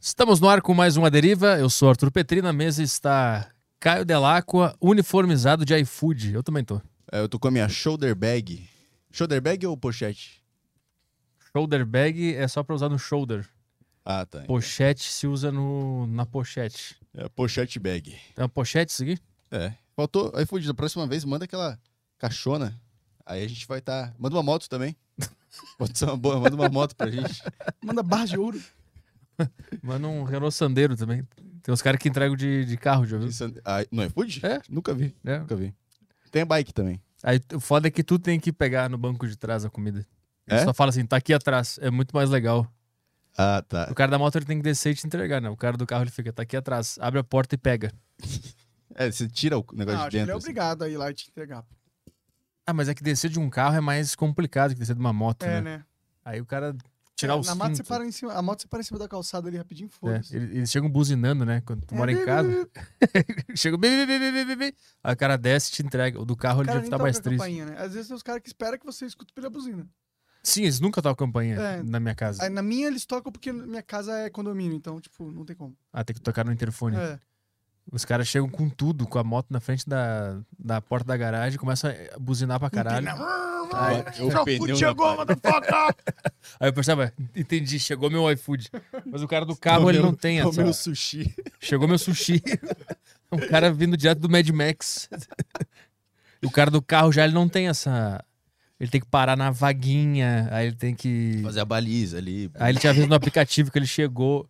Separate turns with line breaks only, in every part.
Estamos no ar com mais uma deriva. Eu sou Arthur Petri. Na mesa está Caio Delacqua, uniformizado de iFood. Eu também tô.
É, Eu tô com a minha shoulder bag. Shoulder bag ou pochete?
Shoulder bag é só pra usar no shoulder.
Ah, tá.
Pochete se usa no, na pochete.
É, pochete bag.
Tem uma pochete isso aqui?
É. Faltou. Aí, fudido, da próxima vez manda aquela caixona. Aí a gente vai estar. Manda uma moto também. Pode ser uma boa, manda uma moto pra gente.
Manda barra de ouro.
Manda um Renault Sandeiro também. Tem uns caras que entregam de, de carro, já viu?
Isso, ah, no iFood?
É.
Nunca vi,
É.
nunca vi. Tem a bike também.
Aí o foda é que tu tem que pegar no banco de trás a comida. Ele
É?
só fala assim, tá aqui atrás. É muito mais legal.
Ah, tá.
O cara da moto ele tem que descer e te entregar, né? O cara do carro ele fica, tá aqui atrás. Abre a porta e pega.
É, você tira o negócio
Não, acho
de
que ele é
dentro. assim.
obrigado a ir lá e te entregar.
Ah, mas é que descer de um carro é mais complicado que descer de uma moto, né?
É, né?
Aí o cara tirar
É,
os
Na moto você
cintos.
para em cima, a moto você para em cima da calçada ali rapidinho,
É,
foda-se.
ele- eles chegam buzinando, né? Quando tu
É,
mora em
bi-
casa,
bi- bi-
chega. bi- bi- bi- bi- bi- bi- bi. Aí o cara desce e te entrega. O do carro
o
ele
cara
deve
nem
estar
toca
mais
a
triste.
campainha, né? Às vezes tem os caras que esperam que você escuta pela buzina.
Sim, eles nunca tocam campainha
É.
na minha casa.
Aí na minha eles tocam porque minha casa é condomínio, então, tipo, não tem como.
Ah, tem que tocar no interfone.
É.
Os caras chegam com tudo, com a moto na frente da, da porta da garagem, começam a buzinar pra caralho. Aí,
Eu é pneu na
Chegou,
parede.
motherfucker!
aí eu percebo, "Ah, entendi, chegou meu iFood. Mas o cara do carro, ele não tem
Comeu
essa.
sushi.
Chegou meu sushi. um cara vindo direto do Mad Max. o cara do carro já ele não tem essa. Ele tem que parar na vaguinha, aí ele tem que.
Fazer a baliza ali.
Aí ele te avisa no aplicativo que ele chegou.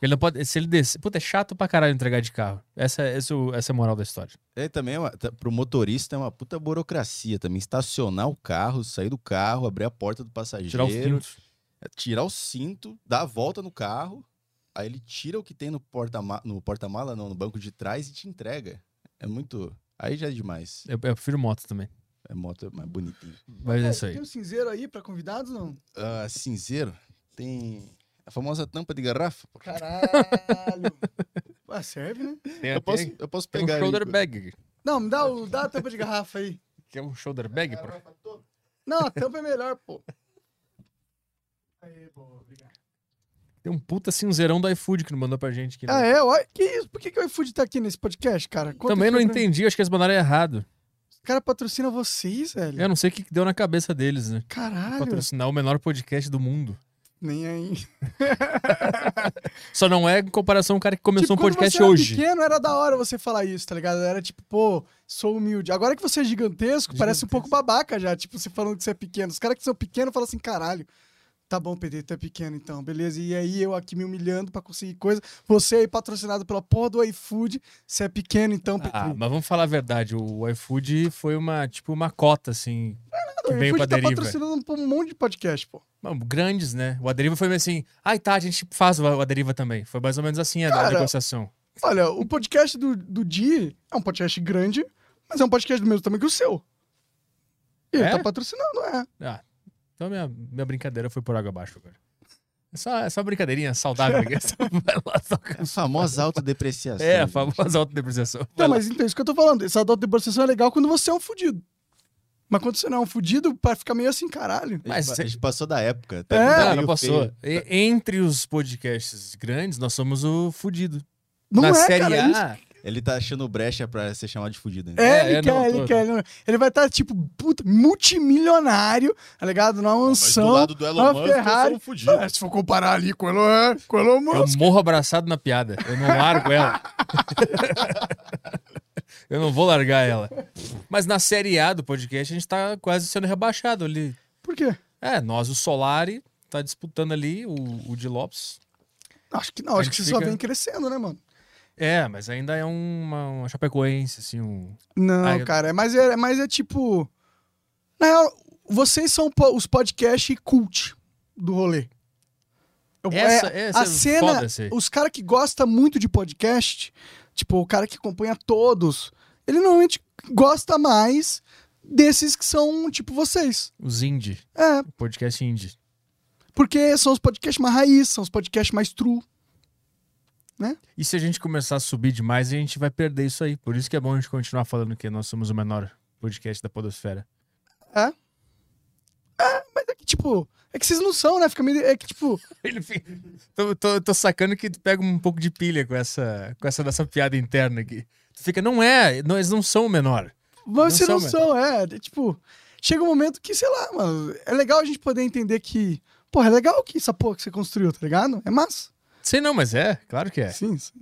Ele não pode. Se ele descer. Puta, é chato pra caralho entregar de carro. Essa, essa, é o- essa é a moral da história.
É também, é uma, tá- pro motorista é uma puta burocracia também. Estacionar o carro, sair do carro, abrir a porta do passageiro.
Tirar os filtros.
É tirar o cinto, dar a volta no carro, aí ele tira o que tem no porta-mala, no porta-mala não, no banco de trás e te entrega. É muito. Aí já é demais.
Eu, eu prefiro moto também.
É moto é mais bonitinho.
Mas é isso aí.
Tem um cinzeiro aí pra convidados, não?
Ah, cinzeiro tem a famosa tampa de garrafa.
Caralho! Ah, serve, né?
Tem,
Eu
até-
posso, eu posso
tem um
pegar.
shoulder
ele.
bag.
Não, me dá, o, dá a tampa de garrafa aí.
Que é um shoulder bag, pô.
Não, a tampa é melhor, pô. Aí, boa, obrigado.
Tem um puta cinzeirão do iFood que não mandou pra gente aqui. né?
Ah, é? Olha, que isso? Por que, que o iFood tá aqui nesse podcast, cara? Conta
Também
isso
não
aí pra mim.
entendi, acho que eles mandaram errado.
Os caras patrocinam vocês, velho?
Eu não sei o que que deu na cabeça deles, né?
Caralho.
Patrocinar o menor podcast do mundo.
Nem aí. Só
Só não é em comparação com o cara que começou um
tipo,
podcast
quando você
hoje.
Era pequeno, era da hora você falar isso, tá ligado? Era tipo, pô, sou humilde. Agora que você é gigantesco, parece um pouco babaca já. Tipo, você falando que você é pequeno. Os caras que são pequenos falam assim, caralho. Tá bom, Pedro, tu é pequeno então, beleza. E aí eu aqui me humilhando pra conseguir coisa. Você aí patrocinado pela porra do iFood. Você é pequeno então, Petri.
Ah, mas vamos falar a verdade, o iFood foi uma, tipo, uma cota, assim, que
o
veio pra
iFood tá
deriva.
patrocinando um monte de podcast, pô.
Mano, grandes, né? O Aderiva foi meio assim, ai tá, a gente faz o a deriva também. Foi mais ou menos assim a, a
Cara,
negociação.
Olha, o podcast do, do Di é um podcast grande, mas é um podcast do mesmo tamanho que o seu. E ele
É?
tá patrocinando, é.
Ah, então minha, minha brincadeira foi por água abaixo agora. É só, é só uma brincadeirinha saudável. aqui. Só vai lá, toca-
É A famosa autodepreciação.
É, a
gente.
famosa autodepreciação.
Não,
Vai lá.
mas então, isso que eu tô falando. Essa data de depreciação é legal quando você é um fudido. Mas quando você não é um fudido, para ficar meio assim, caralho.
A gente
Mas-
pa- a gente passou da época. tá
É,
meio
Não, não
feio.
passou. E- entre os podcasts grandes, nós somos o fudido.
Não
Na
é,
Série
cara. isso-
A,
Ele tá achando brecha pra ser chamado de fudido. Né?
É,
É,
ele
é,
quer,
não,
ele
tô-
quer. Ele, ele vai estar, tipo, puta, multimilionário, tá ligado? Na
Mas do
mansão.
lado do
uma
Elon Musk, eu
Ferrari.
sou um fudido.
É, se for comparar ali com o Elon, é, com o Elon
eu
Musk.
morro abraçado na piada. Eu não largo ela. eu não vou largar ela. Mas na Série A do podcast, a gente tá quase sendo rebaixado ali.
Por quê?
É, nós, o Solari, tá disputando ali, o, o de Lopes.
Acho que não, acho
A
que
gente
você só
fica-
vem crescendo, né, mano?
É, mas ainda é uma, uma chapecoense, assim, um...
Não,
Ah, eu-
cara, mas é, mas é tipo. Na real, vocês são po- os podcast cult do rolê. Eu-
Essa,
é,
essa
a cena,
foda-se.
os caras que gostam muito de podcast, tipo, o cara que acompanha todos, ele normalmente gosta mais desses que são, tipo, vocês.
Os indie,
É,
podcast indie.
porque são os podcasts mais raiz, são os podcasts mais true.
E se a gente começar a subir demais, a gente vai perder isso aí. Por isso que é bom a gente continuar falando que nós somos o menor podcast da podosfera.
Mas é que, tipo, é que vocês não são, né? Fica meio. É que, tipo,
Ele fica- tô, tô- tô sacando que tu pega um pouco de pilha com essa, com essa nossa piada interna aqui. Tu fica, não é, não, eles não são o menor. Não
mas vocês não
são,
são, é. é, Tipo, chega um momento que, sei lá, mano, é legal a gente poder entender que. Porra, é legal que essa porra que você construiu, tá ligado? É massa.
Sei não, mas é, claro que é.
Sim, sim.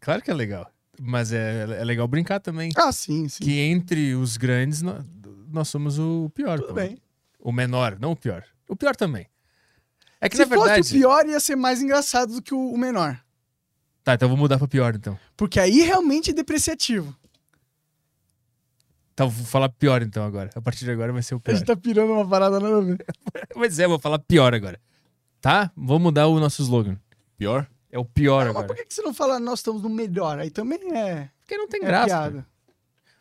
Claro que é legal. Mas é, é legal brincar também.
Ah, sim, sim.
Que entre os grandes, nó- nós, somos o pior.
Tudo
pô.
bem.
O menor, não o pior. O pior também. É que
Se
na verdade.
fosse o pior, ia ser mais engraçado do que o o menor.
Tá, então eu vou mudar pra pior então.
Porque aí realmente é depreciativo.
Tá, eu vou falar pior então agora. A partir de agora vai ser o
A
pior.
gente tá pirando uma parada nada a ver.
Pois é, eu vou falar pior agora. Tá? Vou mudar o nosso slogan.
Pior?
É o pior
Ah, Mas por
agora.
que que você não fala nós estamos no melhor? Aí também é,
Porque não tem
é
graça. cara.
piada.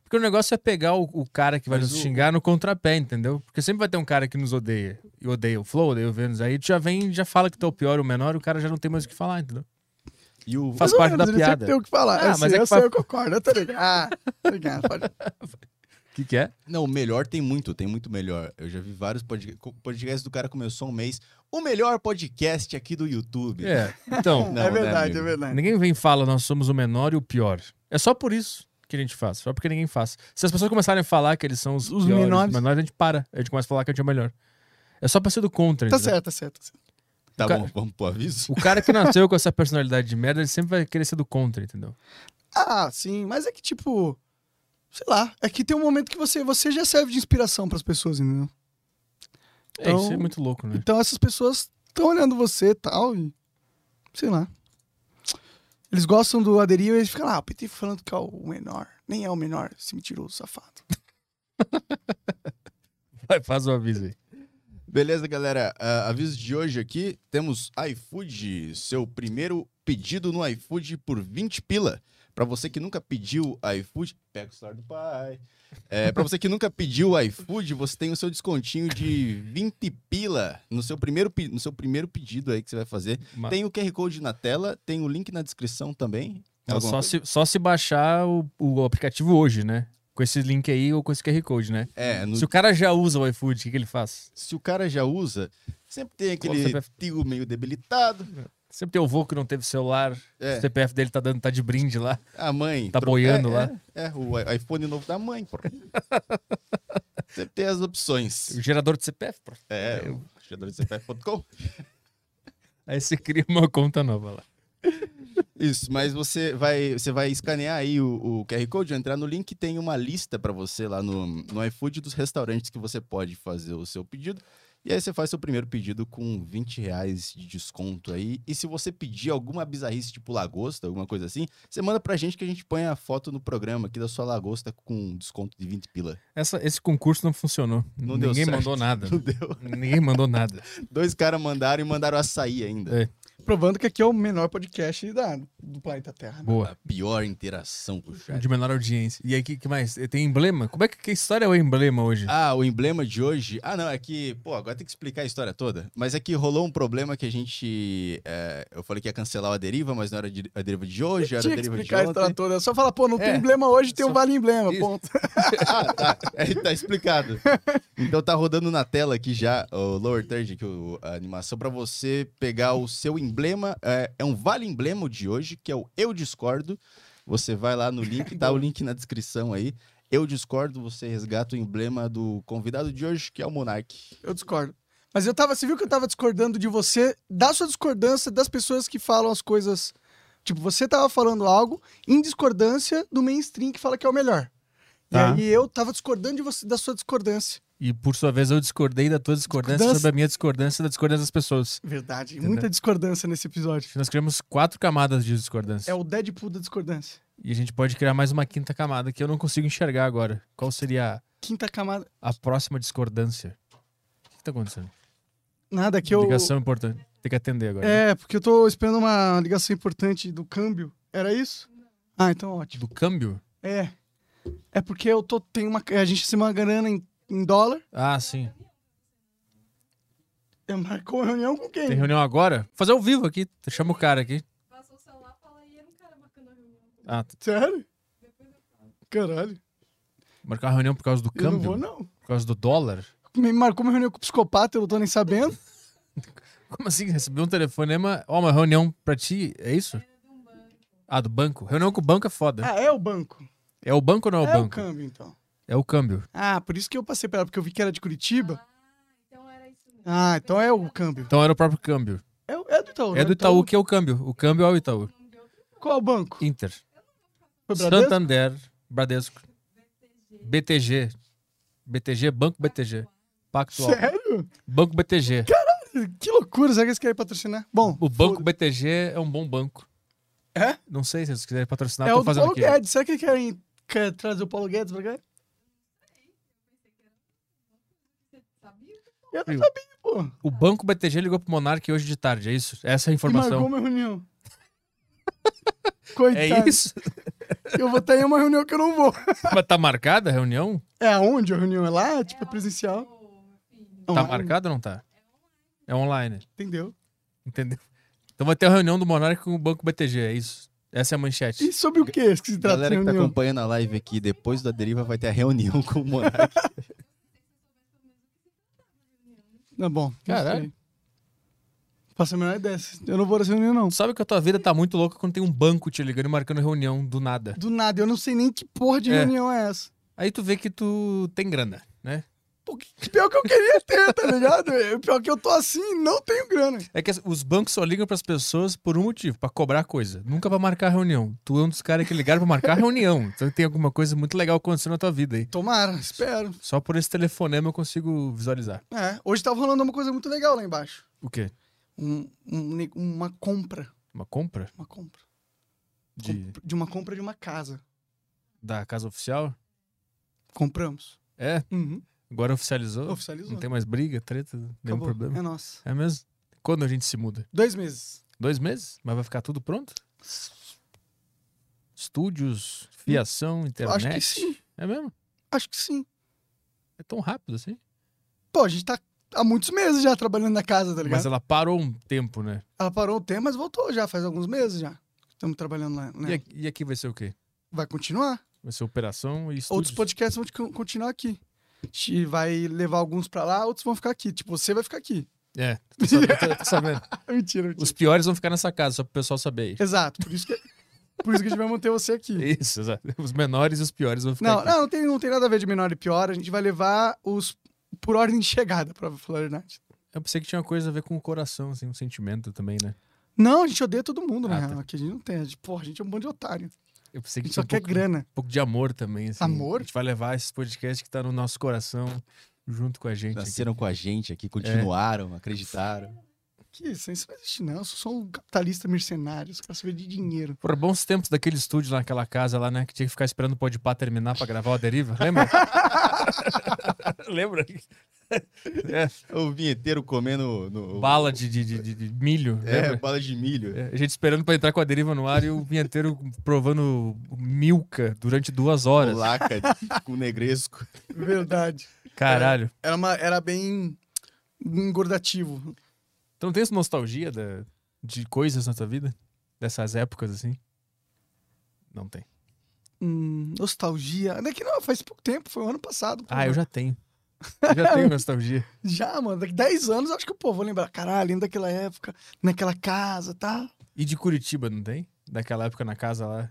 Porque o negócio é pegar o, o cara que vai
Mas
nos
o-
xingar no contrapé, entendeu? Porque sempre vai ter um cara que nos odeia. E odeia o Flow, odeia o Vênus. Aí tu já vem, já fala que tu é o pior, o menor, o cara já não tem mais o que falar, entendeu?
E o.
Faz
Mais ou
parte da
menos, ele sempre
piada.
tem o que falar.
Ah,
assim,
mas é
eu
que
sei,
faz-
eu concordo, eu tô ligado. Ah, tô ligado. pode-
O que, que é?
Não, o melhor tem muito, tem muito melhor. Eu já vi vários podcasts. Podcast do cara começou um mês. O melhor podcast aqui do YouTube.
É. Então,
Não,
é
né,
verdade,
amigo?
é verdade.
ninguém vem e fala nós somos o menor e o pior. É só por isso que a gente faz. Só porque ninguém faz. Se as pessoas começarem a falar que eles são os,
Os
piores,
menores.
a gente para. A gente começa a falar que a gente é o melhor. É só pra ser do contra.
Tá
entendeu?
certo, tá certo. tá certo.
Tá
o cara-
bom, vamos pro aviso?
O cara que nasceu com essa personalidade de merda, ele sempre vai querer ser do contra, entendeu?
Ah, sim, mas é que tipo. Sei lá, é que tem um momento que você, você já serve de inspiração pras pessoas, entendeu?
é,
Então-
isso é muito louco, né?
Então essas pessoas estão olhando você e tal, e. Sei lá. Eles gostam do aderir e eles ficam lá, ah, o PT falando que é o menor. Nem é o menor, esse mentiroso, safado.
Vai, faz o aviso aí.
Beleza, galera. Ah, aviso de hoje aqui: temos iFood, seu primeiro pedido no iFood por 20 pila. Pra você que nunca pediu iFood, pega o celular do pai. É, para você que nunca pediu iFood, você tem o seu descontinho de 20 pila no seu primeiro, pe- no seu primeiro pedido aí que você vai fazer.
Mas-
Tem o QR Code na tela, tem o link na descrição também.
Mas
Alguma
É só, se, só se baixar o, o aplicativo hoje, né? Com esse link aí ou com esse QR Code, né?
É, no-
Se o cara já usa o iFood, o que, que ele faz?
se o cara já usa, sempre tem aquele
CPF.
tio meio debilitado.
Sempre tem o vô que não teve celular,
É.
o CPF dele tá dando, tá de brinde lá.
A mãe.
Tá
tro-
boiando
é,
lá.
É, é, o i- iPhone novo da mãe, pô. Sempre tem as opções.
O gerador de CPF, pô.
É, o gerador de CPF.com.
Aí você cria uma conta nova lá.
Isso, mas você vai, você vai escanear aí o, o QR Code, entrar no link, tem uma lista pra você lá no, no iFood dos restaurantes que você pode fazer o seu pedido. E aí você faz seu primeiro pedido com 20 reais de desconto aí. E se você pedir alguma bizarrice, tipo lagosta, alguma coisa assim, você manda pra gente que a gente põe a foto no programa aqui da sua lagosta com desconto de 20 pila.
Essa, esse concurso não funcionou.
Não deu
Ninguém
certo.
mandou nada.
Não deu.
Ninguém mandou nada.
Dois caras mandaram e mandaram açaí ainda.
É.
Provando que aqui é o menor podcast da, do planeta Terra. né?
Boa.
Pior interação com o
É.
chat.
De menor audiência. E aí, o que, que mais? Tem emblema? Como é que, que história é o emblema hoje?
Ah, o emblema de hoje. Ah, não, é que. Pô, agora tem que explicar a história toda. Mas é que rolou um problema que a gente. é, eu falei que ia cancelar a deriva, mas não era de- a deriva de hoje, era a
Tinha que
deriva de
explicar a
ontem.
história toda. É só falar, pô, não
É.
tem emblema hoje, tem
Só-
um vale emblema,
Isso.
ponto.
Ah, tá. É, tá explicado. Então tá rodando na tela aqui já o Lower Third, que o- a animação, pra você pegar o seu emblema. É, é um vale emblema de hoje, que é o Eu Discordo. Você vai lá no link, tá o link na descrição aí. Eu Discordo, você resgata o emblema do convidado de hoje, que é o Monark.
Eu discordo. Mas eu tava, você viu que eu tava discordando de você, da sua discordância das pessoas que falam as coisas. Tipo, você tava falando algo em discordância do mainstream que fala que é o melhor.
Tá.
E aí eu tava discordando de você, da sua discordância.
E por sua vez, eu discordei da tua discordância
Discordância.
sobre a minha discordância e da discordância das pessoas.
Verdade.
Entendeu?
Muita discordância nesse episódio.
Nós criamos quatro camadas de discordância.
É o Deadpool da discordância.
E a gente pode criar mais uma quinta camada que eu não consigo enxergar agora. Qual seria
Quinta camada.
a a próxima discordância? O que que tá acontecendo?
Nada, que eu.
Ligação importante. Tem que atender agora. né?
É, porque eu tô esperando uma ligação importante do câmbio. Era isso? Ah, então ótimo.
Do câmbio?
É. É porque eu tô. Tem uma, a gente tem uma grana em, em dólar.
Ah, sim.
É, Marcou reunião com quem?
Tem reunião agora? Vou fazer ao vivo aqui. Chama o cara aqui.
Passou o celular, fala, e era um cara bacana a reunião.
Ah, t-
Sério? Caralho.
marcar uma reunião por causa do
Eu não
câmbio?
vou, não.
Por causa do dólar?
me marcou uma reunião com o psicopata, eu não tô nem sabendo.
Como assim? Recebeu um telefonema, ó, uma reunião pra ti, é isso? Ah, do banco? Reunião com o banco é foda.
Ah, é o banco.
É o banco ou não é o
é o
banco?
câmbio, então.
é o câmbio.
Ah, por isso que eu passei pra ela, porque eu vi que era de Curitiba.
Então era isso mesmo.
Ah, então é o câmbio.
Então era o próprio câmbio.
É, o- é do Itaú,
É
né?
do Itaú que é o câmbio. O câmbio é o Itaú.
Qual é banco?
Inter.
Foi Bradesco?
Santander, Bradesco. BTG. BTG, Banco BTG. Pactual.
Sério?
Banco BTG.
Que loucura, será que eles querem patrocinar? Bom,
O Banco BTG é um bom banco.
É?
Não sei se eles quiserem patrocinar,
é o
tô
do
fazendo
Paulo
aqui.
Guedes. Será que eles querem quer trazer o Paulo Guedes pra cá?
Sabia?
Eu
Viu?
não sabia, pô.
O Banco BTG ligou pro Monark hoje de tarde, é isso? Essa é a
E marcou
informação.
uma reunião.
É
Coitado.
isso?
Eu vou estar em uma reunião que eu não vou.
Mas tá marcada a reunião?
É aonde a reunião? É lá? Tipo, é presencial?
Tá
Online?
marcada ou não tá? É online.
Entendeu?
Entendeu? Então vai ter a reunião do Monark com o Banco BTG, é isso? Essa é a manchete.
E sobre o que que se trata
Galera
a
que tá
reunião?
acompanhando a live aqui, depois da deriva vai ter a reunião com o Monark.
Não, Tá bom. não
Caralho.
sei. Faço a menor ideia. Eu não vou nessa reunião, não.
Tu sabe que a tua vida tá muito louca quando tem um banco te ligando e marcando reunião do nada.
Do nada, eu não sei nem que porra de
É.
reunião é essa.
Aí tu vê que tu tem grana, né?
Pô, que- Pior que eu queria ter, tá ligado? É, Pior que eu tô assim, não tenho grana.
É que as- os bancos só ligam pras pessoas por um motivo, pra cobrar coisa. Nunca pra marcar reunião. Tu é um dos caras que ligaram pra marcar reunião. Então tem alguma coisa muito legal acontecendo na tua vida aí.
Tomara, espero.
Só por esse telefonema eu consigo visualizar.
É, hoje tava rolando uma coisa muito legal lá embaixo.
O quê?
Um- um ne- uma compra.
Uma compra
Uma compra.
de,
Compra- De uma compra de uma casa.
da casa oficial?
Compramos.
É?
Uhum.
Agora oficializou?
Oficializou.
Não tem mais briga, treta, nenhum
Acabou.
problema.
É nossa.
É mesmo? Quando a gente se muda?
Dois meses.
Dois meses? Mas vai ficar tudo pronto?
Hum,
Estúdios, fiação, internet?
Acho que sim.
É mesmo?
Acho que sim.
É tão rápido assim?
Tá Pô, a gente tá há muitos meses já trabalhando na casa, tá ligado?
Mas ela parou um tempo, né?
Ela parou o tempo, mas voltou já, faz alguns meses já. Estamos trabalhando lá.
E,
Né?
aqui, e aqui vai ser o quê?
Vai continuar.
Vai ser operação e estúdios?
Outros podcasts vão te con- continuar aqui. A gente vai levar alguns pra lá, outros vão ficar aqui. Tipo, você vai ficar aqui.
É, tô sabendo, tô- tô sabendo.
mentira, mentira.
Os piores vão ficar nessa casa, só pro pessoal saber
Exato, por isso que, por isso que a gente vai manter você aqui.
aí. Isso, exato. Os menores e os piores vão ficar
Não,
aqui.
não, não tem, não tem nada a ver de menor e pior. A gente vai levar os por ordem de chegada, pra falar a verdade.
Eu pensei que tinha uma coisa a ver com o coração, assim, um sentimento também, né?
Não, a gente odeia todo mundo, na
Ah, tá.
real. Aqui a gente não tem. A gente, porra, a gente é um bando de otário.
Eu pensei
A
que
gente só
tinha um
quer
pouco,
grana.
um pouco de amor também, assim.
é Amor?
A gente vai levar esse podcast que tá no nosso coração junto com a gente.
Tá
aqui.
Nasceram com a gente aqui, continuaram, acreditaram.
Que isso, isso não existe, não. Eu sou só um capitalista mercenário. Os caras sabem de dinheiro.
Por bons tempos daquele estúdio lá naquela casa lá, né? Que tinha que ficar esperando o podpá terminar pra gravar o deriva. Lembra? Lembra?
É O vinheteiro comendo no,
É, Bala de, de, de- de- de milho.
é,
lembra?
bala de milho.
É, a gente esperando pra entrar com a deriva no ar e o vinheteiro provando milka durante duas horas.
Laca com negresco.
Verdade.
Caralho.
Era, uma, era bem engordativo.
Então não tem essa nostalgia da- de coisas na tua vida? Dessas épocas assim? Não tem.
Hum, nostalgia. Daqui não, faz pouco tempo, foi o ano passado. pô.
Ah, eu já tenho. Eu já tenho nostalgia.
Já, mano, daqui 10 anos eu acho que, pô, vou lembrar. Caralho, lembro daquela época, naquela casa, tá?
E de Curitiba, não tem? Daquela época na casa lá.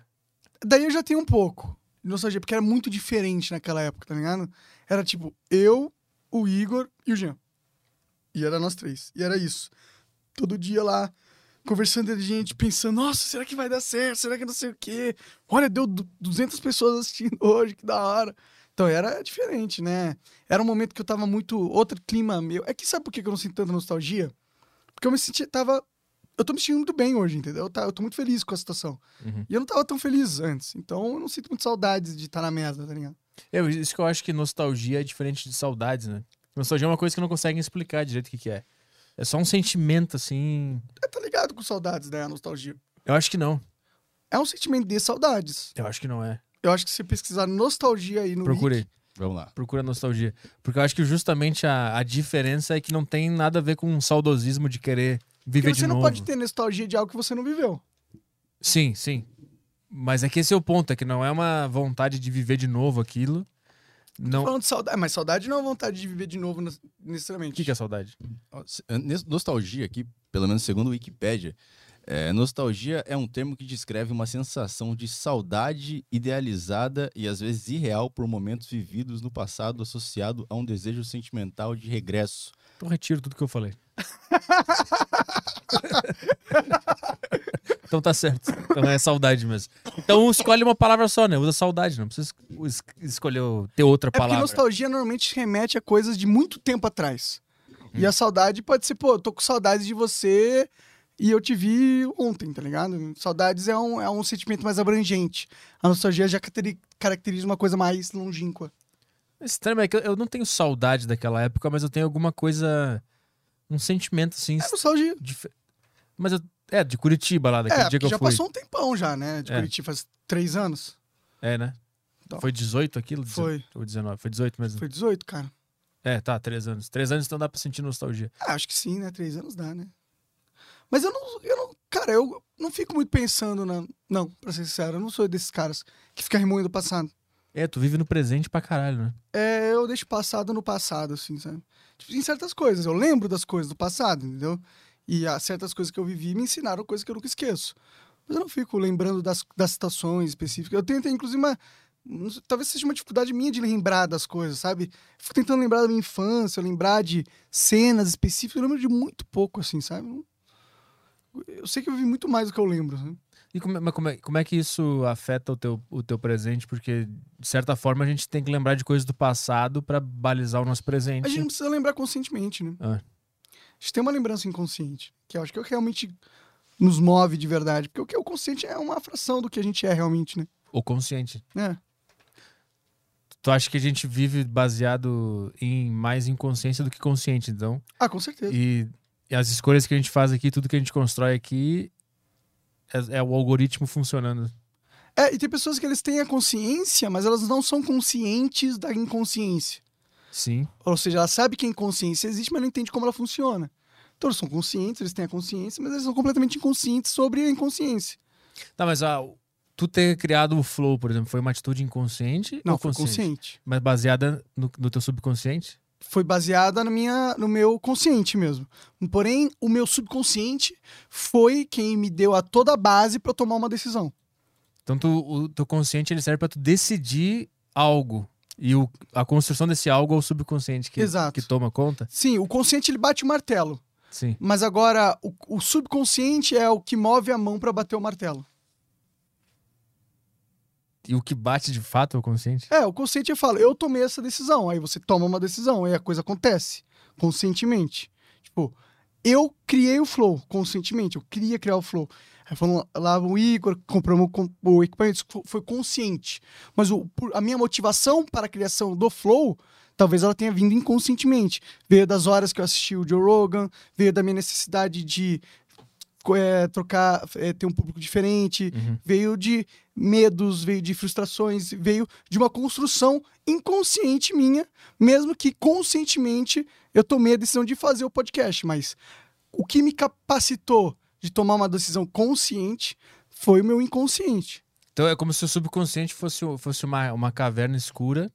Daí eu já tenho um pouco de nostalgia, porque era muito diferente naquela época, tá ligado? Era tipo, eu, o Igor e o Jean. E era nós três. E era isso. Todo dia lá, conversando com a gente, pensando, nossa, será que vai dar certo? Será que não sei o quê? Olha, deu du- 200 pessoas assistindo hoje, que da hora. Então era diferente, né? Era um momento que eu tava muito. Outro clima meu. É que sabe por que que eu não sinto tanta nostalgia? Porque eu me sentia. Tava. Eu tô me sentindo muito bem hoje, entendeu? Eu tá- eu tô muito feliz com a situação.
Uhum.
E eu não tava tão feliz antes. Então eu não sinto muito saudades de estar na merda, tá ligado?
É, isso que eu acho que nostalgia é diferente de saudades, né? Nostalgia é uma coisa que não conseguem explicar direito o que, que é. É só um sentimento, assim.
É, tá ligado com saudades, né? A nostalgia.
Eu acho que não.
É um sentimento de saudades.
Eu acho que não é.
Eu acho que se pesquisar nostalgia aí no.
Procurei.
Vamos lá.
Procura nostalgia. Porque eu acho que justamente a, a diferença é que não tem nada a ver com um saudosismo de querer
Wiki,
viver
porque você
de
não
novo.
pode ter nostalgia de algo que você não viveu.
Sim, sim. Mas é que esse é o ponto, é que não é uma vontade de viver de novo aquilo. Não. O
Falando de saudade. Mas saudade não é vontade de viver de novo, ne- necessariamente.
que, que é saudade?
Nes- Nostalgia aqui, pelo menos segundo o Wikipédia, é, nostalgia é um termo que descreve uma sensação de saudade idealizada e às vezes irreal por momentos vividos no passado associado a um desejo sentimental de regresso.
Eu retiro tudo que eu falei. então tá certo. Então é saudade mesmo. Então escolhe uma palavra só, né? Usa saudade, não precisa es- escolher o- ter outra
É porque
palavra.
nostalgia normalmente remete a coisas de muito tempo atrás. E
Uhum.
a saudade pode ser, pô, eu tô com saudades de você e eu te vi ontem, tá ligado? Saudades é um, é um sentimento mais abrangente. A nostalgia já cateri- caracteriza uma coisa mais longínqua.
Estranho é que eu- eu não tenho saudade daquela época, mas eu tenho alguma coisa. Um sentimento assim.
É nostalgia.
dif- Mas eu. É, de Curitiba lá, daquele
É,
dia que
porque
eu
já
fui.
passou um tempão já, né? De
É.
Curitiba, faz três anos.
É, né?
Então.
Foi 18 aquilo? Dezen-
Foi.
Ou 19? Foi 18 mesmo.
Foi 18, cara.
É, tá, 3 anos. 3 anos então dá pra sentir nostalgia.
Ah, acho que sim, né? Três anos dá, né? Mas eu não, eu não. Cara, eu não fico muito pensando na. Não, pra ser sincero, eu não sou desses caras que fica remoendo o passado.
É, tu vive no presente pra caralho, né?
É, eu deixo o passado no passado, assim, sabe? Tipo, em certas coisas, eu lembro das coisas do passado, entendeu? E há certas coisas que eu vivi me ensinaram coisas que eu nunca esqueço. Mas eu não fico lembrando das, das situações específicas. Eu tento, inclusive, uma. não sei, Talvez seja uma dificuldade minha de lembrar das coisas, sabe? Eu fico tentando lembrar da minha infância, lembrar de cenas específicas. Eu lembro de muito pouco, assim, sabe? Eu não- Eu sei que eu vivi muito mais do que eu lembro. né? Sabe?
E como, é- mas como é, como é que isso afeta o teu, o teu presente? Porque, de certa forma, a gente tem que lembrar de coisas do passado pra balizar o nosso presente.
A gente não precisa lembrar conscientemente, né?
Ah.
A gente tem uma lembrança inconsciente, que eu acho que é o que realmente nos move de verdade. Porque o que é o consciente é uma fração do que a gente é realmente, né?
Ou consciente.
É.
Tu acha que a gente vive baseado em mais inconsciência do que consciente, então?
Ah, com certeza.
E, e as escolhas que a gente faz aqui, tudo que a gente constrói aqui, é, é o algoritmo funcionando.
É, e tem pessoas que eles têm a consciência, mas elas não são conscientes da inconsciência.
Sim.
Ou seja, ela sabe que a inconsciência existe, mas não entende como ela funciona. Então eles são conscientes, eles têm a consciência, mas eles são completamente inconscientes sobre a inconsciência.
Tá, mas ah, tu ter criado o flow, por exemplo, foi uma atitude inconsciente?
Não,
ou
foi
consciente?
consciente.
Mas baseada no, no teu subconsciente?
foi baseada na minha, no meu consciente mesmo. Porém, o meu subconsciente foi quem me deu a toda a base para tomar uma decisão.
Então tu, o teu consciente ele serve pra tu decidir algo. E o, a construção desse algo é o subconsciente que,
Exato.
que toma conta?
Sim, o consciente ele bate o martelo,
Sim.
mas agora o, o subconsciente é o que move a mão para bater o martelo.
E o que bate de fato é o consciente?
É, o consciente fala, eu tomei essa decisão, aí você toma uma decisão aí a coisa acontece conscientemente. Tipo, eu criei o flow conscientemente, eu queria criar o flow. Aí falou lá o Igor, compramos o com- o equipamento, isso fo- foi consciente. Mas o, por- a minha motivação para a criação do flow, talvez ela tenha vindo inconscientemente. Veio das horas que eu assisti o Joe Rogan, veio da minha necessidade de co- eh, trocar, eh, ter um público diferente,
Uhum.
veio de medos, veio de frustrações, veio de uma construção inconsciente minha, mesmo que conscientemente eu tomei a decisão de fazer o podcast, mas o que me capacitou de tomar uma decisão consciente foi o meu inconsciente.
Então é como se o subconsciente fosse, o- fosse uma, uma caverna escura.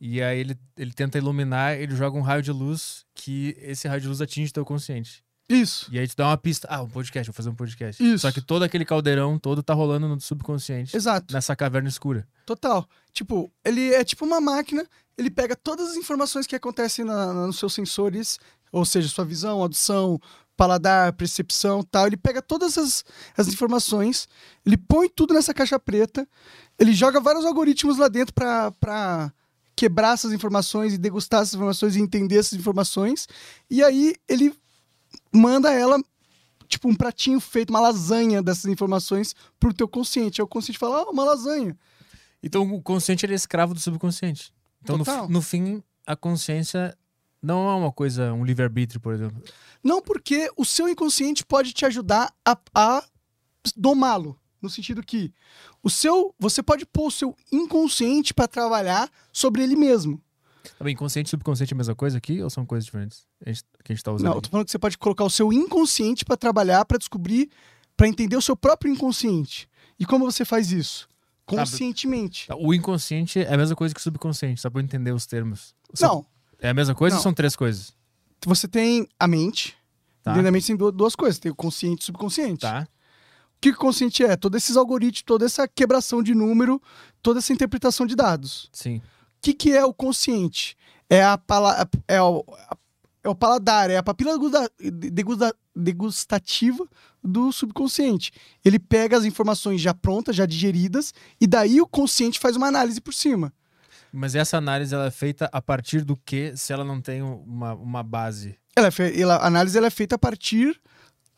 E aí ele, ele tenta iluminar, ele joga um raio de luz que esse raio de luz atinge teu consciente.
Isso.
E aí tu dá uma pista. Ah, um podcast, vou fazer um podcast.
Isso.
Só que todo aquele caldeirão todo tá rolando no subconsciente.
Exato.
Nessa caverna escura.
Total. Tipo, ele é tipo uma máquina, ele pega todas as informações que acontecem na- na- nos seus sensores, ou seja, sua visão, audição, paladar, percepção tal. Ele pega todas as, as informações, ele põe tudo nessa caixa preta, ele joga vários algoritmos lá dentro pra- pra quebrar essas informações e degustar essas informações e entender essas informações. E aí ele manda ela. Tipo, um pratinho feito, uma lasanha dessas informações pro teu consciente. Aí o consciente fala, ah, uma lasanha.
Então o consciente ele é escravo do subconsciente. Então no,
Total.
fi- no fim, a consciência não é uma coisa, um livre-arbítrio, por exemplo.
Não porque o seu inconsciente pode te ajudar a, a domá-lo. No sentido que o seu, você pode pôr o seu inconsciente para trabalhar sobre ele mesmo.
Tá bem, consciente e subconsciente é a mesma coisa aqui ou são coisas diferentes a gente- que a gente tá usando?
Não, eu
aqui?
tô falando que você pode colocar o seu inconsciente
Tá,
para trabalhar, para descobrir, para entender o seu próprio inconsciente. E como você faz isso? conscientemente.
O inconsciente é a mesma coisa que o subconsciente, só pra eu entender os termos. São-
Não,
É a mesma coisa
Não.
ou são três coisas?
você tem a mente.
Tá.
Dentro da mente tem du- duas coisas, tem o consciente e o subconsciente.
Tá.
O que que o consciente é? Todos esses algoritmos, toda essa quebração de número, toda essa interpretação de dados.
Sim.
O que, que é o consciente? É, a pala é, o, é o paladar, é a papila guda- degusta- degustativa do subconsciente. Ele pega as informações já prontas, já digeridas, e daí o consciente faz uma análise por cima.
Mas essa análise ela é feita a partir do que se ela não tem uma, uma base?
Ela é fe- ela- a análise ela é feita a partir.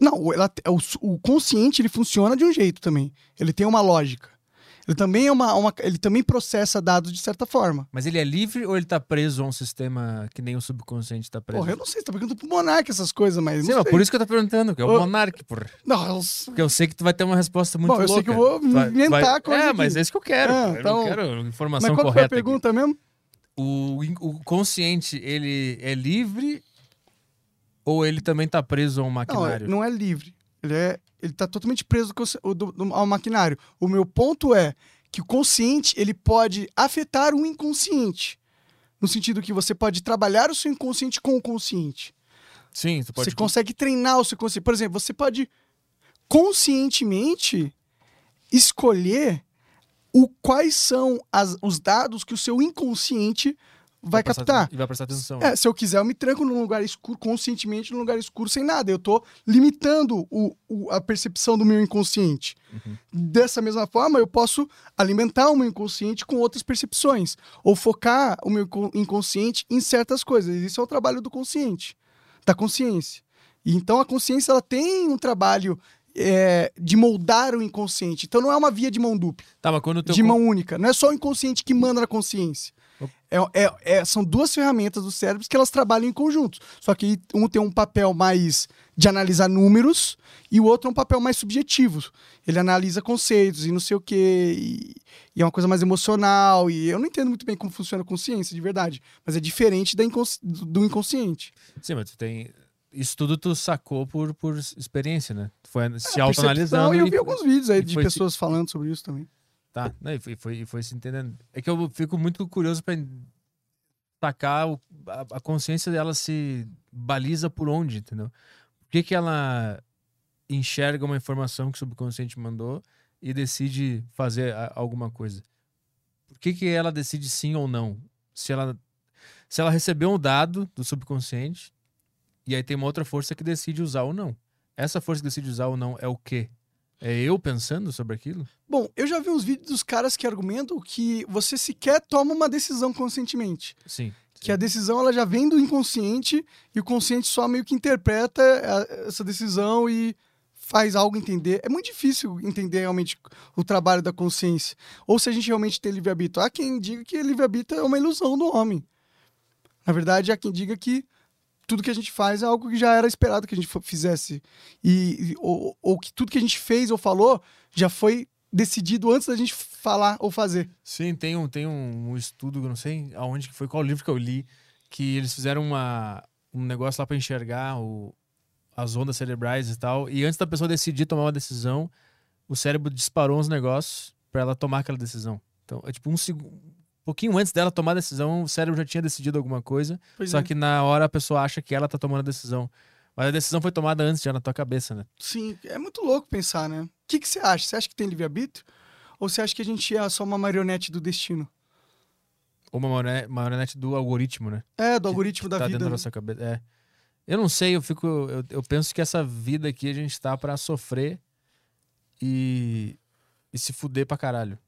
Não, ela, é o, su- o consciente ele funciona de um jeito também. Ele tem uma lógica. Ele também, é uma- uma, ele também processa dados de certa forma.
Mas ele é livre ou ele tá preso a um sistema que nem o subconsciente tá preso?
Porra, eu não sei, você tá perguntando pro Monark essas coisas, mas.
Sim,
não
mas
sei.
por isso que eu tô perguntando, que é o
Ô.
Monark, porra.
Nossa.
Porque eu sei que tu vai ter uma resposta muito
Bom, eu
louca.
sei que eu vou
Tu vai-
inventar
vai-
coisa
É,
aqui.
mas é isso que eu quero.
Ah,
cara. eu
então-
não quero
Mas
informação
qual que foi
correta.
a
aqui.
pergunta mesmo?
O, in- o consciente, ele é livre ou ele também tá preso a um
Não, é-
maquinário?
não é livre. Ele, é, ele tá totalmente preso do consci- do- do- ao maquinário. O meu ponto é que o consciente ele pode afetar o inconsciente. No sentido que você pode trabalhar o seu inconsciente com o consciente.
Sim, tu pode.
você consegue treinar o seu consciente. Por exemplo, você pode conscientemente escolher o, quais são as- os dados que o seu inconsciente vai
prestar
captar.
aten- E vai prestar atenção.
É, se eu quiser, eu me tranco num lugar escuro, conscientemente num lugar escuro sem nada. Eu tô limitando o, o- a percepção do meu inconsciente. Dessa mesma forma, eu posso alimentar o meu inconsciente com outras percepções. Ou focar o meu co- inconsciente em certas coisas. Isso é o trabalho do consciente, da consciência. E então a consciência ela tem um trabalho é, de moldar o inconsciente. Então não é uma via de mão dupla
Tá, mas quando o teu
de
con-
mão única. Não é só o inconsciente que manda na consciência. É, é- é- são duas ferramentas do cérebro que elas trabalham em conjunto. Só que um tem um papel mais de analisar números e o outro é um papel mais subjetivo. Ele analisa conceitos e não sei o quê. E, e é uma coisa mais emocional. E eu não entendo muito bem como funciona a consciência, de verdade. Mas é diferente da incons- do inconsciente.
Sim, mas tu tem. Isso tudo tu sacou por, por experiência, né? Tu foi se
A É, percepção,
autoanalisando.
E eu
e-
vi alguns vídeos aí
e
de
foi se-
pessoas falando sobre isso também.
Tá, né? E foi, foi, e foi se entendendo. É que eu fico muito curioso pra en- sacar o- a, a consciência dela se baliza por onde, entendeu? Por que, que ela enxerga uma informação que o subconsciente mandou e decide fazer a- alguma coisa? Por que, que ela decide sim ou não? Se ela, se ela recebeu um dado do subconsciente e aí tem uma outra força que decide usar ou não. Essa força que decide usar ou não é o quê? É eu pensando sobre aquilo?
Bom, eu já vi uns vídeos dos caras que argumentam que você sequer toma uma decisão conscientemente.
Sim.
Que a decisão ela já vem do inconsciente e o consciente só meio que interpreta a- essa decisão e faz algo entender. É muito difícil entender realmente o trabalho da consciência. Ou se a gente realmente tem livre-arbítrio. Há quem diga que livre-arbítrio é uma ilusão do homem. Na verdade, há quem diga que tudo que a gente faz é algo que já era esperado que a gente fo- fizesse. E, e- ou, ou que tudo que a gente fez ou falou já foi decidido antes da gente falar ou fazer.
Sim, tem um, tem um, um estudo, eu não sei aonde que foi, qual livro que eu li, que eles fizeram uma, um negócio lá para enxergar o, as ondas cerebrais e tal. E antes da pessoa decidir tomar uma decisão, o cérebro disparou uns negócios para ela tomar aquela decisão. Então, é tipo um segundo. pouquinho antes dela tomar a decisão, o cérebro já tinha decidido alguma coisa, só
é.
que na hora a pessoa acha que ela tá tomando a decisão. Mas a decisão foi tomada antes já na tua cabeça, né?
Sim, é muito louco pensar, né? O que, que você acha? Você acha que tem livre-arbítrio? Ou você acha que a gente é só uma marionete do destino?
Ou uma marone- marionete do algoritmo, né?
É, do algoritmo da
tá
vida.
dentro da nossa cabeça. É. Eu não sei, eu fico. Eu, eu penso que essa vida aqui a gente tá pra sofrer e, e se fuder pra caralho.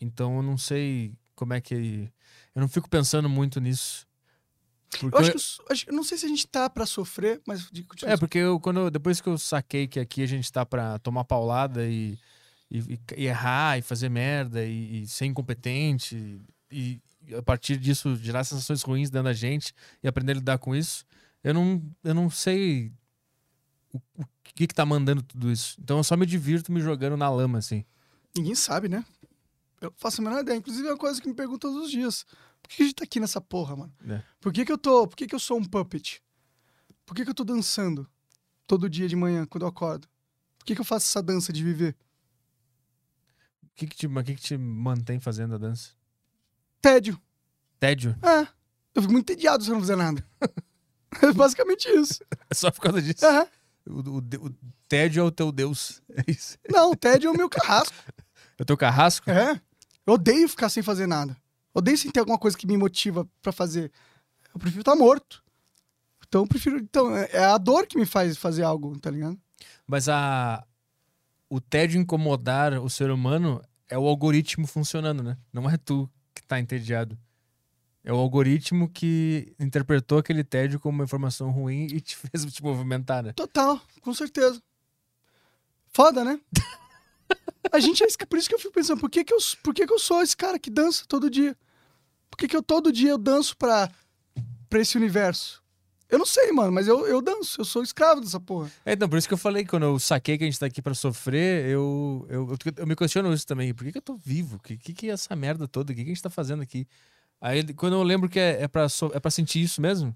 Então eu não sei como é que. Eu não fico pensando muito nisso. Porque
Eu acho que eu sou- acho- eu não sei se a gente tá pra sofrer, mas tipo, de- continua.
É, porque eu, quando, eu- depois que eu saquei que aqui a gente tá pra tomar paulada e, e- e errar e fazer merda e, e ser incompetente e, e a partir disso gerar sensações ruins dentro da gente e aprender a lidar com isso, eu não, eu não sei o, o que que tá mandando tudo isso. Então eu só me divirto me jogando na lama, assim.
ninguém sabe, né? Eu não faço a menor ideia. Inclusive é uma coisa que me perguntam todos os dias. Por que a gente tá aqui nessa porra, mano?
É.
Por que, que eu tô. Por que, que eu sou um puppet? Por que, que eu tô dançando todo dia de manhã, quando eu acordo? Por que, que eu faço essa dança de viver?
que, que, te, mas que, que te mantém fazendo a dança?
Tédio.
Tédio?
É. Eu fico muito entediado se eu não fizer nada. É basicamente isso.
É só por causa disso.
Aham.
O, o de- o tédio é o teu deus. É isso.
Não, tédio é o meu carrasco.
É o teu carrasco?
É. Eu odeio ficar sem fazer nada. Odeio sem ter alguma coisa que me motiva pra fazer. Eu prefiro estar morto. Então eu prefiro. Então, é é a dor que me faz fazer algo, tá ligado?
Mas a... o tédio incomodar o ser humano é o algoritmo funcionando, né? Não é tu que tá entediado. É o algoritmo que interpretou aquele tédio como uma informação ruim e te fez te movimentar, né?
Total, com certeza. Foda, né? A gente é isso que- por isso que eu fico pensando, por que que eu, por que que eu sou esse cara que dança todo dia? Por que que eu todo dia eu danço pra, pra esse universo? Eu não sei, mano, mas eu, eu danço, eu sou escravo dessa porra.
É, então, por isso que eu falei, quando eu saquei que a gente tá aqui pra sofrer, eu, eu, eu, eu me questiono isso também. Por que, que eu tô vivo? O que, que, que é essa merda toda? O que, que a gente tá fazendo aqui? Aí, quando eu lembro que é, é, pra, so- é pra sentir isso mesmo,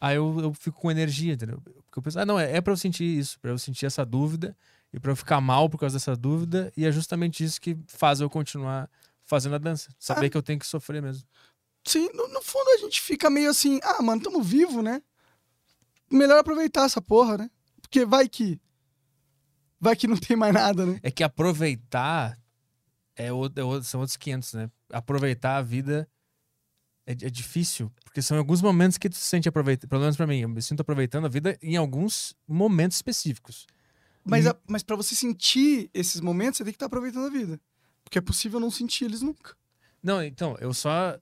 aí eu, eu fico com energia, entendeu? Porque eu penso, ah, não, é, é pra eu sentir isso, pra eu sentir essa dúvida e pra eu ficar mal por causa dessa dúvida, e é justamente isso que faz eu continuar fazendo a dança. Saber que eu tenho que sofrer mesmo.
Sim, no, no fundo a gente fica meio assim, ah, mano, tamo vivo, né? Melhor aproveitar essa porra, né? Porque vai que. Vai que não tem mais nada, né?
É que aproveitar é o- é o- são outros 500, né? Aproveitar a vida é, di- é difícil, porque são alguns momentos que tu se sente aproveitando. Pelo menos pra mim, eu me sinto aproveitando a vida em alguns momentos específicos.
Mas,
E-
a- mas para você sentir esses momentos, você tem que estar aproveitando a vida. Porque é possível não sentir eles nunca.
Não, então, eu só.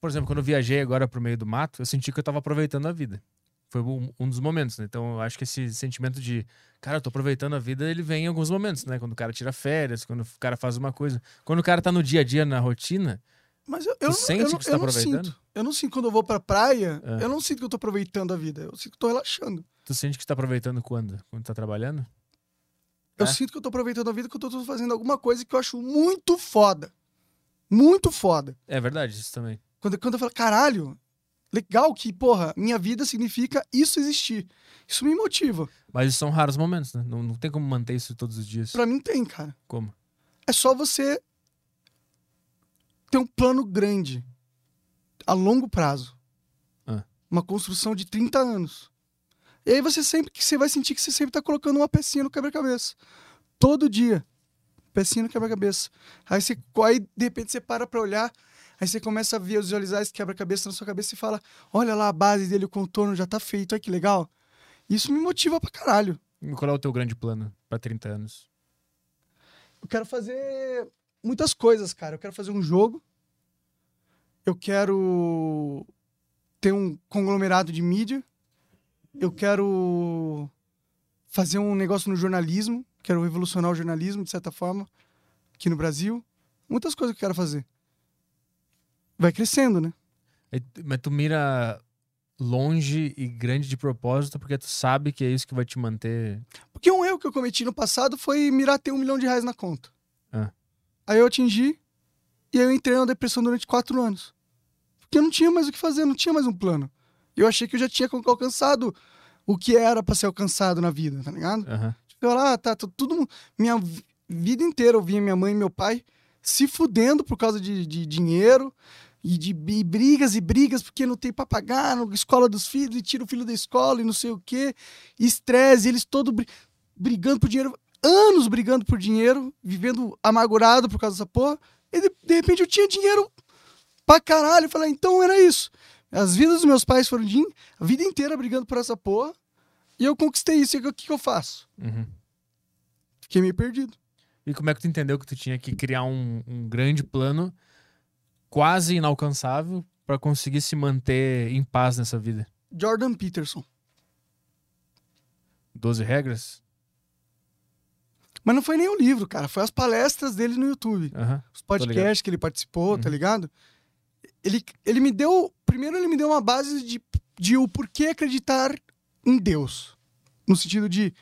Por exemplo, quando eu viajei agora pro meio do mato, eu senti que eu tava aproveitando a vida. Foi um, um dos momentos, né? Então, eu acho que esse sentimento de, cara, eu tô aproveitando a vida, ele vem em alguns momentos, né? Quando o cara tira férias, quando o cara faz uma coisa. Quando o cara tá no dia a dia, na rotina,
Mas eu, eu,
Tu
não-
sente
eu, não-
que você
eu
tá
não
aproveitando?
sinto. Eu não sinto quando eu vou pra praia,
É.
eu não sinto que eu tô aproveitando a vida. Eu sinto que eu tô relaxando.
tu sente que tu tá aproveitando quando? Quando tá trabalhando? É.
Eu sinto que eu tô aproveitando a vida, que eu tô fazendo alguma coisa que eu acho muito foda. Muito foda.
É verdade, isso também.
Quando, quando eu falo, caralho, legal que, porra, minha vida significa isso existir. Isso me motiva.
Mas são raros momentos, né? Não, não tem como manter isso todos os dias.
Pra mim tem, cara.
Como?
É só você ter um plano grande, a longo prazo.
Ah.
Uma construção de 30 anos. E aí você sempre que você vai sentir que você sempre tá colocando uma pecinha no quebra-cabeça. Todo dia. Pecinha no quebra-cabeça. Aí você aí, de repente você para pra olhar, aí você começa a visualizar esse quebra-cabeça na sua cabeça e fala: "Olha lá a base dele, o contorno já tá feito, olha que legal". Isso me motiva pra caralho.
E Qual é o teu grande plano pra 30 anos?
Eu quero fazer muitas coisas, cara. Eu quero fazer um jogo. Eu quero ter um conglomerado de mídia. Eu quero fazer um negócio no jornalismo. Quero revolucionar o jornalismo, de certa forma, aqui no Brasil. Muitas coisas que eu quero fazer. Vai crescendo, né?
E tu- Mas tu mira longe e grande de propósito porque tu sabe que é isso que vai te manter.
Porque um erro que eu cometi no passado foi mirar ter um milhão de reais na conta.
Ah.
Aí eu atingi e aí eu entrei na depressão durante quatro anos. Porque eu não tinha mais o que fazer, eu não tinha mais um plano. Eu achei que eu já tinha alcançado o que era pra ser alcançado na vida, tá ligado?
Aham.
Tipo, eu lá, tá, tô tudo. Minha vi- vida inteira eu via minha mãe e meu pai se fudendo por causa de, de dinheiro e de bi- brigas e brigas, porque não tem pra pagar, não- escola dos filhos, e tira o filho da escola e não sei o quê, e estresse, e eles todos bri- brigando por dinheiro, anos brigando por dinheiro, vivendo amargurado por causa dessa porra, e de, de repente eu tinha dinheiro pra caralho, eu falei, então era isso. As vidas dos meus pais foram de, a vida inteira brigando por essa porra, e eu conquistei isso, e o que que eu faço?
Uhum.
Fiquei meio perdido.
E como é que tu entendeu que tu tinha que criar um, um grande plano quase inalcançável pra conseguir se manter em paz nessa vida?
Jordan Peterson.
12 regras?
Mas não foi nem o livro, cara. Foi as palestras dele no YouTube.
Aham.
Os podcasts que ele participou, tá
Uhum.
ligado? Ele, ele me deu. Primeiro, ele me deu uma base de, de o porquê acreditar em Deus. No sentido de.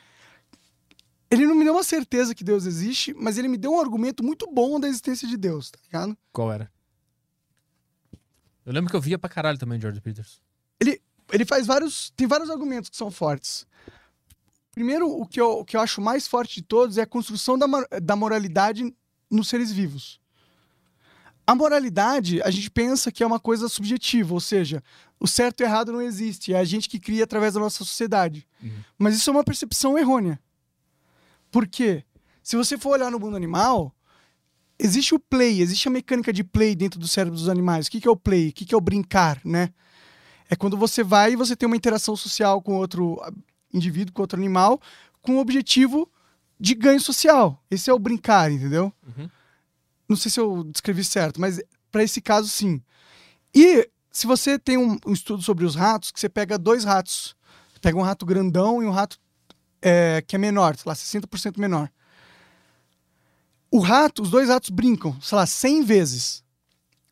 Ele não me deu uma certeza que Deus existe, mas ele me deu um argumento muito bom da existência de Deus, tá ligado?
Qual era? Eu lembro que eu via pra caralho também George Peters.
ele faz vários. Tem vários argumentos que são fortes. Primeiro, o que eu, o que eu acho mais forte de todos é a construção da, mor- da moralidade nos seres vivos. A moralidade, a gente pensa que é uma coisa subjetiva, ou seja, o certo e o errado não existe, é a gente que cria através da nossa sociedade.
Uhum.
Mas isso é uma percepção errônea. Por quê? Se você for olhar no mundo animal, existe o play, existe a mecânica de play dentro do cérebro dos animais. O que que é o play? O que que é o brincar, né? É quando você vai e você tem uma interação social com outro ah, indivíduo, com outro animal, com o objetivo de ganho social. Esse é o brincar, entendeu?
Uhum.
Não sei se eu descrevi certo, mas para esse caso, sim. E se você tem um, um estudo sobre os ratos, que você pega dois ratos. Você pega um rato grandão e um rato é, que é menor, sei lá, 60% menor. O rato, os dois ratos brincam, sei lá, 100 vezes.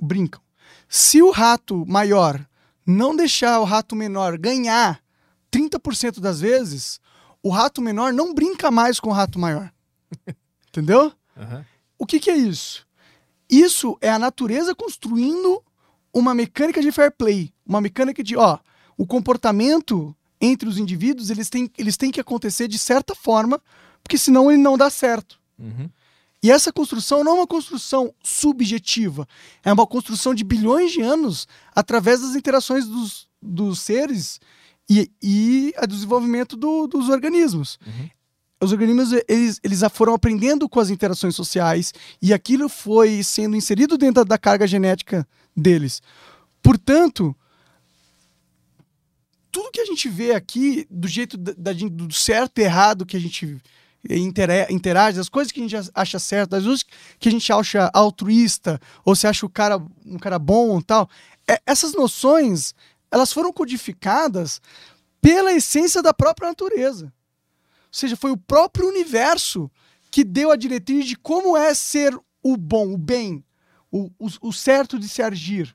Brincam. Se o rato maior não deixar o rato menor ganhar 30% das vezes, o rato menor não brinca mais com o rato maior. Entendeu?
Aham.
O que, que é isso? Isso é a natureza construindo uma mecânica de fair play, uma mecânica de, ó, o comportamento entre os indivíduos, eles têm, eles têm que acontecer de certa forma, porque senão ele não dá certo.
Uhum.
E essa construção não é uma construção subjetiva, é uma construção de bilhões de anos através das interações dos, dos seres e, e a do desenvolvimento do- dos organismos.
Uhum.
Os organismos eles, eles já foram aprendendo com as interações sociais e aquilo foi sendo inserido dentro da carga genética deles. Portanto, tudo que a gente vê aqui, do jeito da- da gente- do certo e errado que a gente intera- interage, das coisas que a gente a- acha certo, das coisas que a gente acha altruísta, ou se acha o cara, um cara bom e tal, é- essas noções, elas foram codificadas pela essência da própria natureza. Ou seja, foi o próprio universo que deu a diretriz de como é ser o bom, o bem, o, o- o certo de se agir.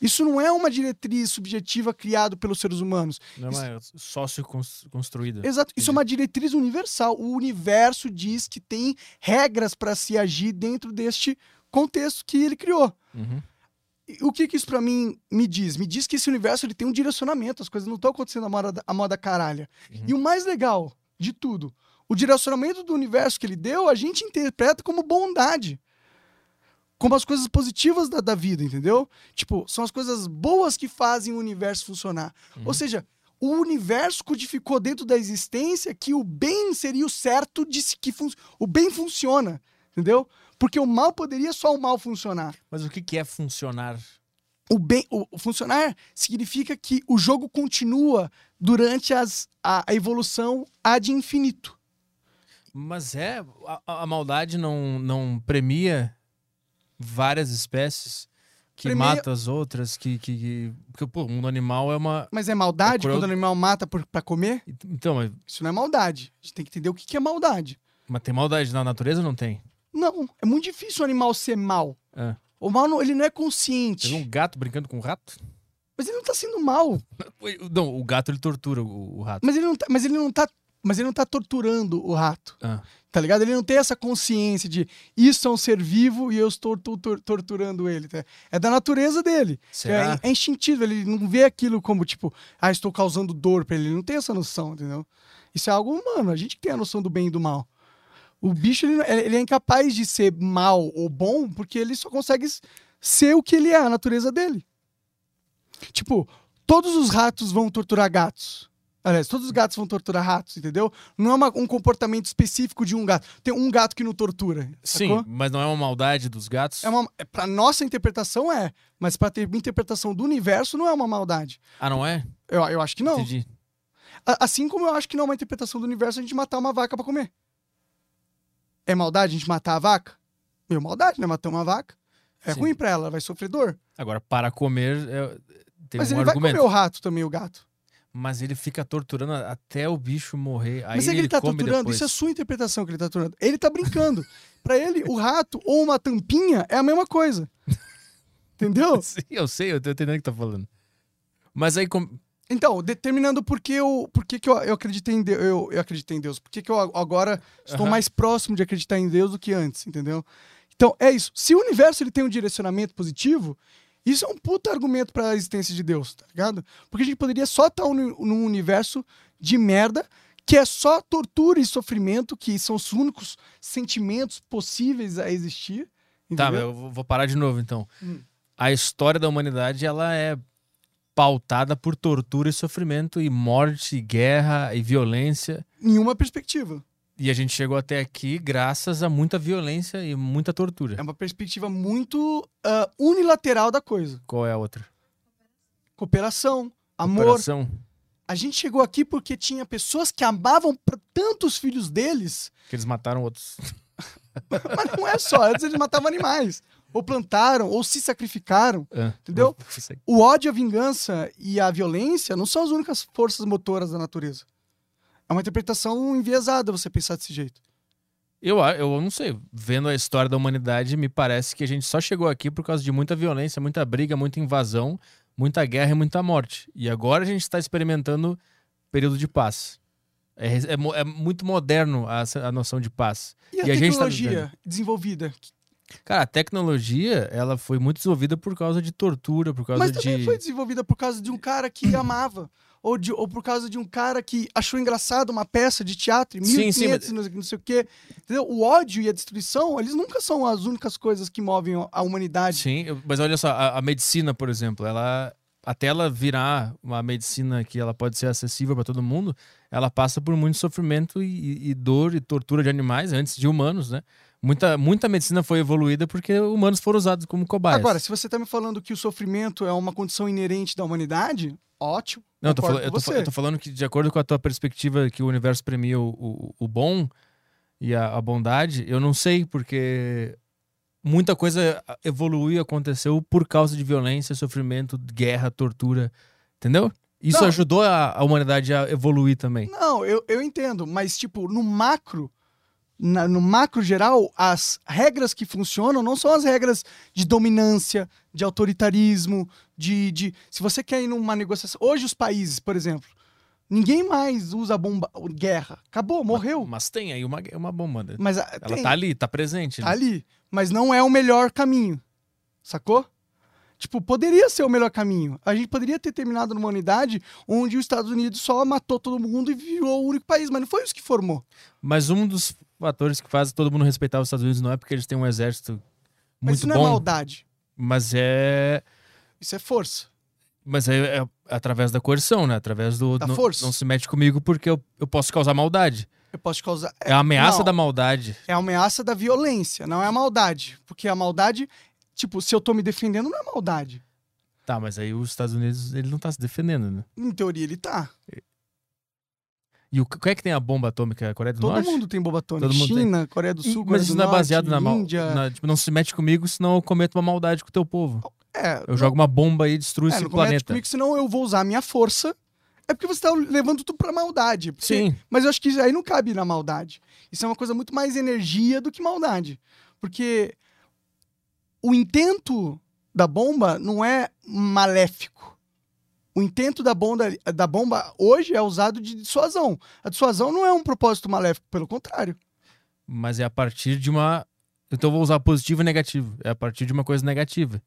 Isso não é uma diretriz subjetiva criada pelos seres humanos.
Não é uma sócio cons- construída.
Exato, isso é uma diretriz universal. O universo diz que tem regras para se agir dentro deste contexto que ele criou.
Uhum.
E o que, que isso pra mim me diz? Me diz que esse universo ele tem um direcionamento, as coisas não estão acontecendo à moda, à moda caralha.
Uhum.
E o mais legal de tudo, o direcionamento do universo que ele deu, a gente interpreta como bondade. Como as coisas positivas da, da vida, entendeu? Tipo, são as coisas boas que fazem o universo funcionar.
Uhum.
Ou seja, o universo codificou dentro da existência que o bem seria o certo de se- que fun- o bem funciona, entendeu? Porque o mal poderia só o mal funcionar
Mas o que, que é funcionar?
o bem o o funcionar significa que o jogo continua durante as, a, a evolução ad infinito.
Mas é. A, a- a maldade não, não premia várias espécies que
Premia-
matam as outras, que. que, que- Porque, pô, o mundo animal é uma.
Mas é maldade
É cruel.
quando o animal mata por, pra comer?
Então, é-
Isso não é maldade. A gente tem que entender o que, que é maldade.
mas tem maldade na natureza ou não tem?
Não, é muito difícil o animal ser mal.
É.
O mal não, ele não é consciente.
Teve um gato brincando com um rato?
Mas ele não tá sendo mal.
Não, o gato ele tortura o, o rato.
Mas ele não tá, mas ele não tá, mas ele não tá torturando o rato.
Ah.
Tá ligado? Ele não tem essa consciência de isso é um ser vivo e eu estou tor- tor- torturando ele. tá? É da natureza dele.
Será?
É, é instintivo, ele não vê aquilo como tipo, ah, estou causando dor pra ele. Ele não tem essa noção, entendeu? Isso é algo humano, a gente que tem a noção do bem e do mal. O bicho, ele, não- ele é incapaz de ser mal ou bom porque ele só consegue s- ser o que ele é, a natureza dele. Tipo, todos os ratos vão torturar gatos. Aliás, todos os gatos vão torturar ratos, entendeu? Não é uma- um comportamento específico de um gato. Tem um gato que não tortura.
Sim,
sacou?
mas não é uma maldade dos gatos?
É uma, é, pra nossa interpretação é, mas pra ter interpretação do universo não é uma maldade.
Ah, não é?
Eu, eu acho que não.
Entendi.
A- assim como eu acho que não é uma interpretação do universo a gente matar uma vaca pra comer. É maldade a gente matar a vaca? Meu, maldade, né? Matar uma vaca. É
Sim.
ruim pra ela, ela vai sofrer dor.
Agora, para comer, é- tem
mas
um
ele vai
argumento.
comer o rato também, o gato.
Mas ele fica torturando a- até o bicho morrer. Aí
mas é que
ele,
ele, tá
come
torturando,
depois.
isso é sua interpretação que ele tá torturando. Ele tá brincando. pra ele, o rato ou uma tampinha é a mesma coisa. Entendeu?
Sim, eu sei, eu tô entendendo o que tá falando. Mas aí. com-
Então, determinando por que eu, por que que eu, eu acreditei em Deus, eu, eu acreditei em Deus, por que que eu a- agora estou
Aham.
mais próximo de acreditar em Deus do que antes, entendeu? Então, é isso. Se o universo ele tem um direcionamento positivo, isso é um puta argumento para a tá existência de Deus, tá ligado? Porque a gente poderia só estar uni- num universo de merda que é só tortura e sofrimento, que são os únicos sentimentos possíveis a existir.
Tá, mas
entendeu?
eu vou- vou parar de novo então.
Hum.
A história da humanidade ela é pautada por tortura e sofrimento e morte, e guerra e violência.
Em uma perspectiva.
E a gente chegou até aqui graças a muita violência e muita tortura.
É uma perspectiva muito ah, unilateral da coisa.
Qual é a outra?
Cooperação, um amor.
Cooperação?
A gente chegou aqui porque tinha pessoas que amavam pra- tanto os filhos deles,
Que eles mataram outros.
mas não é só. Antes eles matavam animais. Ou plantaram, ou se sacrificaram.
Ah,
Entendeu?
vou- vou seguir.
O ódio, a vingança e a violência não são as únicas forças motoras da natureza. É uma interpretação enviesada você pensar desse jeito.
Eu, a- eu não sei. Vendo a história da humanidade, me parece que a gente só chegou aqui por causa de muita violência, muita briga, muita invasão, muita guerra e muita morte. E agora a gente está experimentando período de paz. É, res- é mo- é muito moderno a, essa- a noção de paz.
E a
E a gente tá
tecnologia desenvolvida?
Cara, a tecnologia, ela foi muito desenvolvida por causa de tortura, por causa
Mas
de...
também foi desenvolvida por causa de um cara que amava. Ou, de- ou por causa de um cara que achou engraçado uma peça de teatro em
Sim,
1500,
sim, mas-
não sei- não sei o quê. Entendeu? O ódio e a destruição, eles nunca são as únicas coisas que movem a humanidade.
Sim, eu- mas olha só, a, a medicina, por exemplo, ela... Até ela virar uma medicina que ela pode ser acessível para todo mundo, ela passa por muito sofrimento e, e dor e tortura de animais antes de humanos, né? Muita, muita medicina foi evoluída porque humanos foram usados como cobaias.
Agora, se você tá me falando que o sofrimento é uma condição inerente da humanidade, ótimo.
Não, eu tô,
Concordo
falando, eu,
com
tô, fa-
você.
eu tô falando que, de acordo com a tua perspectiva, que o universo premia o, o- o bom e a, a bondade, eu não sei, porque muita coisa evoluiu e aconteceu por causa de violência, sofrimento, guerra, tortura. Entendeu? Isso
Não.
ajudou a, a humanidade a evoluir também.
Não, eu, eu entendo, mas tipo, no macro, na- no macro geral, as regras que funcionam não são as regras de dominância, de autoritarismo, de, de se você quer ir numa negociação, hoje os países, por exemplo, ninguém mais usa bomba, guerra, acabou, morreu.
Mas tem aí uma, uma bomba. né?
Mas a-
Ela
tem,
tá ali, tá presente.
tá
né?
ali, mas não é o melhor caminho. Sacou? Tipo, poderia ser o melhor caminho. A gente poderia ter terminado numa unidade onde os Estados Unidos só matou todo mundo e virou o único país, mas não foi isso que formou.
Mas um dos fatores que faz todo mundo respeitar os Estados Unidos não é porque eles têm um exército
Mas
muito
isso não é
bom,
maldade.
mas é
Isso é força.
Mas é, é através da coerção, né? Através do.
Da
não-
força.
Não se mete comigo porque eu, eu posso causar maldade.
Eu posso te causar.
É a ameaça
não.
da maldade.
É a ameaça da violência, não é a maldade. Porque a maldade, tipo, se eu tô me defendendo, não é maldade.
Tá, mas aí os Estados Unidos, ele não tá se defendendo, né?
Em teoria, ele tá.
E o que é que tem a bomba atômica? A Coreia do
Todo
Norte?
mundo tem bomba atômica.
Todo mundo tem.
China, Coreia do
E-
Sul, Coreia
mas isso
do
não é
Norte,
baseado na
Índia.
maldade. Tipo, não se mete comigo, senão eu cometo uma maldade com o teu povo.
É,
Eu jogo uma bomba aí e destruo
é,
esse
não comete
planeta.
comigo, senão eu vou usar a minha força. É porque você tá levando tudo pra maldade. porque-
Sim.
Mas eu acho que isso aí não cabe na maldade. Isso é uma coisa muito mais energia do que maldade. Porque o intento da bomba não é maléfico. O intento da bomba, da bomba hoje é usado de dissuasão. A dissuasão não é um propósito maléfico, pelo contrário.
Mas é a partir de uma. Então eu vou usar positivo e negativo. É a partir de uma coisa negativa.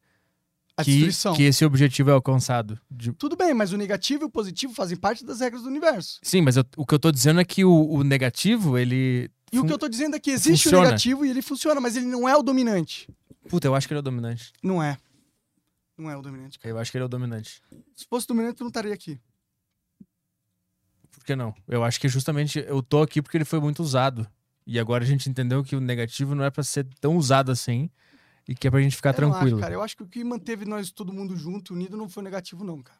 A
que,
destruição.
que esse objetivo é alcançado. De-
Tudo bem, mas o negativo e o positivo fazem parte das regras do universo.
Sim, mas eu- o que eu tô dizendo é que o, o negativo, ele.
E o
fun-
que eu tô dizendo é que existe
Funciona.
o negativo e ele funciona, mas ele não é o dominante.
Puta, eu acho que ele é o dominante.
Não é. Não é o dominante.
Eu acho que ele é o dominante.
Se fosse dominante, eu não estaria aqui.
Por que não? Eu acho que justamente eu tô aqui porque ele foi muito usado. E agora a gente entendeu que o negativo não é pra ser tão usado assim. E que é pra gente ficar
Eu não
tranquilo.
Acho, cara, eu acho que o que manteve nós todo mundo junto, unido, não foi negativo, não, cara.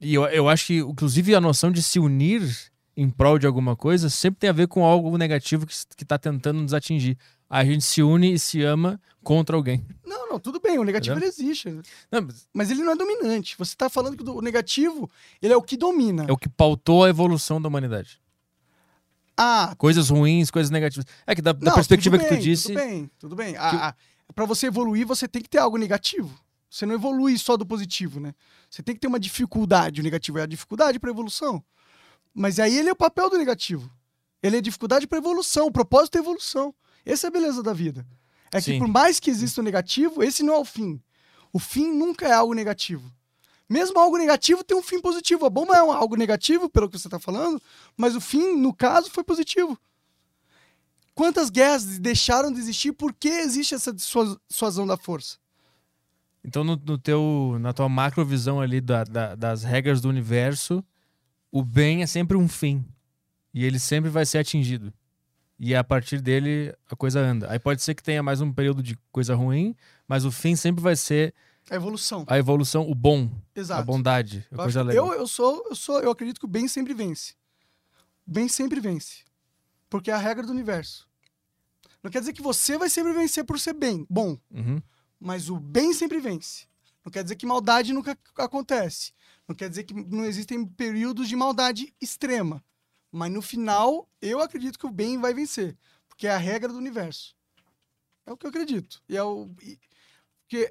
E eu, eu acho que, inclusive, a noção de se unir em prol de alguma coisa sempre tem a ver com algo negativo que, s- que tá tentando nos atingir. A gente se une e se ama contra alguém.
Não, não, tudo bem, o negativo
Tá
ele existe.
Não, mas
Mas ele não é dominante. Você tá falando que o negativo, ele é o que domina.
é o que pautou a evolução da humanidade.
Ah,
Coisas ruins, coisas negativas. É que da, da
não,
perspectiva
tudo
que
bem,
tu disse.
Tudo bem, tudo bem. Ah, ah, pra você evoluir, você tem que ter algo negativo. Você não evolui só do positivo, né? Você tem que ter uma dificuldade. O negativo é a dificuldade pra evolução. Mas aí ele é o papel do negativo. Ele é dificuldade pra evolução, o propósito é evolução. Essa é a beleza da vida. É
Sim.
que por mais que exista o negativo, esse não é o fim. O fim nunca é algo negativo. Mesmo algo negativo tem um fim positivo. A bomba é um- algo negativo, pelo que você tá falando, mas o fim, no caso, foi positivo. Quantas guerras deixaram de existir? Por que existe essa dissua- dissuasão da força?
Então, no, no teu, na tua macrovisão ali da- da- das regras do universo, o bem é sempre um fim. E ele sempre vai ser atingido. E a partir dele, a coisa anda. Aí pode ser que tenha mais um período de coisa ruim, mas o fim sempre vai ser
A evolução.
a evolução, o bom, a
Exato.
bondade, a
Eu
coisa
acho-
legal.
Eu, eu sou, eu sou, eu acredito que o bem sempre vence. O bem sempre vence. Porque é a regra do universo. Não quer dizer que você vai sempre vencer por ser bem, bom,
Uhum.
mas o bem sempre vence. Não quer dizer que maldade nunca ac- acontece. Não quer dizer que não existem períodos de maldade extrema. Mas no final, eu acredito que o bem vai vencer. Porque é a regra do universo. É o que eu acredito. E é o. e- porque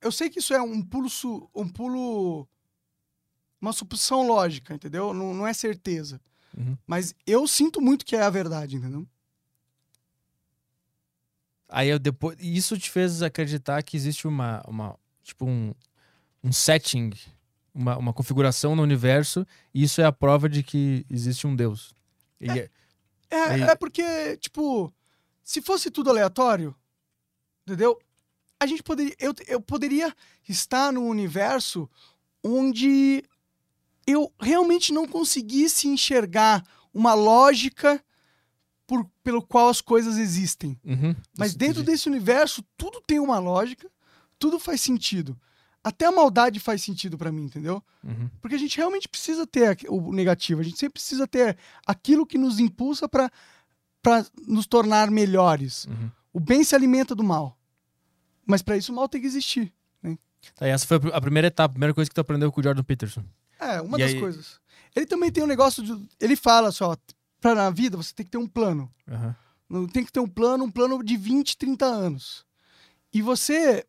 eu sei que isso é um pulo. su- Um pulo uma suposição lógica, entendeu? Não, não é certeza.
Uhum.
Mas eu sinto muito que é a verdade, entendeu?
Aí eu depois. e Isso te fez acreditar que existe uma. uma tipo, um, um setting, uma, uma configuração no universo, e isso é a prova de que existe um Deus. E é-
É,
Aí-
é porque, tipo, se fosse tudo aleatório, entendeu? A gente poderia. Eu, eu poderia estar num universo onde eu realmente não conseguisse enxergar uma lógica por, pelo qual as coisas existem.
Uhum.
Mas
Isso-
dentro desse universo, tudo tem uma lógica, tudo faz sentido. Até a maldade faz sentido pra mim, entendeu?
Uhum.
Porque a gente realmente precisa ter aqu- o negativo, a gente sempre precisa ter aquilo que nos impulsa para nos tornar melhores.
Uhum.
O bem se alimenta do mal. Mas para isso o mal tem que existir.
Tá, e essa foi a pr- a primeira etapa, a primeira coisa que tu aprendeu com o Jordan Peterson.
É, uma
E
das
aí-
coisas. Ele também tem um negócio de. Ele fala só, para na vida você tem que ter um plano.
Aham.
Não Tem que ter um plano, um plano de 20, 30 anos. E você. é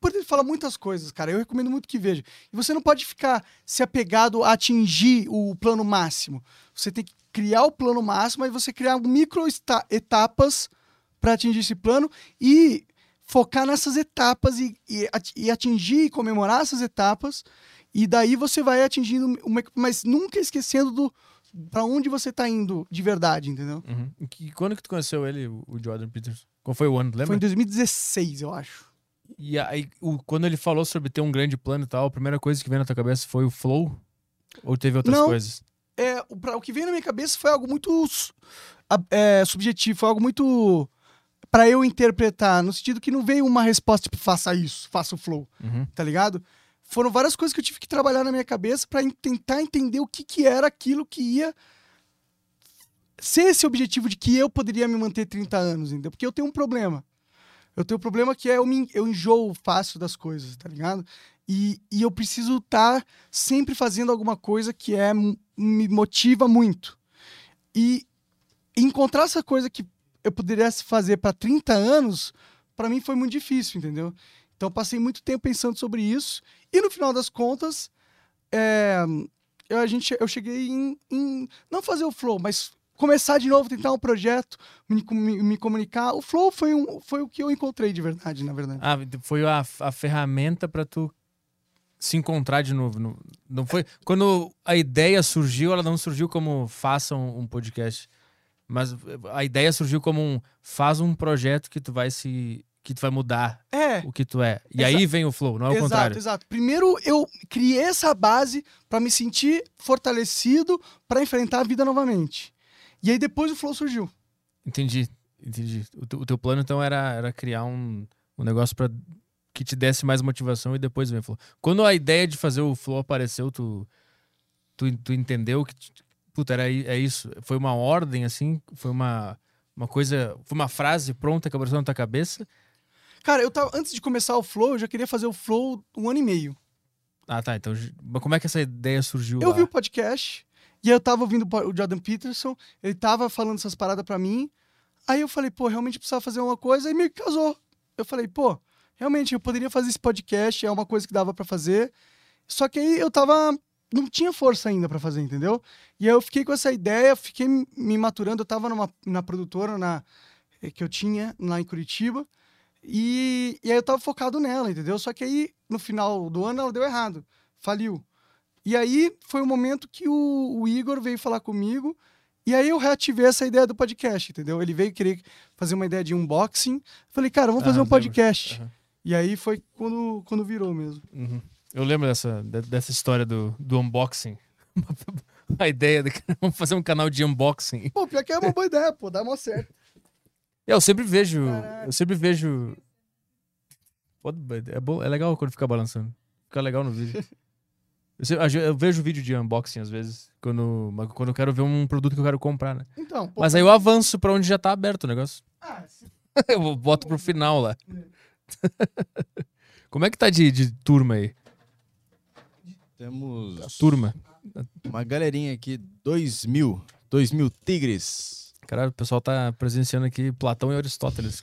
Por ele fala muitas coisas, cara. Eu recomendo muito que veja. E você não pode ficar se apegado a atingir o plano máximo. Você tem que criar o plano máximo e você criar micro esta- etapas para atingir esse plano e focar nessas etapas e, e at- e atingir e comemorar essas etapas. E daí você vai atingindo, uma- mas nunca esquecendo do para onde você tá indo de verdade, entendeu?
Uhum. E que- quando que tu conheceu ele, o o Jordan Peterson? Qual foi o ano, tu lembra?
Foi em 2016, eu acho.
E aí, o- quando ele falou sobre ter um grande plano e tal, a primeira coisa que veio na tua cabeça foi o flow? Ou teve outras
Não.
coisas?
É, o, pra- o que veio na minha cabeça foi algo muito su- a- é, subjetivo, foi algo muito pra eu interpretar, no sentido que não veio uma resposta tipo, faça isso, faça o flow,
Uhum.
tá ligado? Foram várias coisas que eu tive que trabalhar na minha cabeça pra en- tentar entender o que, que era aquilo que ia ser esse objetivo de que eu poderia me manter 30 anos ainda, porque eu tenho um problema. Eu tenho um problema que é eu, me, en- eu enjoo fácil das coisas, tá ligado? E, e eu preciso estar sempre fazendo alguma coisa que é me motiva muito. E encontrar essa coisa que eu pudesse fazer para 30 anos, para mim foi muito difícil, entendeu? Então eu passei muito tempo pensando sobre isso e no final das contas, é, eu, a gente, eu cheguei em, em não fazer o flow, mas começar de novo, tentar um projeto, me, com- me comunicar. O flow foi, um, foi o que eu encontrei de verdade, na verdade.
Ah, de- foi a, a ferramenta pra tu se encontrar de novo. Não, não foi... Quando a ideia surgiu, ela não surgiu como façam um podcast. Mas eh, a ideia surgiu como um faz um projeto que tu vai se... Que tu vai mudar
É,
o que tu é. E
Exa-
aí vem o flow, não é o
exato,
contrário.
exato. Primeiro eu criei essa base pra me sentir fortalecido pra enfrentar a vida novamente. E aí depois o flow surgiu.
Entendi, entendi. O, teu- o teu plano então era, era criar um, um negócio para que te desse mais motivação e depois vem o flow. Quando a ideia de fazer o flow apareceu, tu, tu, tu entendeu que t- puta, era, i- é isso? Foi uma ordem assim? Foi uma, uma coisa, foi uma frase pronta que apareceu na tua cabeça?
Cara, eu tava antes de começar o flow, eu já queria fazer o flow um ano e meio.
Ah, tá. Então, j- mas como é que essa ideia surgiu
Eu
lá?
vi o podcast e aí eu tava ouvindo o po- o Jordan Peterson, ele tava falando essas paradas pra mim. Aí eu falei, pô, realmente precisava fazer uma coisa e meio que casou. Eu falei, pô, realmente eu poderia fazer esse podcast, é uma coisa que dava pra fazer. Só que aí eu tava não tinha força ainda pra fazer, entendeu? E aí eu fiquei com essa ideia, fiquei me maturando, eu tava numa na produtora na eh, que eu tinha lá em Curitiba. E, e aí eu tava focado nela, entendeu? Só que aí, no final do ano, ela deu errado. Faliu. E aí foi o momento que o, o Igor veio falar comigo. E aí eu reativei essa ideia do podcast, entendeu? Ele veio querer fazer uma ideia de unboxing. Falei, cara, vamos fazer
Aham,
um
Ah,
podcast.
lembro. Aham.
E aí foi quando, quando virou mesmo.
Uhum. Eu lembro dessa, de- dessa história do, do unboxing. A ideia de que vamos fazer um canal de unboxing.
Pô, pior que é uma boa ideia, pô, dá mó certo.
É, Eu sempre vejo.
Caraca.
Eu sempre vejo. Pô, É, bom, é legal quando fica balançando. Fica legal no vídeo. Eu, se- eu vejo vídeo de unboxing às vezes, quando, mas quando eu quero ver um produto que eu quero comprar, né?
Então, pô.
Mas aí eu avanço pra onde já tá aberto o negócio.
Ah, se-
Eu boto pro final lá. Como é que tá de, de turma aí?
Tá
Temos
Turma.
uma galerinha aqui, dois mil, dois mil tigres.
Caralho, o pessoal tá presenciando aqui Platão e Aristóteles.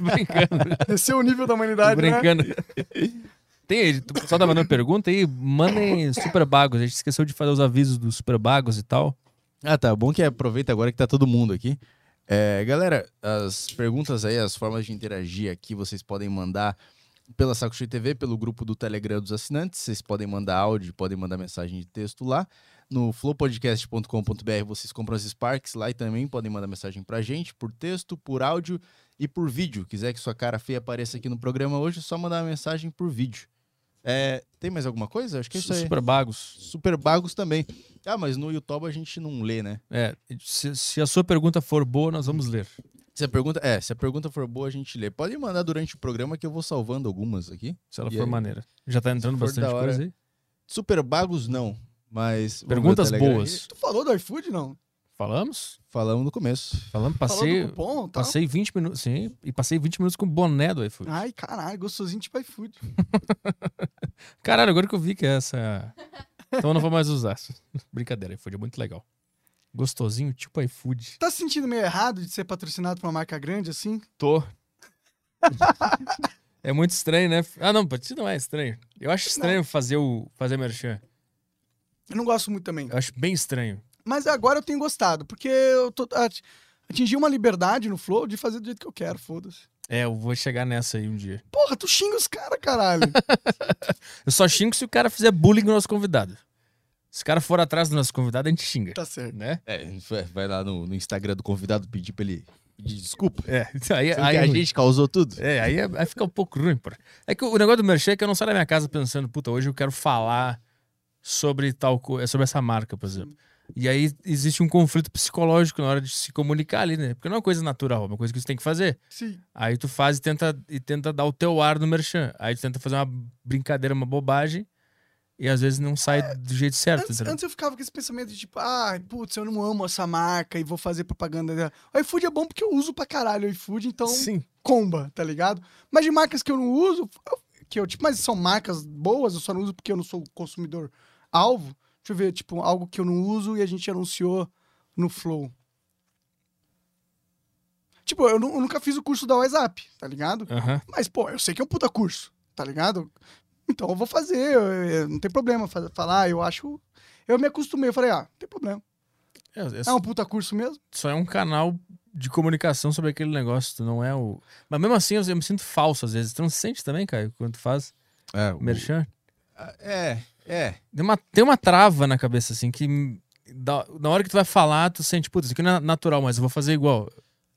brincando,
Esse é o nível
tô
da humanidade, né?
brincando. Tem aí, o pessoal tá mandando pergunta aí, mandem super bagos. A gente esqueceu de fazer os avisos dos super bagos e tal.
Ah, tá. Bom que aproveita agora que tá todo mundo aqui. É, galera, as perguntas aí, as formas de interagir aqui, vocês podem mandar pela Saco Cheio TV, pelo grupo do Telegram dos assinantes. Vocês podem mandar áudio, podem mandar mensagem de texto lá. No flowpodcast.com.br vocês compram as Sparks lá e também podem mandar mensagem pra gente por texto, por áudio e por vídeo. Quiser que sua cara feia apareça aqui no programa hoje, é só mandar uma mensagem por vídeo. É, tem mais alguma coisa? Acho que é isso aí.
Super bagos.
Super Bagos também. Ah, mas no YouTube a gente não lê, né?
É, se, se a sua pergunta for boa, nós vamos ler.
Se a pergunta, é, se a pergunta for boa, a gente lê. Pode mandar durante o programa que eu vou salvando algumas aqui.
Se ela
E
for
aí?
maneira. Já tá entrando
Se for
bastante
da hora,
coisa aí.
Super Bagos não, mas vamos ver tá o
Perguntas
Telegram
boas.
aqui.
Tu falou do iFood, não?
Falamos?
Falamos no começo.
Falamos,
Falou
passei.
do tá? cupom e tal?
Passei 20 minutos. Sim, e passei 20 minutos com o boné do iFood.
Ai, caralho, gostosinho tipo iFood.
Caralho, agora que eu vi que é essa. Então eu não vou mais usar. Brincadeira, iFood é muito legal. Gostosinho, tipo iFood.
Tá se sentindo meio errado de ser patrocinado por uma marca grande assim?
Tô. é muito estranho, né? Ah, não, pra ti não é estranho. Eu acho estranho fazer o fazer merchan.
Eu não gosto muito também.
Eu acho bem estranho.
Mas agora eu tenho gostado, porque eu tô, at- atingi uma liberdade no Flow de fazer do jeito que eu quero, foda-se.
É, eu vou chegar nessa aí um dia.
Porra, tu xinga os caras, caralho.
Eu só xingo se o cara fizer bullying com o nosso convidado. Se o cara for atrás do nosso convidado, a gente xinga.
tá certo.
Né?
É, vai lá no, no Instagram do convidado pedir pra ele pedir desculpa.
É, aí,
Sendo que a gente causou tudo.
É, aí, é- aí fica um pouco ruim, porra. É que o negócio do merchan é que eu não saio da minha casa pensando, puta, hoje eu quero falar sobre tal coisa, sobre essa marca, por exemplo. E aí existe um conflito psicológico na hora de se comunicar ali, né? Porque não é uma coisa natural, é uma coisa que você tem que fazer.
Sim.
Aí tu faz e tenta, e tenta dar o teu ar no merchan. Aí tu tenta fazer uma brincadeira, uma bobagem, e às vezes não sai do jeito certo.
Antes,
entendeu?
antes eu ficava com esse pensamento de tipo, ai, putz, eu não amo essa marca e vou fazer propaganda dela. O iFood é bom porque eu uso pra caralho o iFood, então
Sim.
comba, tá ligado? Mas de marcas que eu não uso, eu- que eu, tipo, mas são marcas boas, eu só não uso porque eu não sou consumidor alvo. Deixa eu ver, tipo, algo que eu não uso e a gente anunciou no Flow. Tipo, eu, nu- eu nunca fiz o curso da WhatsApp, tá ligado?
Aham.
Mas, pô, eu sei que é um puta curso, tá ligado? Então eu vou fazer, eu- eu- não tem problema fa- falar, eu acho. Eu me acostumei, eu falei, ah, não tem problema.
É, é
É um puta curso mesmo?
só é um canal de comunicação sobre aquele negócio, tu não é o. Mas mesmo assim eu, eu me sinto falso às vezes. Tu não se sente também, Caio, quando tu faz
É,
o merchan?
é, é.
Tem uma, tem uma trava na cabeça, assim, que da- na hora que tu vai falar, tu sente, putz, isso aqui não é natural, mas eu vou fazer igual.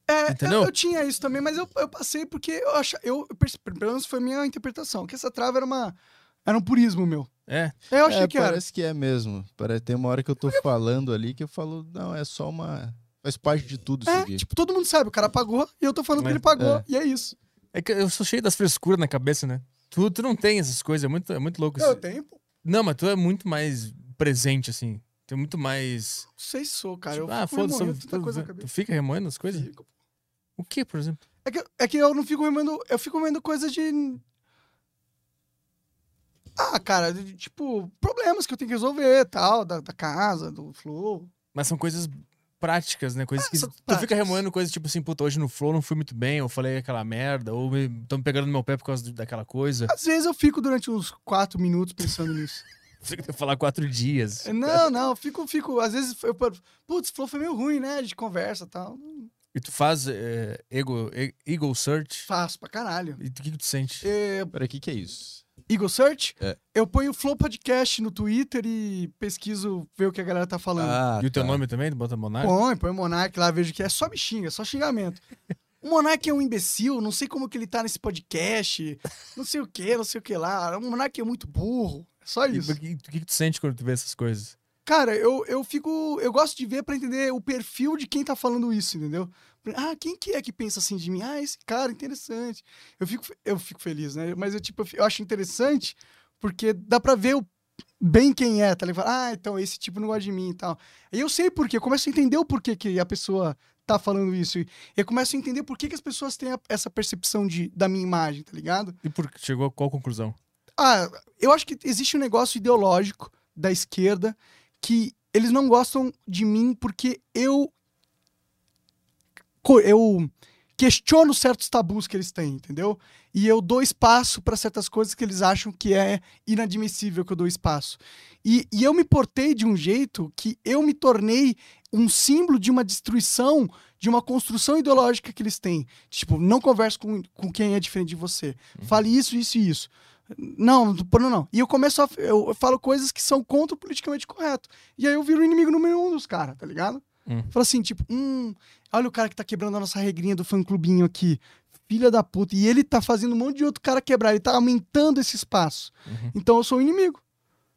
É,
Entendeu?
Eu, eu tinha isso também, mas eu, eu passei porque eu acho. Eu, eu perce- pelo menos foi a minha interpretação, que essa trava era uma. Era um purismo meu.
É,
Eu achei
É,
que era.
parece que é mesmo. Parece, tem uma hora que eu tô falando ali que eu falo, não, é só uma... Faz parte de tudo isso
É,
aqui.
tipo, todo mundo sabe, o cara pagou e eu tô falando
É,
que ele pagou,
é.
e é isso.
é que eu sou cheio das frescuras na cabeça, né? Tu, tu não tem essas coisas, é muito, é muito louco
Eu
isso.
tenho, pô,
Não, mas tu é muito mais presente, assim. Tu é muito mais.
não sei se sou, cara.
tipo,
eu
ah,
fico
foda-se,
remoendo
tu,
tanta coisa na
tu,
cabeça.
tu fica remoendo as coisas?
Fico.
O que, por exemplo?
É que, é que eu não fico remendo. Eu fico remendo coisas de. Ah, cara, de- de, tipo, problemas que eu tenho que resolver, tal, da, da casa, do flow.
Mas são coisas práticas, né? Coisas
É,
que
são
tu fica
práticas.
remoendo coisas tipo assim, puta, hoje no flow não fui muito bem, ou falei aquela merda, ou estão me pegando no meu pé por causa daquela coisa.
Às vezes eu fico durante uns quatro minutos pensando nisso.
Você que tem que falar quatro dias.
Não, não, eu fico, fico. Às vezes eu paro. Putz, flow foi meio ruim, né? De conversa e tal.
E tu faz é, ego, e- Eagle Search.
Faço pra caralho.
E o que, que tu sente?
É,
Peraí, o que, que é isso?
Eagle Search,
É.
eu ponho Flow Podcast no Twitter e pesquiso ver o que a galera tá falando.
Ah.
e o teu nome também? Tu bota Monark?
Põe, põe o Monark lá, vejo que é só me xinga, só xingamento. O Monark é um imbecil, não sei como que ele tá nesse podcast, não sei o que, não sei o que lá. O Monark é muito burro, é só
E
isso.
O que, o que, que tu sente quando tu vê essas coisas?
Cara, eu, eu fico. Eu gosto de ver pra entender o perfil de quem tá falando isso, entendeu? Ah, quem que é que pensa assim de mim? Ah, esse cara, interessante. Eu fico, eu fico feliz, né? Mas eu, tipo, eu fi- eu acho interessante porque dá pra ver o- bem quem é, tá ligado? Ah, então esse tipo não gosta de mim e tal. E eu sei por quê, eu começo a entender o porquê que a pessoa tá falando isso. E eu começo a entender por que, que as pessoas têm a- essa percepção de, da minha imagem, tá ligado?
E por, chegou a qual conclusão?
Ah, eu acho que existe um negócio ideológico da esquerda que eles não gostam de mim porque eu co- eu questiono certos tabus que eles têm, entendeu? E eu dou espaço para certas coisas que eles acham que é inadmissível que eu dou espaço. E, e eu me portei de um jeito que eu me tornei um símbolo de uma destruição, de uma construção ideológica que eles têm. Tipo, não converse com, com quem é diferente de você. Fale isso, isso e isso. Não, não, não, não. E eu começo a. Eu eu falo coisas que são contra o politicamente correto. E aí eu viro o inimigo número um dos caras, tá ligado?
Hum.
Falo assim, tipo, hum, olha o cara que tá quebrando a nossa regrinha do fã clubinho aqui. Filha da puta. E ele tá fazendo um monte de outro cara quebrar. Ele tá aumentando esse espaço.
Uhum.
Então eu sou o inimigo.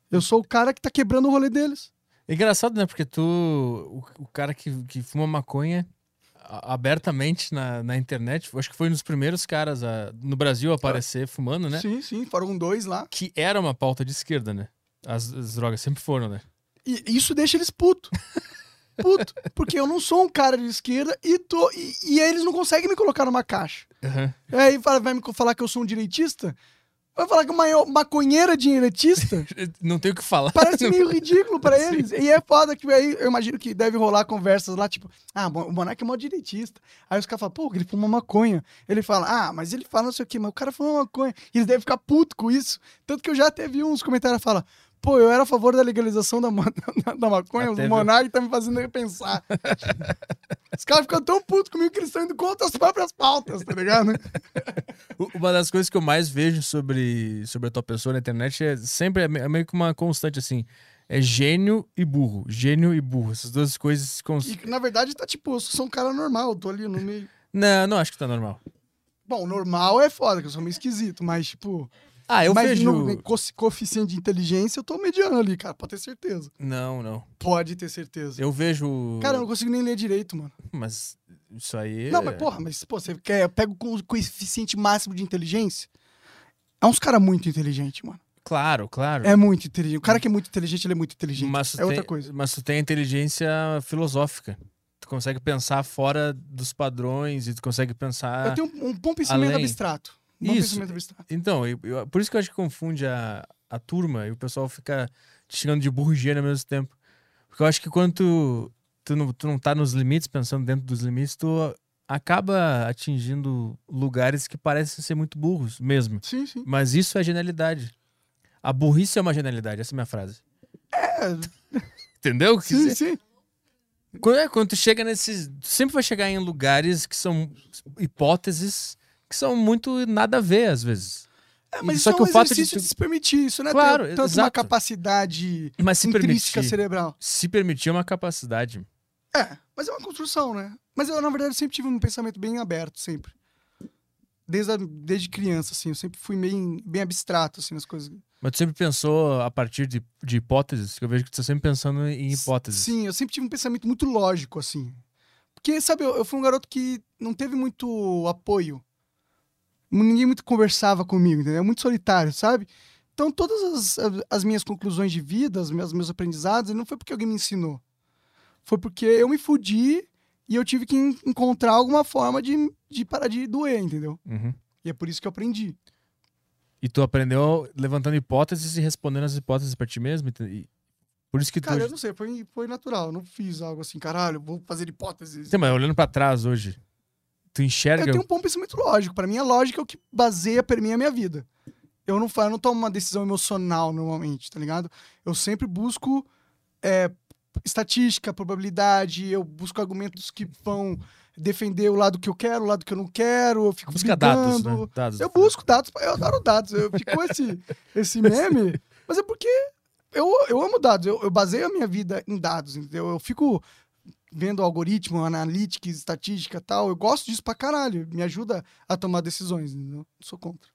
Eu sou o cara que tá quebrando o rolê deles.
É engraçado, né? Porque tu, o, o cara que, que fuma maconha a- abertamente na, na internet, eu acho que foi um dos primeiros caras a- no Brasil a aparecer fumando, né?
Sim, sim. Foram dois lá.
Que era uma pauta de esquerda, né? As, as drogas sempre foram, né?
E isso deixa eles puto. Puto. Porque eu não sou um cara de esquerda e, tô, e, e eles não conseguem me colocar numa caixa. E aí fala- vai me co- falar que eu sou um direitista? Vai falar que uma eu- maconheira é direitista?
Não tem o que falar.
Parece meio ridículo pra eles. E é foda que aí eu imagino que deve rolar conversas lá, tipo, ah, mo- o Monark é mó direitista. Aí os caras falam, pô, ele fuma maconha. Ele fala, ah, mas ele fala não sei o quê, mas o cara fuma maconha. E eles devem ficar puto com isso. Tanto que eu já até vi uns comentários que falam, pô, eu era a favor da legalização da, ma- da- da maconha,
Até
o
vi.
Monark tá me fazendo repensar. os caras ficam tão putos comigo que eles estão indo contra as próprias pautas, tá ligado? um-
U- Uma das coisas que eu mais vejo sobre, sobre a tua pessoa na internet é sempre é me- é meio que uma constante assim. É gênio e burro. Gênio e burro. Essas duas coisas se cons...
E que, na verdade tá tipo, eu sou um cara normal, eu tô ali no meio.
Não, não acho que tá normal.
Bom, normal é foda, que eu sou meio esquisito, mas tipo.
Ah, eu
mas
vejo.
no no co- coeficiente de inteligência eu tô mediano ali, cara, pode ter certeza.
Não, não.
Pode ter certeza.
Eu vejo.
Cara, eu É. não consigo nem ler direito, mano.
Mas isso aí. é
Não, mas porra, mas pô, você quer. Pega o coeficiente máximo de inteligência. É uns cara muito inteligente, mano.
Claro, claro.
É muito inteligente. O cara que é muito inteligente, ele é muito inteligente.
mas tu
é outra
tem-
coisa.
Mas tu tem inteligência filosófica. Tu consegue pensar fora dos padrões e tu consegue pensar.
Eu tenho um, um bom pensamento
Além.
abstrato. Um bom
Isso.
pensamento abstrato.
Então, eu- eu- por isso que eu acho que confunde a, a turma e o pessoal fica te xingando de burro e gênio ao mesmo tempo. Porque eu acho que quando tu, tu, não, tu não tá nos limites, pensando dentro dos limites, tu acaba atingindo lugares que parecem ser muito burros mesmo.
Sim, sim.
Mas isso é genialidade. A burrice é uma genialidade, essa é a minha frase. Entendeu? o que
É. Sim,
dizer?
sim.
Quando, é, quando tu chega nesses. Tu sempre vai chegar em lugares que são hipóteses que são muito nada a ver, às vezes.
É, mas
E-
isso
só
é
que
um
o fato de
exercício de,
tu-
se permitir, isso não é
Claro,
ter tanto uma
exato.
capacidade
Mas se
intrínseca
permitir.
cerebral.
Se permitir é uma capacidade.
É, mas é uma construção, né? Mas eu, na verdade, sempre tive um pensamento bem aberto, sempre. Desde, a- desde criança, assim, eu sempre fui meio, bem abstrato, assim, nas coisas.
Mas tu sempre pensou a partir de, de hipóteses? Que eu vejo que tu tá sempre pensando em hipóteses.
Sim, eu sempre tive um pensamento muito lógico, assim. Porque, sabe, eu, eu fui um garoto que não teve muito apoio. Ninguém muito conversava comigo, entendeu? Muito solitário, sabe? Então, todas as, as- as minhas conclusões de vida, as minhas, meus aprendizados, não foi porque alguém me ensinou. Foi porque eu me fudi e eu tive que en- encontrar alguma forma de, de parar de doer, entendeu?
Uhum.
E é por isso que eu aprendi.
E tu aprendeu levantando hipóteses e respondendo as hipóteses pra ti mesmo? ente- e- Por isso que tu.
Cara, eu
hoje-
não sei, foi, foi natural. Eu não fiz algo assim, caralho, vou fazer hipóteses.
Sim, mas olhando pra trás hoje, tu enxerga.
Eu tenho um bom pensamento lógico. Pra mim, a lógica é o que baseia, permeia a minha vida. Eu não, fa- eu não tomo uma decisão emocional normalmente, tá ligado? Eu sempre busco é, estatística, probabilidade, eu busco argumentos que vão defender o lado que eu quero, o lado que eu não quero, eu fico
Busca
brigando.
dados, né? Dados.
Eu busco dados, eu adoro dados. Eu ficou esse, esse meme, mas é porque eu, eu amo dados, eu, eu baseio a minha vida em dados, entendeu? Eu fico vendo algoritmo, analytics, estatística e tal. Eu gosto disso pra caralho. Me ajuda a tomar decisões, entendeu? Não sou contra.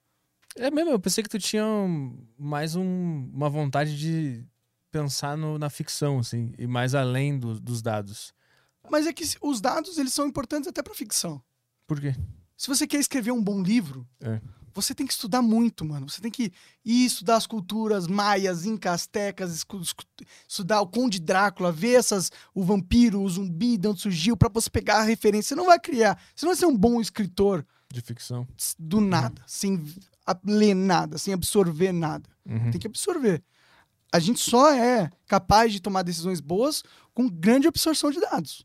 É mesmo, eu pensei que tu tinha um- mais um- uma vontade de pensar no- na ficção, assim, e mais além do- dos dados.
Mas é que se- os dados, eles são importantes até pra ficção.
Por quê?
Se você quer escrever um bom livro,
É.
você tem que estudar muito, mano. Você tem que ir estudar as culturas maias, incas, astecas, escu- escu- estudar o Conde Drácula, ver essas, o vampiro, o zumbi, de onde surgiu, pra você pegar a referência. Você não vai criar, você não vai ser um bom escritor
De ficção.
s-
Uhum.
do nada, sem a- ler nada, sem absorver nada.
Uhum.
Tem que absorver. A gente só é capaz de tomar decisões boas com grande absorção de dados.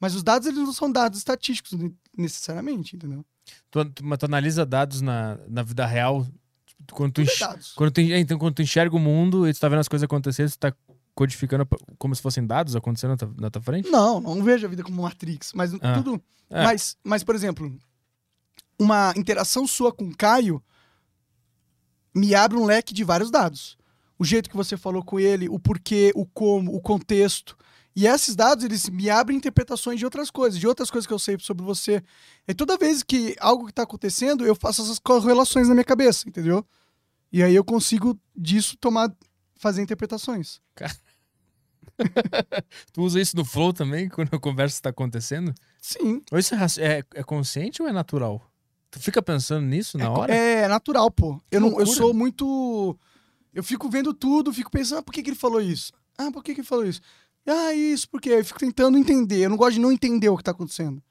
Mas os dados, eles não são dados estatísticos ne- necessariamente, entendeu?
Tu, tu- mas tu analisa dados na, na vida real. tipo, Quando tu,
Tudo é
enx-
dados.
quando tu en- é, então, quando tu enxerga o mundo e tu tá vendo as coisas acontecerem, tu tá codificando pa- como se fossem dados acontecendo na tua, na tua frente?
Não, não vejo a vida como Matrix, mas
Ah.
tudo.
É.
Mas, mas, por exemplo, uma interação sua com o Caio me abre um leque de vários dados. O jeito que você falou com ele, o porquê, o como, o contexto. E esses dados, eles me abrem interpretações de outras coisas, de outras coisas que eu sei sobre você. E toda vez que algo que está acontecendo, eu faço essas correlações na minha cabeça, entendeu? E aí eu consigo disso tomar, fazer interpretações.
Tu usa isso no flow também, quando a conversa tá acontecendo?
Sim,
Ou isso é, raci- é, é consciente ou é natural? Tu fica pensando nisso na hora?
É natural, pô. Eu, não, eu
loucura.
sou muito. Eu fico vendo tudo, fico pensando, ah, por que, que ele falou isso? Ah, por que, que ele falou isso? Ah, isso, por quê? Eu fico tentando entender. Eu não gosto de não entender o que tá acontecendo.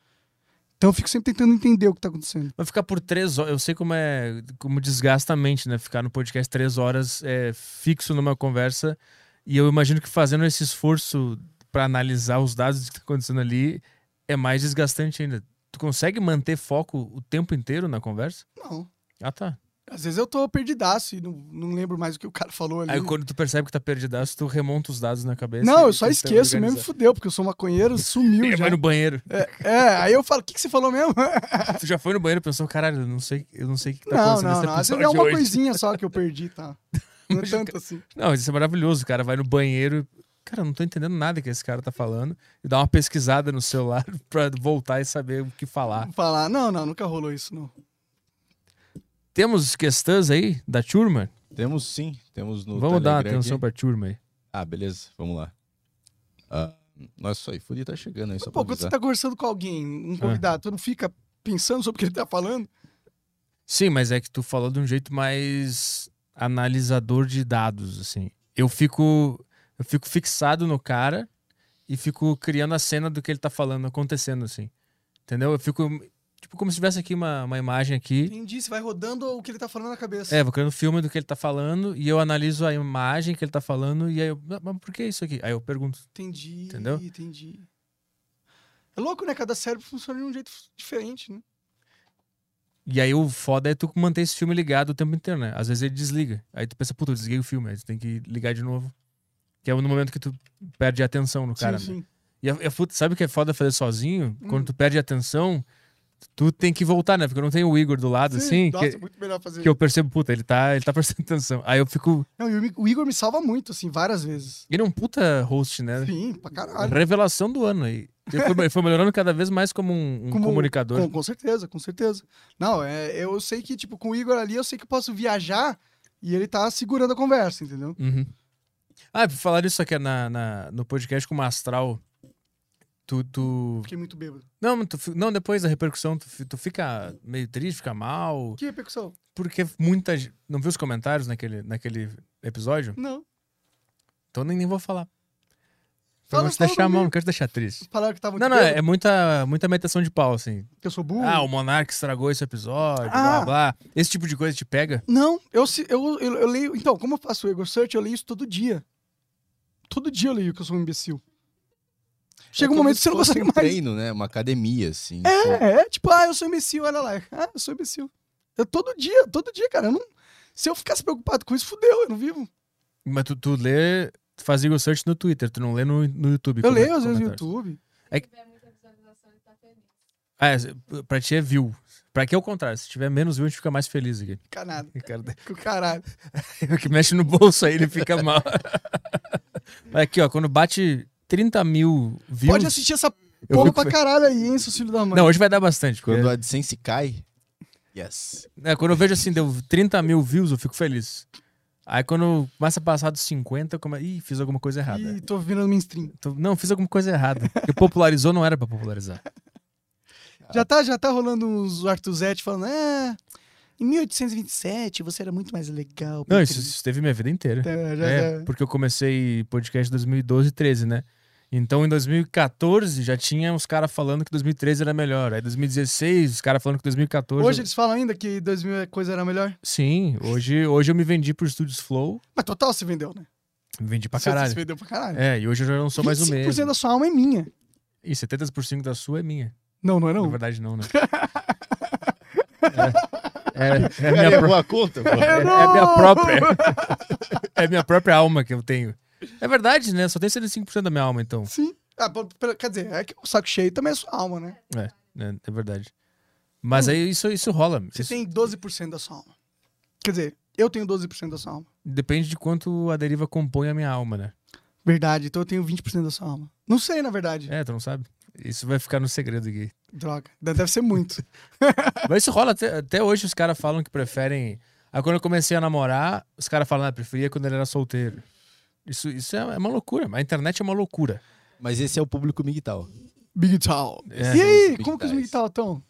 Então eu fico sempre tentando entender o que tá acontecendo.
Vai ficar por três horas. Eu sei como é. Como desgasta a mente, né? Ficar no podcast três horas é, fixo numa conversa. E eu imagino que fazendo esse esforço pra analisar os dados que tá acontecendo ali é mais desgastante ainda. Tu consegue manter foco o tempo inteiro na conversa?
Não.
Ah, tá.
Às vezes eu tô perdidaço e não, não lembro mais o que o cara falou ali.
Aí quando tu percebe que tá perdidaço, tu remonta os dados na cabeça.
não,
e tá
eu só
tenta
esqueço mesmo,
organizar.
fudeu, porque eu sou maconheiro, sumiu
Ele
já.
vai É, no banheiro.
É, aí eu falo, o que, que você falou mesmo?
Tu já foi no banheiro e pensou, caralho, eu não sei, eu não sei o que tá
não,
acontecendo
não,
nesse
não. Às vezes
episódio
é uma
hoje.
coisinha só que eu perdi, tá? Não é tanto assim.
Não, isso é maravilhoso. O cara vai no banheiro. e, Cara, eu não tô entendendo nada que esse cara tá falando. E dá uma pesquisada no celular pra voltar e saber o que falar.
Falar, não, não, nunca rolou isso, não.
Temos questões aí da turma?
Temos sim, temos no
Vamos dar
Telegram
atenção
aqui.
pra turma aí.
Ah, beleza, vamos lá. Ah, nossa, o iFood tá chegando aí, só pra
Pô, quando você
avisar.
tá conversando com alguém,
É.
um convidado, tu não fica pensando sobre o que ele tá falando?
Sim, mas é que tu falou de um jeito mais analisador de dados, assim. Eu fico, eu fico fixado no cara e fico criando a cena do que ele tá falando, acontecendo, assim. Entendeu? Eu fico, tipo, como se tivesse aqui uma, uma imagem aqui.
Entendi, você vai rodando o que ele tá falando na cabeça.
É, vou criando filme do que ele tá falando e eu analiso a imagem que ele tá falando e aí eu, "Ah, mas por que isso aqui? Aí eu pergunto.
Entendi,
Entendeu?
entendi. É louco, né? Cada cérebro funciona de um jeito diferente, né?
E aí o foda é tu manter esse filme ligado o tempo inteiro, né? Às vezes ele desliga. Aí tu pensa, puta, eu desliguei o filme, aí tu tem que ligar de novo. Que é no momento que tu perde a atenção no cara, né?
sim, sim.
E é- é fu- sabe o que é foda fazer sozinho?
Hum.
Quando tu perde a atenção, tu tem que voltar, né? Porque eu não tenho o Igor do lado, assim,
Sim, Nossa, é
que,
muito melhor fazer.
que eu percebo, puta, ele tá, ele tá prestando atenção. Aí eu fico.
Não, e o Mi- o Igor me salva muito, assim, várias vezes.
Ele é um puta host, né?
Sim, pra caralho.
Revelação do ano aí. Ele foi, ele foi melhorando cada vez mais como um, um
Como-
comunicador.
Com, com certeza, com certeza. Não, é, eu sei que, tipo, com o Igor ali, eu sei que eu posso viajar e ele tá segurando a conversa, entendeu?
Uhum. Ah, por falar isso aqui na, na- no podcast com o Mastral. Tu, tu...
Fiquei muito bêbado.
Não, tu fi- não, depois da repercussão, tu, fi- tu fica meio triste, fica mal.
Que repercussão?
Porque muita. ge- Não viu os comentários naquele, naquele episódio?
Não.
Então nem, nem vou falar. Eu
Fala-
não quero te
Ah, fala
deixar mal,
comigo.
não quero te deixar triste.
Falaram que tá muito
não, não,
bêbado,
é muita, muita metação de pau, assim.
que eu sou burro.
Ah, o Monark estragou esse episódio, blá
Ah.
blá. Esse tipo de coisa te pega?
Não, eu, se- eu, eu, eu leio. Então, como eu faço o Ego Search, eu leio isso todo dia. Todo dia eu leio que eu sou um imbecil. Chega um
como
momento
se
que você não
fosse
consegue
um
mais.
treino, né? Uma academia, assim.
É, é, tipo, ah, eu sou imbecil, olha lá. Ah, eu sou imbecil. Eu todo dia, todo dia, cara. Eu não, se eu ficasse preocupado com isso, fudeu, eu não vivo.
Mas tu, tu lê, tu faz Eagle Search no Twitter, tu não lê no, no YouTube.
eu
comen-
leio às vezes no
comentários.
YouTube.
tiver muita visualização, ele tá feliz.
Ah, é, pra ti é view. Pra que é o contrário. Se tiver menos view, a gente fica mais feliz aqui.
Canado.
Cara,
Com o caralho.
O que mexe no bolso aí, ele fica mal. Mas aqui, ó, quando bate 30 mil views.
Pode assistir essa
eu
porra
fico
pra
fe-
caralho aí, hein, seus filhos da mãe.
Não, hoje vai dar bastante. porque-
Quando a AdSense cai. Yes.
É, quando eu vejo assim, deu 30 mil views, eu fico feliz. Aí quando começa a passar dos 50, eu come... Ih, fiz alguma coisa errada.
Ih, tô virando mainstream.
Tô- Não, fiz alguma coisa errada. Porque popularizou não era pra popularizar.
Já tá, já tá rolando uns Artuzete falando, é. Em 1827 você era muito mais legal.
Não,
muito
isso, isso teve minha vida inteira.
É, já-
É,
já-
porque eu comecei podcast em 2012 e 13, né? Então em 2014 já tinha os caras falando que 2013 era melhor. Aí 2016, os caras falando que 2014.
Hoje eles falam ainda que 2000 a coisa era melhor.
Sim, hoje, hoje eu me vendi pro Studios Flow.
Mas total se vendeu, né?
Me vendi pra
Você-
caralho.
Se vendeu pra caralho.
É, e hoje eu já não sou mais o
25%
mesmo.
da sua alma é minha.
E 70% da sua é minha.
Não, não é
Na
não.
verdade, não, né? É, é- é
Cara,
minha,
errou
pró-
a conta, pô.
é- é minha própria. É minha própria alma que eu tenho. É verdade, né? Só tem 75% da minha alma, então.
Sim. Ah, pô, pera- quer dizer, é que o saco cheio também é sua alma, né?
né? É verdade. Mas aí isso, isso rola.
Você
Isso
tem 12% da sua alma. Quer dizer, eu tenho 12% da sua alma.
Depende de quanto a deriva compõe a minha alma, né?
Verdade, então eu tenho 20% da sua alma. Não sei, na verdade.
É, tu não sabe? Isso vai ficar no segredo aqui.
Droga. Deve ser muito.
Mas isso rola até, até hoje, os caras falam que preferem. Aí quando eu comecei a namorar, os caras falam, ah, preferia quando ele era solteiro. Isso, isso é é uma loucura. A internet é uma loucura.
Mas esse é o público migtal.
Big Tal.
É.
e
São
aí,
os Big
como que os
Tals.
Migtal estão?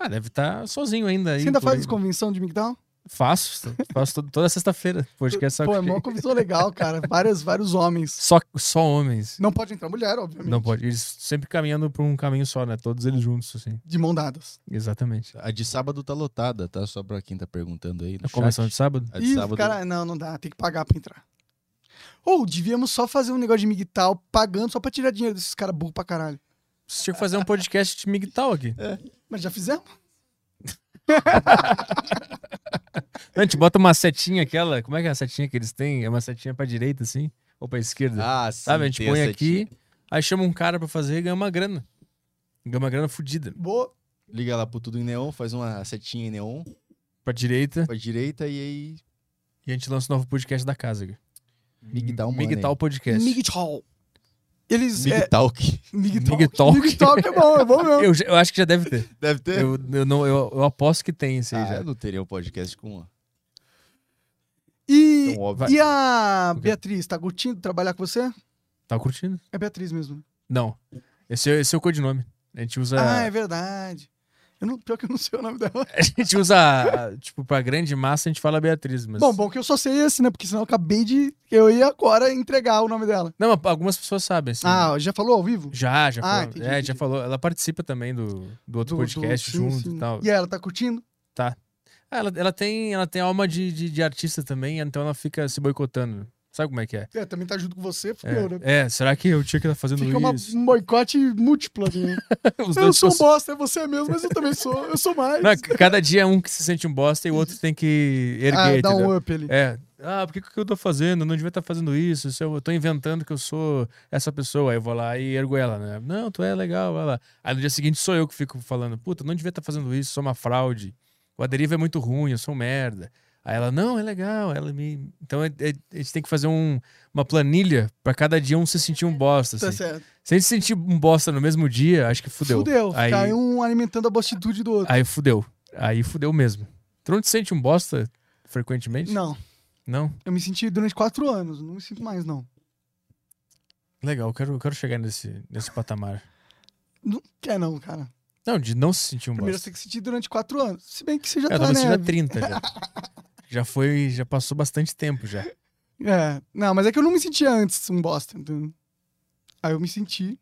Ah, deve estar sozinho ainda aí.
Você ainda
por aí.
faz convenção de Migtal?
Faço. to- Faço todo- toda sexta-feira. Podcast só,
Pô, é uma convenção legal, cara. Várias, vários homens.
só, só homens.
Não pode entrar mulher, obviamente.
Não pode. Eles sempre caminhando por um caminho só, né? Todos eles juntos, assim.
De mão dadas.
Exatamente.
A de sábado tá lotada, tá? Só pra quem tá perguntando aí. No
Na
chat.
convenção É de sábado?
A de
Ih,
sábado.
cara, não, não dá. Tem que pagar pra entrar. Ou devíamos só fazer um negócio de Migtal pagando só pra tirar dinheiro desses caras burros pra caralho.
Você tinha que fazer um podcast de MGTOW aqui.
Mas já fizemos?
Não, a gente bota uma setinha aquela. Como é que é a setinha que eles têm? É uma setinha pra direita, assim? Ou pra esquerda?
Ah, sim.
Sabe? A gente
tem
põe
essa
aqui, aí chama um cara pra fazer e ganha uma grana. Ganha uma grana fodida.
Boa.
Liga lá pro tudo em neon, faz uma setinha em neon
Pra direita.
pra direita e aí.
E a gente lança o novo podcast da casa. cara.
Migtal, mano.
MGTOW Podcast.
Migtal. Eles. É,
Migtalk.
Migtal.
Migtal.
Migtal que é bom, é bom mesmo.
Eu, já- eu acho que já deve
É.
ter.
Deve ter.
Eu, eu não, eu, eu aposto que tem esse aí
Ah,
já.
eu não teria um podcast com
E,
tão óbvio.
vai.
e a
quê?
Beatriz, tá curtindo trabalhar com você?
Tá curtindo?
É Beatriz mesmo.
Não. Esse, é- esse é o codinome. A gente usa.
Ah, é verdade. Eu não, pior que eu não sei o nome dela.
A gente usa. a- Tipo, pra grande massa a gente fala Beatriz, mas.
Bom, bom que eu só sei esse, né? Porque senão eu acabei de. Eu ia agora entregar o nome dela.
Não, algumas pessoas sabem, assim.
Ah, já falou ao vivo?
Já, já
Ah,
falou.
entendi,
é, já
entendi.
falou. Ela participa também do, do outro
Do-
podcast
do- sim,
junto
sim.
e tal.
aí, ela tá curtindo?
Ah, Ela, ela tem, ela tem alma de, de, de artista também, então ela fica se boicotando. Sabe como é que é?
É, também tá junto com você, fudeu, né?
É, é, será que eu tinha que estar fazendo
Fica uma-
isso?
um boicote múltiplo ali. né?
Os
eu
dois
sou um
ficam-
bosta, é você mesmo, mas eu também sou. Eu sou mais.
Não, c- cada dia é um que se sente um bosta e o outro tem que erguer,
ah, dá
entendeu?
um up ali.
É. Ah, por que, que eu tô fazendo? Eu não devia estar fazendo isso. isso eu eu tô inventando que eu sou essa pessoa. Aí eu vou lá e ergo ela, né? Não, tu é legal, vai lá. Aí no dia seguinte sou eu que fico falando, puta, não devia estar fazendo isso, sou uma fraude. O aderiva é muito ruim, eu sou um merda. Aí ela, não, é legal, ela me. Então é- é- a gente tem que fazer um- uma planilha pra cada dia um se sentir um bosta.
tá
assim.
certo.
Se a gente se sentir um bosta no mesmo dia, acho que fudeu.
Fudeu.
Aí,
Fica um alimentando a bostitude do outro.
aí fudeu. Aí fudeu mesmo. Tu não te sente um bosta frequentemente?
Não,
Não?
eu me senti durante quatro anos, não me sinto mais, não.
Legal, eu quero, eu quero chegar nesse, nesse patamar.
Não quer, não, cara.
Não, de não se sentir um
Primeiro
bosta.
você
É,
tem que sentir durante quatro anos. Se bem que você já
eu
tá,
tava
né?
sentindo há 30 já. Já foi, já passou bastante tempo já.
É, não, mas é que eu não me sentia antes um bosta. entendeu? Aí eu me senti.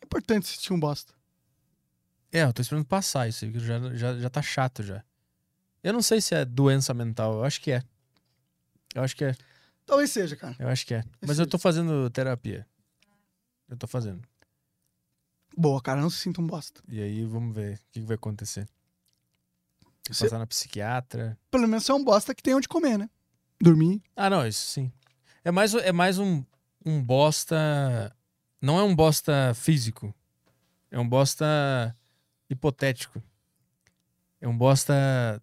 É importante sentir um bosta.
É, eu tô esperando passar isso aí, que já, já, já tá chato já. Eu não sei se é doença mental, eu acho que é. Eu acho que é,
Talvez seja, cara.
eu acho que é. Mas eu tô fazendo terapia. Eu tô fazendo.
Boa, cara, não se sinta um bosta.
E aí vamos ver o que, que vai acontecer. Tem que
Você-
passar na psiquiatra.
Pelo menos você é um bosta que tem onde comer, né? Dormir.
Ah, não, isso sim. É mais, é mais um, um bosta. Não é um bosta físico. É um bosta hipotético. É um bosta.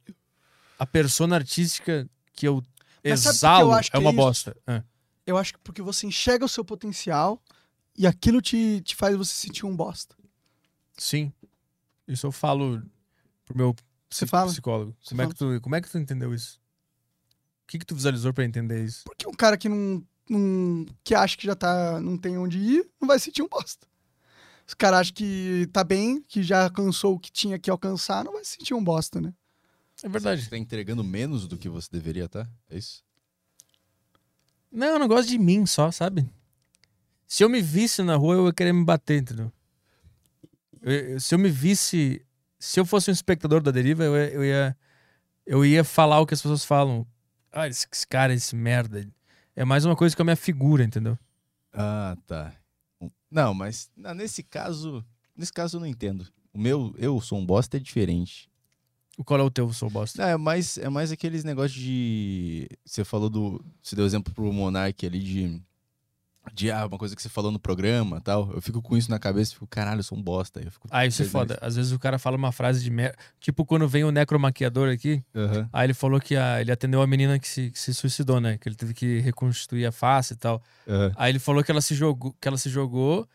A persona artística que eu
Mas sabe o que que eu
exalo
acho que
é uma
é isso?
bosta. Ah,
Eu acho que porque você enxerga o seu potencial e aquilo te, te faz você sentir um bosta.
sim. Isso eu falo pro meu
Você
psi-
fala?
psicólogo.
Você
Como é, que tu, como é que tu entendeu isso? O que, que tu visualizou pra entender isso?
Porque um cara que não, não- que acha que já tá, não tem onde ir, não vai sentir um bosta. Os caras acham que tá bem, que já alcançou o que tinha que alcançar, não vai sentir um bosta, né?
É
Você
verdade.
tá entregando menos do que você deveria, tá? É isso?
Não, eu não gosto de mim só, sabe? Se eu me visse na rua, eu ia querer me bater, entendeu? Eu- eu- se eu me visse. Se eu fosse um espectador da deriva, eu, ia- eu ia. Eu ia falar o que as pessoas falam. Ah, esse, esse cara, esse merda. É mais uma coisa com a minha figura, entendeu?
Ah, tá. Não, mas na- nesse caso. Nesse caso eu não entendo. O meu, eu sou um bosta, é diferente.
O qual é o teu, sou bosta?
Não, é mais, é mais aqueles negócios de. Você falou do. Você deu exemplo pro Monark ali de. De ah, uma coisa que você falou no programa tal. Eu fico com isso na cabeça e fico, caralho, eu sou um bosta. Eu fico
Ah, isso é
perdendo
foda. Às vezes o cara fala uma frase de merda. Tipo, quando vem o necromaquiador aqui,
isso. Aham.
aí ele falou que a- ele atendeu a menina que se, que se suicidou, né? Que ele teve que reconstituir a face e tal.
aham.
Aí ele falou que ela se jogou, que ela se jogou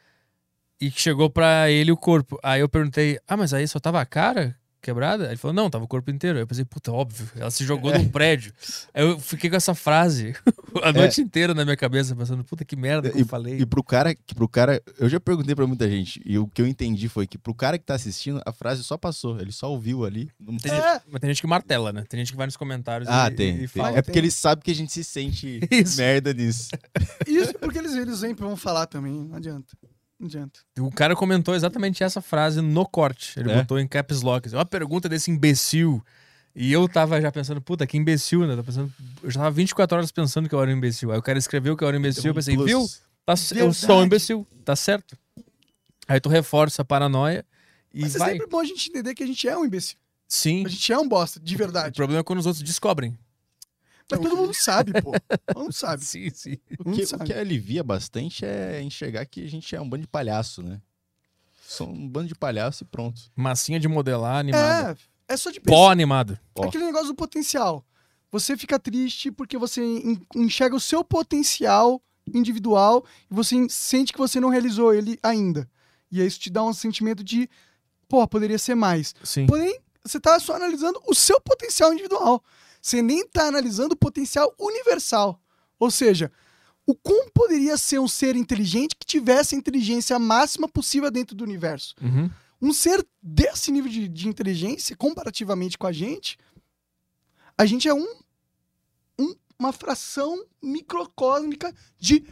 e que chegou pra ele o corpo. Aí eu perguntei: "Ah, mas aí só tava a cara quebrada?" Aí ele falou: "Não, tava o corpo inteiro". Aí eu pensei: "Puta, óbvio, ela se jogou
É.
num prédio". Aí eu fiquei com essa frase a noite inteira na minha cabeça, pensando: "Puta que merda que eu falei".
E pro cara, que pro cara, eu já perguntei pra muita gente, e o que eu entendi foi que pro cara que tá assistindo, a frase só passou, ele só ouviu ali. não-
Tem gente- mas tem gente que martela, né? Tem gente que vai nos comentários
Ah,
e,
tem.
e
tem.
fala.
É porque ele sabe que a gente se sente
Isso.
merda nisso.
Isso é porque eles, eles sempre vão falar também, não adianta. Não adianta.
O cara comentou exatamente essa frase no corte. Ele
É?
botou em caps lock. assim, Uma pergunta desse imbecil. E eu tava já pensando, puta, que imbecil, né? Eu, tava pensando, eu já tava 24 horas pensando que eu era um imbecil. Aí o cara escreveu que eu era um imbecil. eu pensei,
Plus.
viu? Tá, c- eu sou um
Então, Verdade.
imbecil. Tá certo. Aí tu reforça a paranoia e
Mas é
vai.
sempre bom a gente entender que a gente é um imbecil.
Sim.
A gente é um bosta, de
O
verdade.
problema é quando os outros descobrem.
Mas todo mundo sabe, pô. Todo mundo sabe.
Sim, sim.
O
Não
que, o
sabe.
que é alivia bastante é enxergar que a gente é um bando de palhaço, né? São um bando de palhaço e pronto.
Massinha de modelar animada.
É, é só de
Pó
pensar.
animado.
Ó.
Aquele negócio do potencial. Você fica triste porque você en- enxerga o seu potencial individual e você en- sente que você não realizou ele ainda. E aí isso te dá um sentimento de, pô, poderia ser mais.
Sim.
Porém, você tá só analisando o seu potencial individual. Você nem tá analisando o potencial universal. Ou seja, o quão poderia ser um ser inteligente que tivesse a inteligência máxima possível dentro do universo.
Uhum.
Um ser desse nível de, de inteligência, comparativamente com a gente, a gente é um, um- uma fração microcósmica de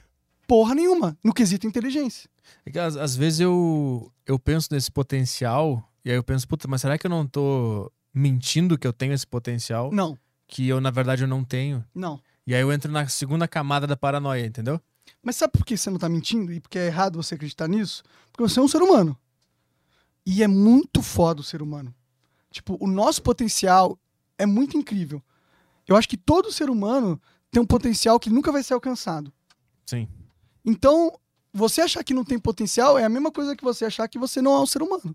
porra nenhuma no quesito inteligência.
É que às, às vezes eu, eu penso nesse potencial, e aí eu penso, puta, mas será que eu não tô mentindo que eu tenho esse potencial?
Não,
Que eu, na verdade, eu não tenho.
não.
E aí eu entro na segunda camada da paranoia, entendeu?
Mas sabe por que você não tá mentindo e porque é errado você acreditar nisso? Porque você é um ser humano. E é muito foda o ser humano. Tipo, o nosso potencial é muito incrível. Eu acho que todo ser humano tem um potencial que nunca vai ser alcançado.
Sim.
Então, você achar que não tem potencial é a mesma coisa que você achar que você não é um ser humano.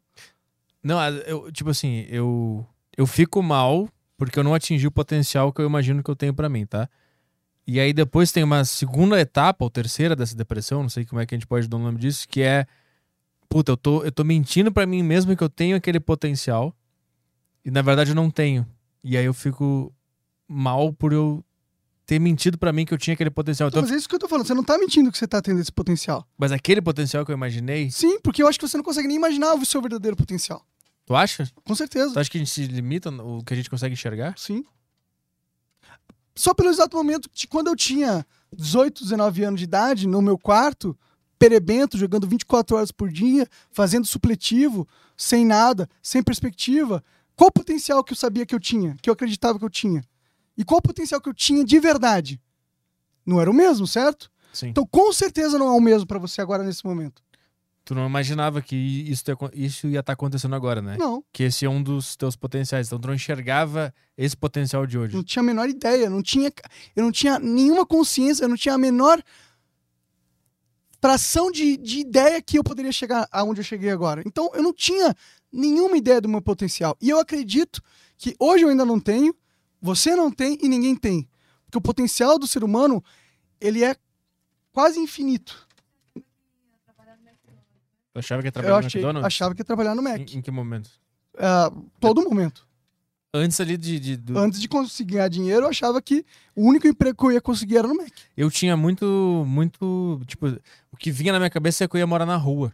Não, a- eu, tipo assim, eu, eu fico mal porque eu não atingi o potencial que eu imagino que eu tenho pra mim, tá? E aí depois tem uma segunda etapa, ou terceira dessa depressão, não sei como é que a gente pode dar o nome disso, que é, puta, eu tô, eu tô mentindo pra mim mesmo que eu tenho aquele potencial e na verdade eu não tenho. E aí eu fico mal por eu ter mentido pra mim que eu tinha aquele potencial.
Então,
Então,
mas é isso que eu tô falando. Você não tá mentindo que você tá tendo esse potencial.
mas aquele potencial que eu imaginei,
Sim, porque eu acho que você não consegue nem imaginar o seu verdadeiro potencial.
tu acha?
Com certeza.
Tu acha que a gente se limita o que a gente consegue enxergar?
Sim. Só pelo exato momento de quando eu tinha 18, 19 anos de idade, no meu quarto, perebento, jogando 24 horas por dia, fazendo supletivo, sem nada, sem perspectiva. Qual o potencial que eu sabia que eu tinha, que eu acreditava que eu tinha? E qual o potencial que eu tinha de verdade? Não era o mesmo, certo?
Sim.
Então, com certeza não é o mesmo pra você agora nesse momento.
Tu não imaginava que isso, te- isso ia estar acontecendo agora, né?
Não,
Que esse é um dos teus potenciais. Então tu não enxergava esse potencial de hoje.
não tinha a menor ideia, não tinha, eu não tinha nenhuma consciência, eu não tinha a menor fração de, de ideia que eu poderia chegar aonde eu cheguei agora. Então, eu não tinha nenhuma ideia do meu potencial. E eu acredito que hoje eu ainda não tenho, você não tem e ninguém tem. Porque o potencial do ser humano, ele é quase infinito.
Tu achava que ia
Eu
trabalhar no
achei,
McDonald's?
achava que ia trabalhar no Mac.
Em, em que momento?
Ah, todo momento.
Antes ali de. de- do-
Antes de conseguir ganhar dinheiro, eu achava que o único emprego que eu ia conseguir era no Mac.
Eu tinha muito. Muito. Tipo, o que vinha na minha cabeça é que eu ia morar na rua.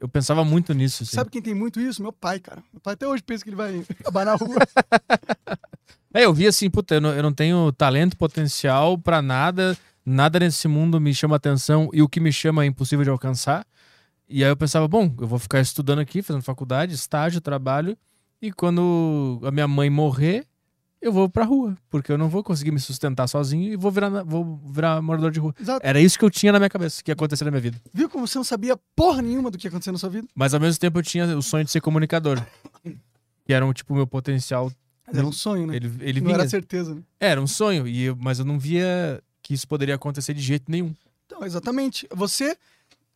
Eu pensava muito nisso. assim.
Sabe quem tem muito isso? Meu pai, cara. Meu pai até hoje pensa que ele vai acabar na rua.
É, eu vi assim, puta, eu não, eu não tenho talento, potencial pra nada, nada nesse mundo me chama atenção e o que me chama é impossível de alcançar. E aí eu pensava, bom, eu vou ficar estudando aqui, fazendo faculdade, estágio, trabalho, e quando a minha mãe morrer, eu vou pra rua, porque eu não vou conseguir me sustentar sozinho e vou virar, na- vou virar morador de rua.
Exato.
Era isso que eu tinha na minha cabeça, que ia acontecer na minha vida.
Viu como você não sabia porra nenhuma do que ia acontecer na sua vida?
Mas ao mesmo tempo eu tinha o sonho de ser comunicador, que era um, tipo, meu potencial,
Mas era um sonho, né?
ele, ele
não
vinha. assim.
era certeza, né?
Era um sonho, e eu- mas eu não via que isso poderia acontecer de jeito nenhum.
Então, exatamente. Você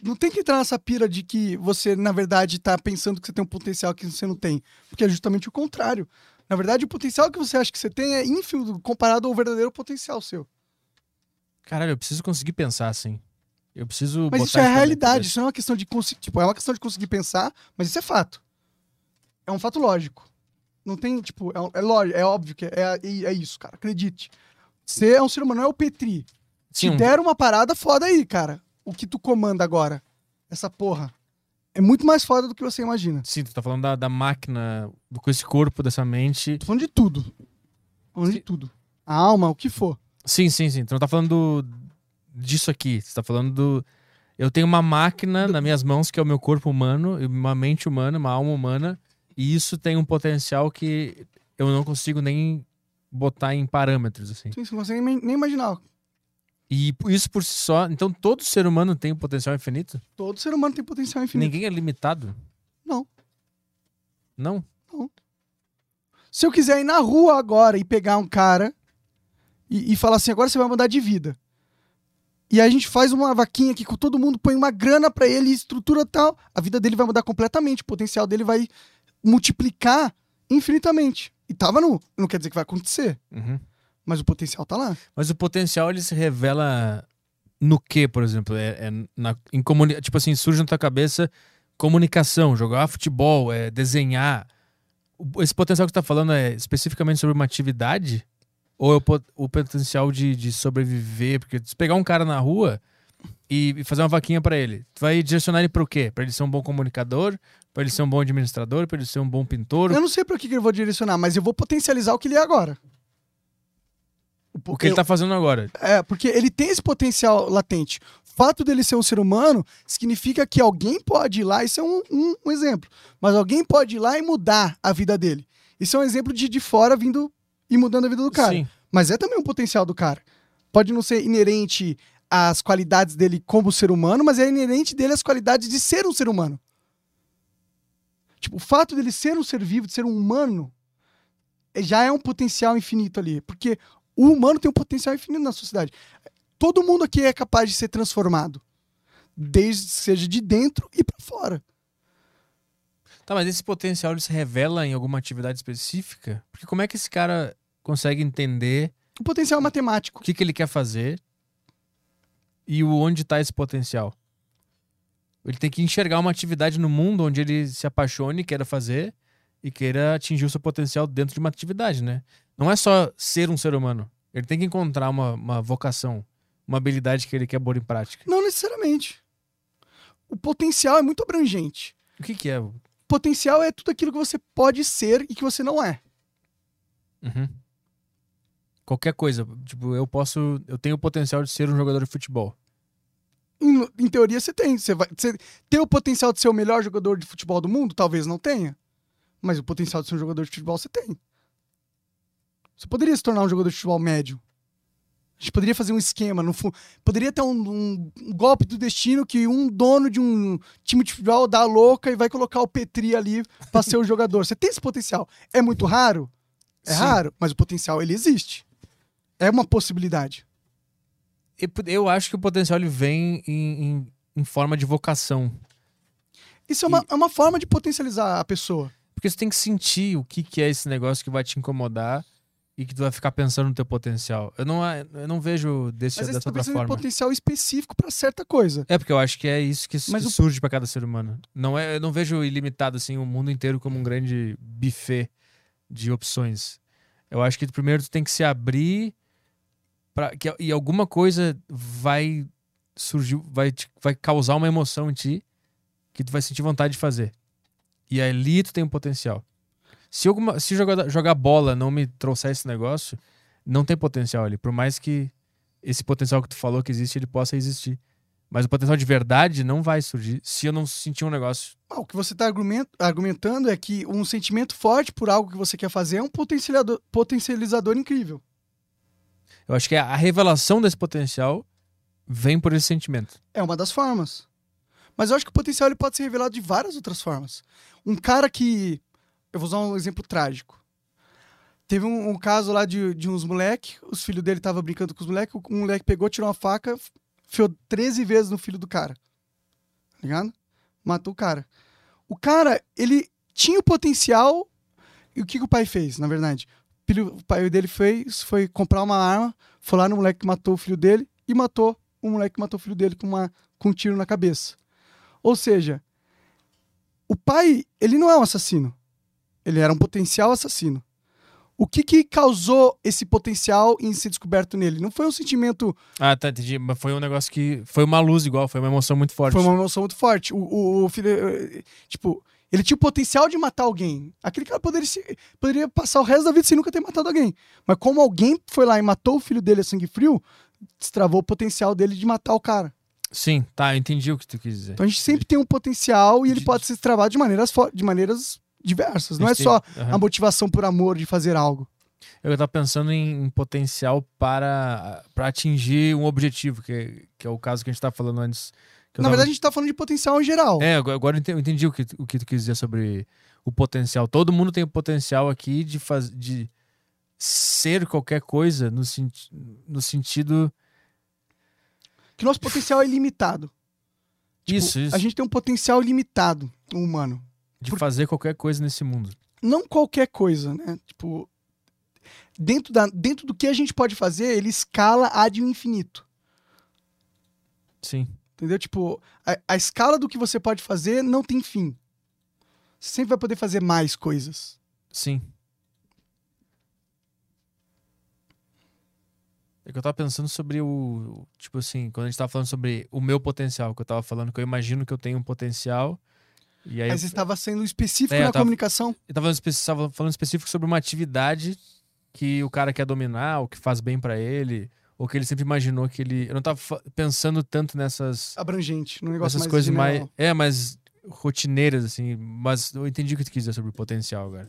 não tem que entrar nessa pira de que você, na verdade, tá pensando que você tem um potencial que você não tem. Porque é justamente o contrário. Na verdade, o potencial que você acha que você tem é ínfimo comparado ao verdadeiro potencial seu.
Caralho, eu preciso conseguir pensar assim. Eu preciso.
Mas
tipo, botar
isso é a
na minha
realidade,
cabeça.
isso não é uma questão de conseguir. Tipo, é uma questão de conseguir pensar, mas isso é fato. É um fato lógico. Não tem, tipo, é, um- é lógico, é óbvio que é, é, é isso, cara. Acredite. Você é um ser humano, não é o Petri.
Sim,
Te
um-
deram uma parada foda aí, cara. O que tu comanda agora? Essa porra. É muito mais foda do que você imagina.
sim, tu tá falando da, da máquina, do, com esse corpo, dessa mente.
Tô falando de tudo. Tô falando de
Se-
tudo. A alma, o que for.
Sim, sim, sim. Tu não tá falando do- disso aqui. Tu tá falando do. Eu tenho uma máquina nas minhas mãos que é o meu corpo humano, e uma mente humana, uma alma humana, e isso tem um potencial que eu não consigo nem botar em parâmetros, assim.
Sim, Você não consegue nem, nem imaginar.
E por- isso por si só. Então todo ser humano tem um potencial infinito?
Todo ser humano tem potencial infinito.
Ninguém é limitado?
Não.
Não?
Se eu quiser ir na rua agora e pegar um cara e, e falar assim, agora você vai mudar de vida. E aí a gente faz uma vaquinha aqui com todo mundo, põe uma grana pra ele, estrutura tal, a vida dele vai mudar completamente, o potencial dele vai multiplicar infinitamente. E tava no, não quer dizer que vai acontecer,
Uhum.
mas o potencial tá lá.
Mas o potencial ele se revela no que, por exemplo? É, é na, em comuni- tipo assim, surge na tua cabeça comunicação, jogar futebol, é desenhar. O- Esse potencial que tu tá falando é especificamente sobre uma atividade? Ou é o, po- o potencial de, de sobreviver? Porque se pegar um cara na rua e e fazer uma vaquinha pra ele, tu vai direcionar ele pro quê? Pra ele ser um bom comunicador? Pra ele ser um bom administrador? Pra ele ser um bom pintor?
Eu não sei pra que, que eu vou direcionar, mas eu vou potencializar o que ele é agora.
o que ele tá fazendo agora?
É, porque ele tem esse potencial latente. O fato dele ser um ser humano significa que alguém pode ir lá, isso é um, um- um exemplo, mas alguém pode ir lá e mudar a vida dele. Isso é um exemplo de de fora vindo e mudando a vida do cara.
Sim.
Mas é também um potencial do cara. Pode não ser inerente às qualidades dele como ser humano, mas é inerente dele às qualidades de ser um ser humano. Tipo, o fato dele ser um ser vivo, de ser um humano, eh, já é um potencial infinito ali. Porque o humano tem um potencial infinito na sociedade. Todo mundo aqui é capaz de ser transformado. Desde seja de dentro e pra fora.
Tá, mas esse potencial ele se revela em alguma atividade específica? Porque como é que esse cara consegue entender
O potencial é
o
matemático.
que, que ele quer fazer e o onde tá esse potencial? Ele tem que enxergar uma atividade no mundo onde ele se apaixone, queira fazer e queira atingir o seu potencial dentro de uma atividade, né? Não é só ser um ser humano. Ele tem que encontrar uma, uma vocação, uma habilidade que ele quer pôr em prática.
Não necessariamente. O potencial é muito abrangente.
O que que é? Uhum.
potencial é tudo aquilo que você pode ser e que você não é.
Uhum. Qualquer coisa. Tipo, eu posso... Eu tenho o potencial de ser um jogador de futebol.
Em, em teoria, você tem. Você, vai, você tem o potencial de ser o melhor jogador de futebol do mundo? Talvez não tenha. Mas o potencial de ser um jogador de futebol você tem. Você poderia se tornar um jogador de futebol médio. A gente poderia fazer um esquema. No fu- poderia ter um, um- um golpe do destino que um dono de um time de futebol dá a louca e vai colocar o Petri ali pra ser o jogador. Você tem esse potencial. É muito raro? É
Sim.
raro, mas o potencial ele existe. É uma possibilidade.
eu, eu acho que o potencial ele vem em, em, em forma de vocação.
Isso é uma, é uma forma de potencializar a pessoa.
Porque você tem que sentir o que, que é esse negócio que vai te incomodar e que tu vai ficar pensando no teu potencial. Eu não, eu não vejo desse,
Às vezes
dessa
você tá
outra
precisando de
forma.
potencial específico pra certa coisa.
É, porque eu acho que é isso que su-
Mas o-
surge pra cada ser humano. Não é, eu não vejo ilimitado assim o mundo inteiro como um grande buffet de opções. Eu acho que primeiro tu tem que se abrir pra, que, e alguma coisa vai surgir, vai, te- vai causar uma emoção em ti que tu vai sentir vontade de fazer. E ali tu tem um potencial. Se, alguma, se jogar, jogar bola não me trouxer esse negócio, não tem potencial ali. Por mais que esse potencial que tu falou que existe, ele possa existir. Mas o potencial de verdade não vai surgir se eu não sentir um negócio.
Ah, o que você está argumentando é que um sentimento forte por algo que você quer fazer é um potencializador, potencializador incrível.
Eu acho que a revelação desse potencial vem por esse sentimento.
É uma das formas. Mas eu acho que o potencial ele pode ser revelado de várias outras formas. Um cara que. Eu vou usar um exemplo trágico. Teve um, um caso lá de, de uns moleque, os filhos dele estavam brincando com os moleques, um moleque pegou, tirou uma faca, fiou 13 vezes no filho do cara. Tá Ligado? Matou o cara. O cara, ele tinha o potencial. E o que, que o pai fez, na verdade? O, filho- o pai dele fez, foi comprar uma arma, foi lá no moleque que matou o filho dele e matou o um moleque que matou o filho dele com, uma, com um tiro na cabeça. Ou seja, o pai, ele não é um assassino. Ele era um potencial assassino. O que, que causou esse potencial em ser descoberto nele? Não foi um sentimento
Ah, tá, entendi. Mas foi um negócio que. Foi uma luz igual, foi uma emoção muito forte.
Foi uma emoção muito forte. O, o- o filho, eh, tipo, ele tinha o potencial de matar alguém. Aquele cara poderia, se- poderia passar o resto da vida sem nunca ter matado alguém. Mas como alguém foi lá e matou o filho dele a sangue frio, destravou o potencial dele de matar o cara.
Sim, tá, eu entendi o que tu quis dizer.
Então a gente sempre tem um potencial e ele
De-
pode ser destravado de maneiras, fo- de maneiras diversas. Não é
Entendi.
só
Aham.
a motivação por amor de fazer algo.
Eu tava pensando em, em potencial para, para atingir um objetivo, que, que é o caso que a gente tava falando antes. que eu
Na
tava-
verdade, a gente tá falando de potencial em geral.
É, agora- agora eu ente- eu entendi o que, o que tu quis dizer sobre o potencial. Todo mundo tem o potencial aqui de, faz, de ser qualquer coisa no, senti- no sentido.
Que nosso potencial é limitado. Tipo,
isso, isso.
A gente tem um potencial limitado, humano.
de
por-
fazer qualquer coisa nesse mundo.
não qualquer coisa, né? Tipo, dentro, da, dentro do que a gente pode fazer, ele escala ad infinito.
Sim.
Entendeu? Tipo, a, a escala do que você pode fazer não tem fim. Você sempre vai poder fazer mais coisas.
Sim. É que eu tava pensando sobre o. o- Tipo assim, quando a gente tava falando sobre o meu potencial, que eu tava falando que eu imagino que eu tenho um potencial. E aí.
Mas você estava sendo específico
É, eu
na
tava-
comunicação.
Eu tava, espe- tava falando específico sobre uma atividade que o cara quer dominar, ou que faz bem pra ele, ou que ele sempre imaginou que ele. Eu não tava fa- pensando tanto nessas,
Abrangente, no É um negócio
nessas
mais
coisas
general.
mais. É, mais rotineiras, assim. Mas eu entendi o que tu quis dizer sobre o potencial agora.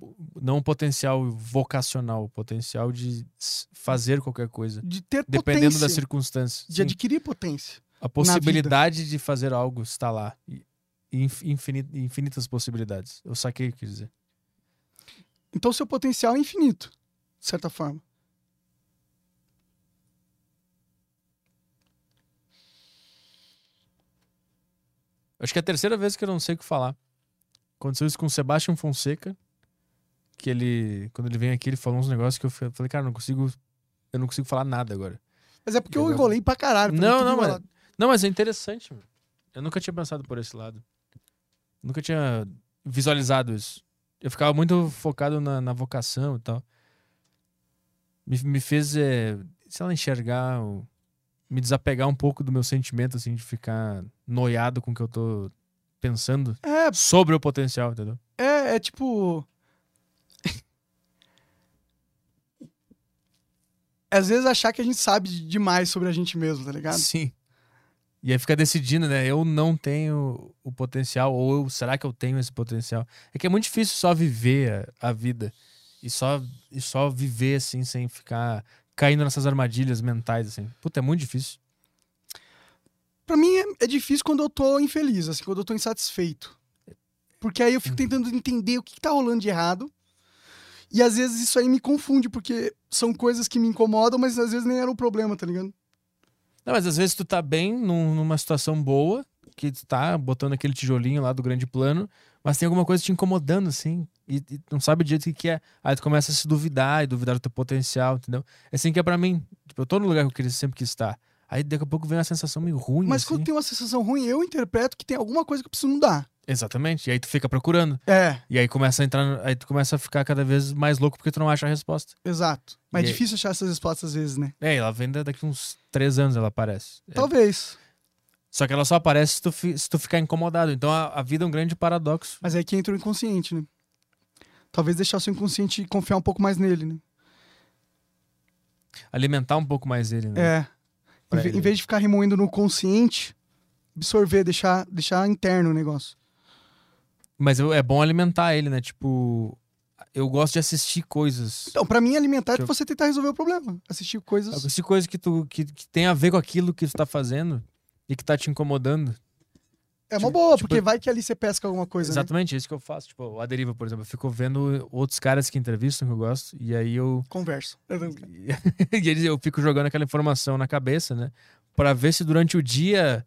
O- Não o potencial vocacional, o potencial de s- fazer qualquer coisa.
De ter
Dependendo
potência,
das circunstâncias.
de
Sim,
adquirir potência.
a possibilidade de fazer algo está lá. E- e inf- infini- infinitas possibilidades. Eu saquei o que quis dizer.
Então, seu potencial é infinito, de certa forma.
Acho que é a terceira vez que eu não sei o que falar. Aconteceu isso com o Sebastian Fonseca. Que ele, quando ele vem aqui, ele falou uns negócios que eu fa- falei, cara, eu não consigo, eu não consigo falar nada agora.
Mas é porque
Eu
eu
gosto-
enrolei pra caralho. falei
Não,
tudo
não, mas-
enrolado.
Não, mas é interessante, mano. Eu nunca tinha pensado por esse lado. Nunca tinha visualizado isso. Eu ficava muito focado na, na vocação e tal. Me, me fez, eh, sei lá, enxergar, o- me desapegar um pouco do meu sentimento, assim, de ficar noiado com o que eu tô pensando
É,
sobre o potencial, entendeu?
É, é tipo. Às vezes achar que a gente sabe demais sobre a gente mesmo, tá ligado?
Sim. E aí fica decidindo, né? Eu não tenho o potencial, ou eu- será que eu tenho esse potencial? É que é muito difícil só viver a, a vida e só, e só viver assim, sem ficar caindo nessas armadilhas mentais, assim. Puta, é muito difícil.
Pra mim é, é difícil quando eu tô infeliz, assim, quando eu tô insatisfeito. Porque aí eu
Uhum.
fico tentando entender o que, que tá rolando de errado. E às vezes isso aí me confunde, porque são coisas que me incomodam, mas às vezes nem era um problema, tá ligado?
Não, mas às vezes tu tá bem num- numa situação boa, que tu tá botando aquele tijolinho lá do grande plano, mas tem alguma coisa te incomodando, assim, e, e não sabe direito o que, que é. Aí tu começa a se duvidar e duvidar do teu potencial, entendeu? É assim que é pra mim. Tipo, eu tô no lugar que eu queria- sempre quis estar. Aí daqui a pouco vem uma sensação meio ruim.
Mas
assim.
quando tem uma sensação ruim, eu interpreto que tem alguma coisa que eu preciso mudar.
Exatamente. E aí tu fica procurando.
É,
E aí começa a entrar. no- Aí tu começa a ficar cada vez mais louco porque tu não acha a resposta.
exato. Mas
E
é
aí-
difícil achar essas respostas às vezes, né?
É, e ela vem da- daqui uns três anos, ela aparece. É,
Talvez.
Só que ela só aparece se tu, fi- se tu ficar incomodado. Então a, a vida é um grande paradoxo.
Mas aí que entra o inconsciente, né? Talvez deixar o seu inconsciente e confiar um pouco mais nele, né?
Alimentar um pouco mais ele, né?
É. Em,
Pra
ve-
ele.
em vez de ficar remoendo no consciente, absorver, deixar, deixar interno o negócio.
Mas eu- é bom alimentar ele, né? Tipo, eu gosto de assistir coisas.
Então, pra mim, alimentar é
Deixa eu-
você tentar resolver o problema. Assistir coisas.
Assistir coisas que, tu, que, que tem a ver com aquilo que tu tá fazendo e que tá te incomodando.
É uma
tipo-
boa,
tipo-
porque vai que ali você pesca alguma coisa. Né?
Exatamente, é isso que eu faço. Tipo, a deriva, por exemplo. Eu fico vendo outros caras que entrevistam que eu gosto. E aí eu
Conversa.
e eles- eu fico jogando aquela informação na cabeça, né? Pra ver se durante o dia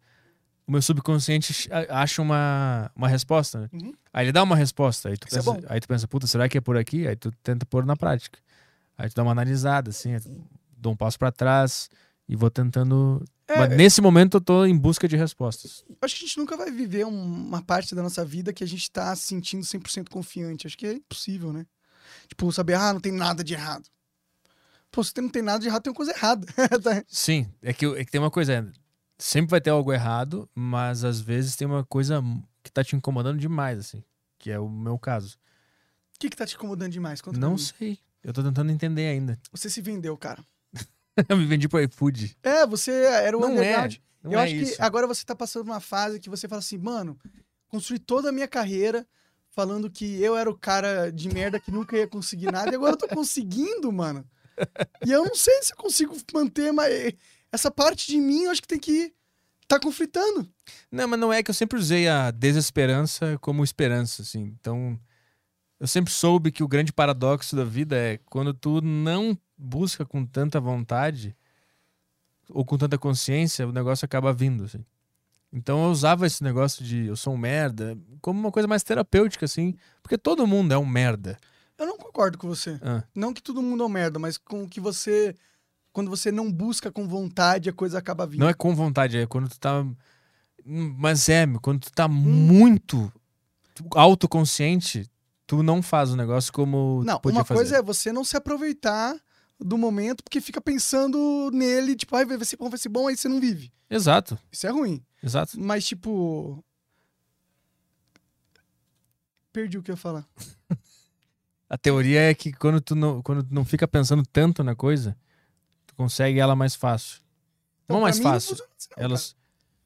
o meu subconsciente ch- a- acha uma, uma resposta, né?
Uhum.
Aí ele dá uma resposta. Aí tu,
Isso é
pensa,
bom.
aí tu pensa, puta, será que é por aqui? Aí tu tenta pôr na prática. Aí tu dá uma analisada, assim, aí tu dou um passo pra trás e vou tentando.
É,
Mas nesse momento eu tô em busca de respostas.
eu acho que a gente nunca vai viver um- uma parte da nossa vida que a gente tá se sentindo 100% confiante. Acho que é impossível, né? Tipo, saber, ah, não tem nada de errado. Pô, se não tem nada de errado, tem uma coisa errada. Tá?
Sim, é que, eu- é que tem uma coisa, é, sempre vai ter algo errado, mas às vezes tem uma coisa que tá te incomodando demais, assim, que é o meu caso.
O que que tá te incomodando demais? Conta pra
Não
mim.
sei. Eu tô tentando entender ainda.
Você se vendeu, cara.
Eu me vendi pro iFood.
É, você era o
Não é.
underground.
Não
eu
é
acho
isso.
que agora você tá passando uma fase que você fala assim, mano, construí toda a minha carreira falando que eu era o cara de merda que nunca ia conseguir nada, e agora eu tô conseguindo, mano. E eu não sei se eu consigo manter, mas essa parte de mim eu acho que tem que tá conflitando.
Não, mas não é que eu sempre usei a desesperança como esperança, assim. Então, eu sempre soube que o grande paradoxo da vida é quando tu não busca com tanta vontade ou com tanta consciência, o negócio acaba vindo, assim. Então eu usava esse negócio de eu sou um merda como uma coisa mais terapêutica, assim, porque todo mundo é um merda.
Eu não concordo com você.
Ah.
Não que todo mundo é um merda, mas com que você quando você não busca com vontade, a coisa acaba vindo.
Não é com vontade, é quando tu tá. Mas é, meu, quando tu tá muito autoconsciente, tu não faz o negócio como
Não,
tu podia
uma
fazer.
coisa é você não se aproveitar do momento porque fica pensando nele, tipo, ai, vai ser bom, vai ser bom, aí você não vive.
Exato,
Isso é ruim.
exato.
Mas, tipo. Perdi o que eu ia falar.
A teoria é que quando tu não, quando tu não fica pensando tanto na coisa, tu consegue ela mais fácil.
Então,
não mais
pra mim,
fácil.
funciona assim, não,
Elas.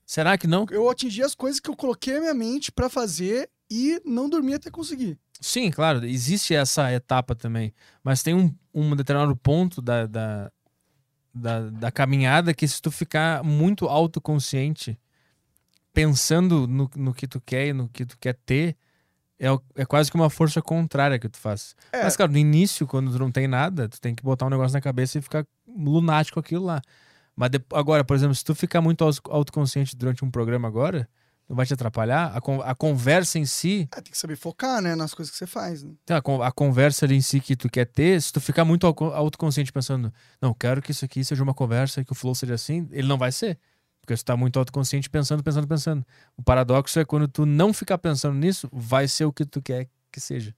Será que não?
cara. Eu atingi as coisas que eu coloquei na minha mente pra fazer e não dormi até conseguir.
Sim, claro, existe essa etapa também. Mas tem um, um determinado ponto da, da, da, da caminhada que se tu ficar muito autoconsciente, pensando no, no que tu quer e no que tu quer ter, é, o- é quase que uma força contrária que tu faz.
É.
Mas, claro, no início, quando tu não tem nada, tu tem que botar um negócio na cabeça e ficar lunático com aquilo lá. Mas depo- agora, por exemplo, se tu ficar muito aus- autoconsciente durante um programa agora, não vai te atrapalhar. A, con- a conversa em si
Ah, tem que saber focar, né, nas coisas que você faz. né?
então, a, con- a conversa ali em si que tu quer ter, se tu ficar muito auco- autoconsciente pensando, não, quero que isso aqui seja uma conversa, que o flow seja assim, ele não vai ser. Porque tu tá muito autoconsciente pensando, pensando, pensando. O paradoxo é quando tu não ficar pensando nisso, vai ser o que tu quer que seja.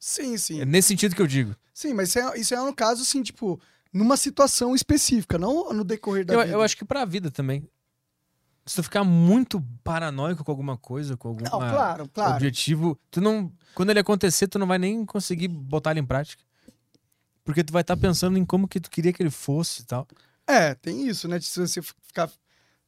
Sim, sim.
É nesse sentido que eu digo.
Sim, mas isso é, isso é no caso, assim, tipo, numa situação específica, não no decorrer da
Eu,
vida.
eu acho que pra vida também. Se tu ficar muito paranoico com alguma coisa, com algum
Não, claro, claro.
objetivo, tu não. Quando ele acontecer, tu não vai nem conseguir botar ele em prática. Porque tu vai estar pensando em como que tu queria que ele fosse e tal.
É, tem isso, né? De se você ficar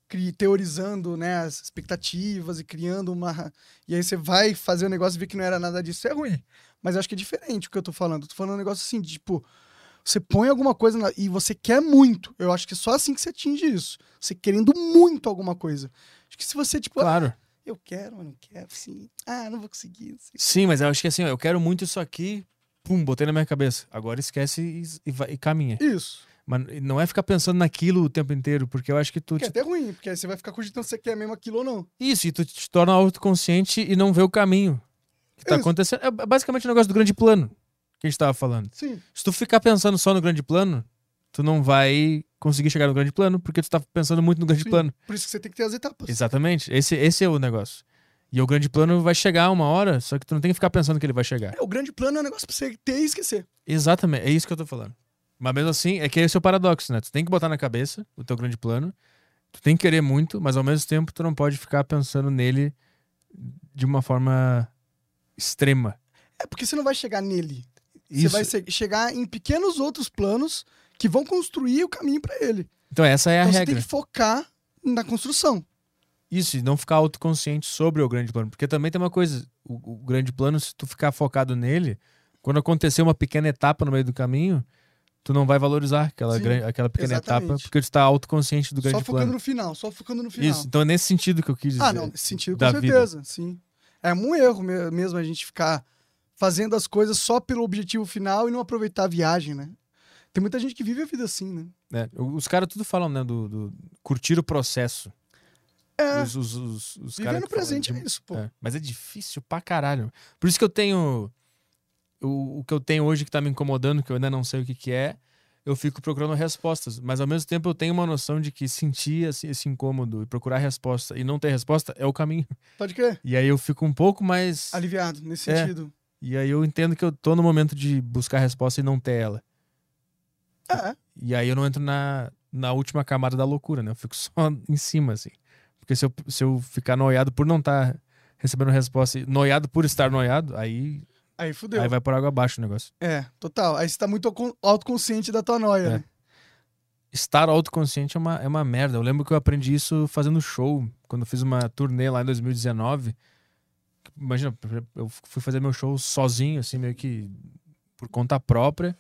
cri- teorizando né, as expectativas e criando uma. E aí você vai fazer o negócio e vê que não era nada disso, é ruim. Mas eu acho que é diferente o que eu tô falando. Eu tô falando um negócio assim, de, tipo, você põe alguma coisa na- e você quer muito. Eu acho que é só assim que você atinge isso. Você querendo muito alguma coisa. Acho que se você, tipo, ah,
Claro.
eu quero, mas não quero, sim. Ah, não vou conseguir. Assim.
Sim, mas eu acho que assim, ó, eu quero muito isso aqui. Pum, botei na minha cabeça. Agora esquece e, e vai- e caminha.
Isso.
Mas não é ficar pensando naquilo o tempo inteiro, porque eu acho que tu.
Que é
te-
até ruim, porque aí você vai ficar cogitando se você quer mesmo aquilo ou não.
Isso, e tu te torna autoconsciente e não vê o caminho que tá
Isso.
acontecendo. É basicamente o negócio do grande plano que a gente tava falando.
Sim.
Se tu ficar pensando só no grande plano, tu não vai conseguir chegar no grande plano, porque tu tá pensando muito no grande
Sim.
plano.
Por isso que você tem que ter as etapas.
Exatamente. Esse, esse é o negócio. E o grande plano vai chegar uma hora, só que tu não tem que ficar pensando que ele vai chegar.
É, O grande plano é um negócio pra você ter e esquecer.
Exatamente, é isso que eu tô falando. Mas mesmo assim, é que esse é o paradoxo, né? Tu tem que botar na cabeça o teu grande plano, tu tem que querer muito, mas ao mesmo tempo tu não pode ficar pensando nele de uma forma extrema.
É porque você não vai chegar nele. Você
Isso.
vai se- chegar em pequenos outros planos que vão construir o caminho pra ele.
Então essa é a
então você
regra.
tem que focar na construção.
Isso, e não ficar autoconsciente sobre o grande plano. Porque também tem uma coisa, o, o grande plano, se tu ficar focado nele, quando acontecer uma pequena etapa no meio do caminho, tu não vai valorizar aquela,
Sim,
gran- aquela pequena etapa,
exatamente.
porque tu tá autoconsciente do
Só
grande
focando
plano.
no final, só focando no final.
Isso, então é nesse sentido que eu quis dizer.
Ah, não, nesse sentido, com
da vida.
certeza, sim. É um erro me- mesmo a gente ficar fazendo as coisas só pelo objetivo final e não aproveitar a viagem, né? Tem muita gente que vive a vida assim, né?
né? O- Os caras tudo falam, né? Do, do curtir o processo.
É,
Os, os, os, os
viver
caras
no
que falam
presente
de-
é isso, pô.
É, Mas é difícil pra caralho. Por isso que eu tenho. O, o que eu tenho hoje que tá me incomodando, que eu ainda não sei o que, que é, eu fico procurando respostas. Mas ao mesmo tempo eu tenho uma noção de que sentir esse, esse incômodo e procurar resposta e não ter resposta é o caminho.
Pode crer.
E aí eu fico um pouco mais.
Aliviado, nesse
É.
sentido.
E aí eu entendo que eu tô no momento de buscar resposta e não ter ela.
É,
E aí eu não entro na, na última camada da loucura, né? Eu fico só em cima, assim. Porque se eu, se eu ficar noiado por não estar recebendo resposta, e noiado por estar noiado, aí,
aí fudeu.
aí vai por água abaixo o negócio.
É, total. Aí você tá muito auto- autoconsciente da tua noia,
É.
né?
Estar autoconsciente é uma, é uma merda. Eu lembro que eu aprendi isso fazendo show, quando eu fiz uma turnê lá em 2019. Imagina, eu fui fazer meu show sozinho, assim, meio que por conta própria.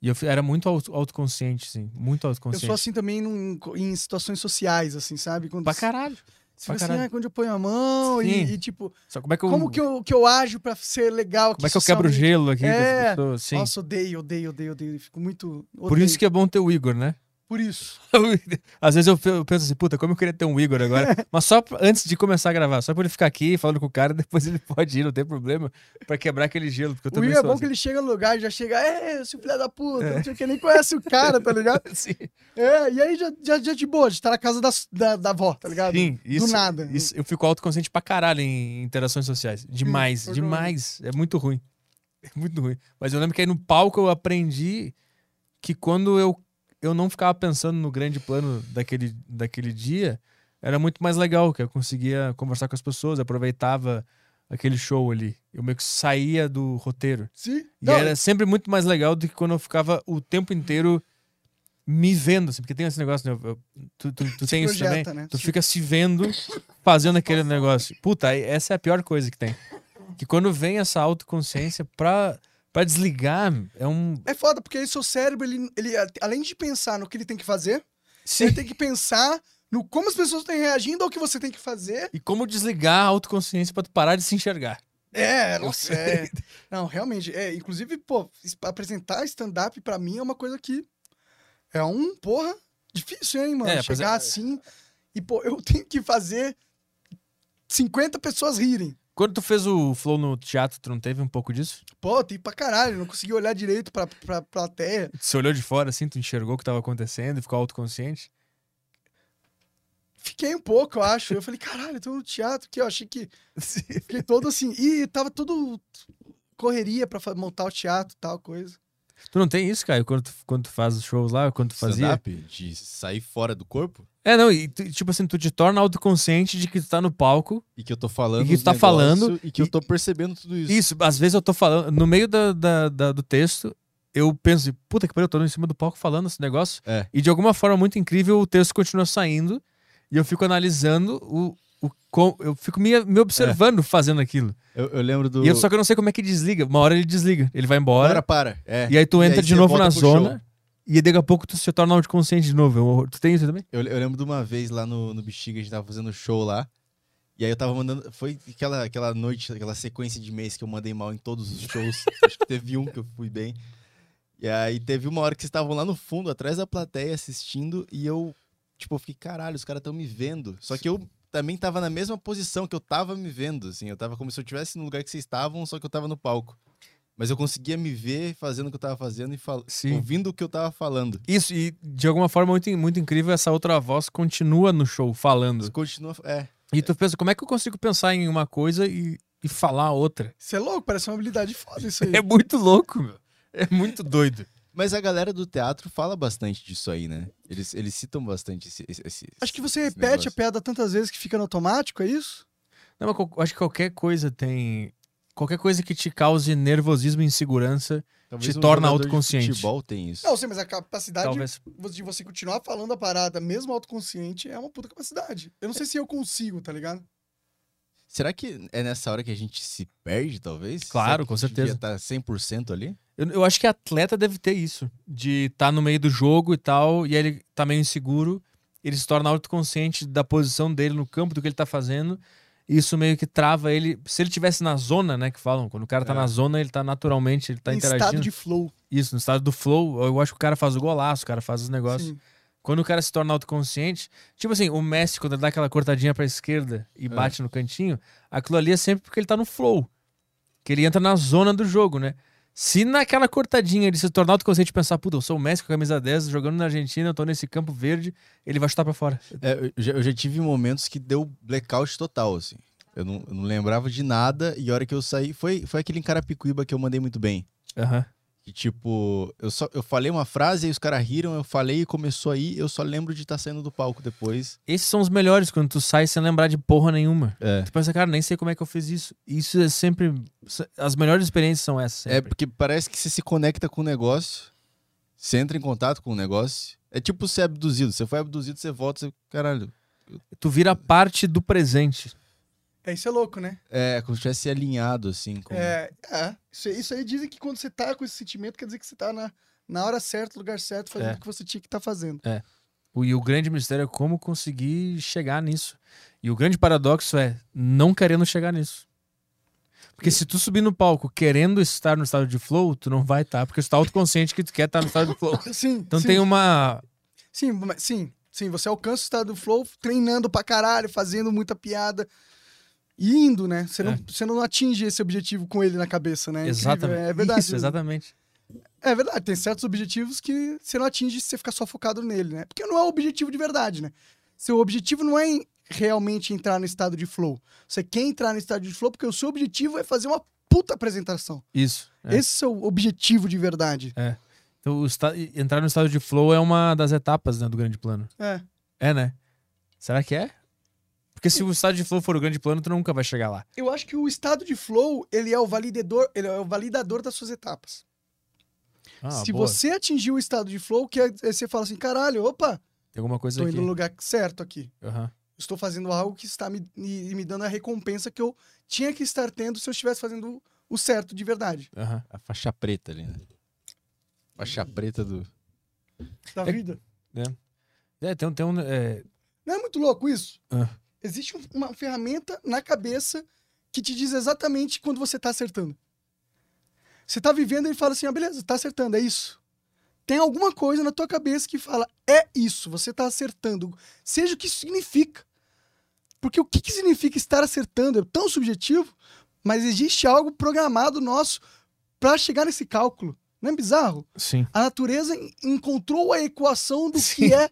E eu fi- era muito auto- autoconsciente, assim. Muito
Eu
autoconsciente.
sou assim também num- em situações sociais, assim, sabe? Quando
Pra caralho.
você
pra
fica assim,
caralho.
ah, quando eu ponho a mão
Sim.
e, e, tipo,
Só como é que eu,
como que eu, que eu ajo pra ser legal aqui
como é que eu quebro o
socialmente?
gelo aqui?
É.
É. Sim.
Nossa, odeio, odeio, odeio, odeio. Fico muito.
Por isso que é bom ter o Igor, né?
Por isso.
Às vezes eu fe- eu penso assim, puta, como eu queria ter um Igor agora. Mas só pra- antes de começar a gravar, só pra ele ficar aqui falando com o cara, depois ele pode ir, não tem problema, pra quebrar aquele gelo. Porque eu
o
também
Igor é
sou
bom que
assim.
ele chega no lugar e já chega, é, seu filho da puta, não sei o que, nem conhece o cara, tá ligado?
Sim,
É, e aí já, já, já de boa, de estar na casa da, s- da, da avó, tá ligado?
sim, isso,
Do nada.
isso- eu fico autoconsciente pra caralho em interações sociais. Demais,
Sim,
demais. É muito ruim. É muito ruim. Mas eu lembro que aí no palco eu aprendi que quando eu, eu não ficava pensando no grande plano daquele, daquele dia, era muito mais legal, que eu conseguia conversar com as pessoas, aproveitava aquele show ali. Eu meio que saía do roteiro.
Sim.
E
Não,
era sempre muito mais legal do que quando eu ficava o tempo inteiro me vendo, assim, porque tem esse negócio, né? eu- eu- tu, tu, tu tem isso também?
projeta, né?
Tu
Sim.
fica se vendo fazendo aquele negócio. Puta, aí essa é a pior coisa que tem. Que quando vem essa autoconsciência pra, pra desligar, é um.
É foda, porque aí seu cérebro, ele, ele, a- além de pensar no que ele tem que fazer,
Sim.
ele tem que pensar no como as pessoas estão reagindo ao que você tem que fazer.
E como desligar a autoconsciência pra tu parar de se enxergar.
É, nossa, é. Não, realmente, é, inclusive, pô, es- apresentar stand-up pra mim é uma coisa que é um, porra, difícil, hein, mano?
É, apres-
Chegar assim e, pô, eu tenho que fazer 50 pessoas rirem.
Quando tu fez o Flow no teatro, tu não teve um pouco disso?
Pô, tem pra caralho, não consegui olhar direito pra, pra, pra plateia.
Você olhou de fora assim, tu enxergou o que tava acontecendo e ficou autoconsciente?
Fiquei um pouco, eu acho. Eu falei, caralho, eu tô no teatro aqui, eu achei que Fiquei todo assim. E tava tudo correria pra fa- montar o teatro tal coisa.
Tu não tem isso, Caio? Quando tu, quando tu faz os shows lá, quando tu fazia?
Stand-up, de sair fora do corpo
É, não, e tu- tipo assim, tu te torna autoconsciente de que tu tá no palco.
e que eu tô falando.
E que
os
tu tá
negócio,
falando,
E que eu tô percebendo tudo isso.
Isso, às vezes eu tô falando, no meio da, da- da- do texto, eu penso, assim, puta que pariu, eu tô em cima do palco falando esse negócio.
É.
E de alguma forma muito incrível, o texto continua saindo e eu fico analisando o. o com- eu fico me, me observando fazendo aquilo.
Eu, eu lembro do.
E eu, só que eu não sei como é que desliga. Uma hora ele desliga, ele vai embora.
Para, para. É.
E aí tu
E
entra
aí
de
você
novo
volta
na
pro show.
zona. E daqui a pouco tu se torna autoconsciente de novo. Eu- tu tem isso também?
Eu, eu lembro de uma vez lá no, no Bexiga, a gente tava fazendo show lá. E aí eu tava mandando. Foi aquela, aquela noite, aquela sequência de mês que eu mandei mal em todos os shows. Acho que teve um que eu fui bem. E aí teve uma hora que vocês estavam lá no fundo, atrás da plateia, assistindo, e eu, tipo, eu fiquei, caralho, os caras estão me vendo. Só que eu também tava na mesma posição que eu tava me vendo, assim. Eu tava como se eu estivesse no lugar que vocês estavam, só que eu tava no palco. Mas eu conseguia me ver fazendo o que eu tava fazendo e fal...
Sim.
ouvindo o que eu tava falando.
Isso, e de alguma forma muito, muito incrível, essa outra voz continua no show
Mas
falando.
continua. É.
E tu pensa, como é que eu consigo pensar em uma coisa e, e falar outra?
Isso é louco, parece uma habilidade foda isso aí.
É muito louco, meu. É muito doido.
Mas a galera do teatro fala bastante disso aí, né? Eles, eles citam bastante esse. esse- esse-
Acho que você
esse
repete a
negócio.
piada tantas vezes que fica no automático, é isso?
Não, mas qual- acho que qualquer coisa tem. Qualquer coisa que te cause nervosismo e insegurança.
Talvez
te
um
torna
jogador de
autoconsciente.
futebol tem isso.
Não, sim, mas a capacidade
talvez.
de você continuar falando a parada, mesmo autoconsciente, é uma puta capacidade. Eu não sei se eu consigo, tá ligado?
Será que é nessa hora que a gente se perde, talvez?
Claro, com certeza.
Tá 100% ali?
Eu, eu acho que atleta deve ter isso. De estar no meio do jogo e tal, e aí ele tá meio inseguro, ele se torna autoconsciente da posição dele no campo, do que ele tá fazendo. E isso meio que trava ele. Se ele tivesse na zona, né, que falam, quando o cara tá
É.
na zona, ele tá naturalmente, ele tá
em
interagindo.
estado de flow.
Isso, no estado do flow, eu acho que o cara faz o golaço, o cara faz os negócios.
Sim.
Quando o cara se torna autoconsciente, tipo assim, o Messi, quando ele dá aquela cortadinha pra esquerda
É.
e bate no cantinho, aquilo ali é sempre porque ele tá no flow. Que ele entra na zona do jogo, né? Se naquela cortadinha ele se tornar autoconsciente e pensar, puta, eu sou o Messi com a camisa 10, jogando na Argentina, eu tô nesse campo verde, ele vai chutar pra fora.
É, eu, já, eu já tive momentos que deu blackout total, assim. Eu não, eu não lembrava de nada e a hora que eu saí. Foi, foi aquele em Carapicuíba que eu mandei muito bem.
Aham.
Que tipo, eu, só, eu falei uma frase e os caras riram, eu falei e começou aí, eu só lembro de estar saindo do palco depois.
Esses são os melhores, quando tu sai sem lembrar de porra nenhuma.
É.
Tu pensa, cara, nem sei como é que eu fiz isso. Isso é sempre... As melhores experiências são essas.
É
sempre.
porque parece que você se conecta com o negócio, você entra em contato com o negócio. É tipo ser abduzido. Você foi abduzido, você volta, você. Caralho.
Tu vira parte do presente.
É, isso é louco, né?
É, como se tivesse alinhado, assim. com-
É, é. Isso, isso aí dizem que quando você tá com esse sentimento, quer dizer que você tá na, na hora certa, lugar certo, fazendo
É.
o que você tinha que estar fazendo.
O- E o grande mistério é como conseguir chegar nisso. E o grande paradoxo é não querendo chegar nisso. Porque se tu subir no palco querendo estar no estado de flow, tu não vai estar, porque tu tá autoconsciente que tu quer estar no estado de flow.
Sim,
Então
sim,
tem uma.
sim, mas- sim, sim, você alcança o estado do flow treinando pra caralho, fazendo muita piada e indo, né? Você não,
É.
você não atinge esse objetivo com ele na cabeça, né? É incrível,
exatamente.
É verdade.
Isso, exatamente.
É verdade, tem certos objetivos que você não atinge se você ficar só focado nele, né? Porque não é o objetivo de verdade, né? Seu objetivo não é em- realmente entrar no estado de flow. Você quer entrar no estado de flow porque o seu objetivo é fazer uma puta apresentação.
Isso. é.
Esse é o seu objetivo de verdade.
Então, o esta- entrar no estado de flow é uma das etapas né, do grande plano.
É.
É, né? Será que é? Porque se o estado de flow for o grande plano, tu nunca vai chegar lá.
Eu acho que o estado de flow, ele é o validador, ele é o validador das suas etapas.
Ah,
Se
boa.
você atingir o estado de flow, que é, é você fala assim, caralho, opa,
Tem alguma coisa
tô
aqui.
indo no lugar certo aqui.
Aham.
estou fazendo algo que está me, me, me dando a recompensa que eu tinha que estar tendo se eu estivesse fazendo o certo de verdade.
aham.
A faixa preta ali, né? Faixa preta do.
Da
É-
vida.
É, tem, um- tem um. é,
Não é muito louco isso?
Ah.
Existe um- uma ferramenta na cabeça que te diz exatamente quando você está acertando. Você está vivendo e fala assim, ah, beleza, está acertando, é isso. Tem alguma coisa na tua cabeça que fala, é isso, você está acertando. Seja o que isso significa. Porque o que, que significa estar acertando é tão subjetivo, mas existe algo programado nosso para chegar nesse cálculo. Não é bizarro?
Sim.
A natureza en- encontrou a equação do
Sim.
que é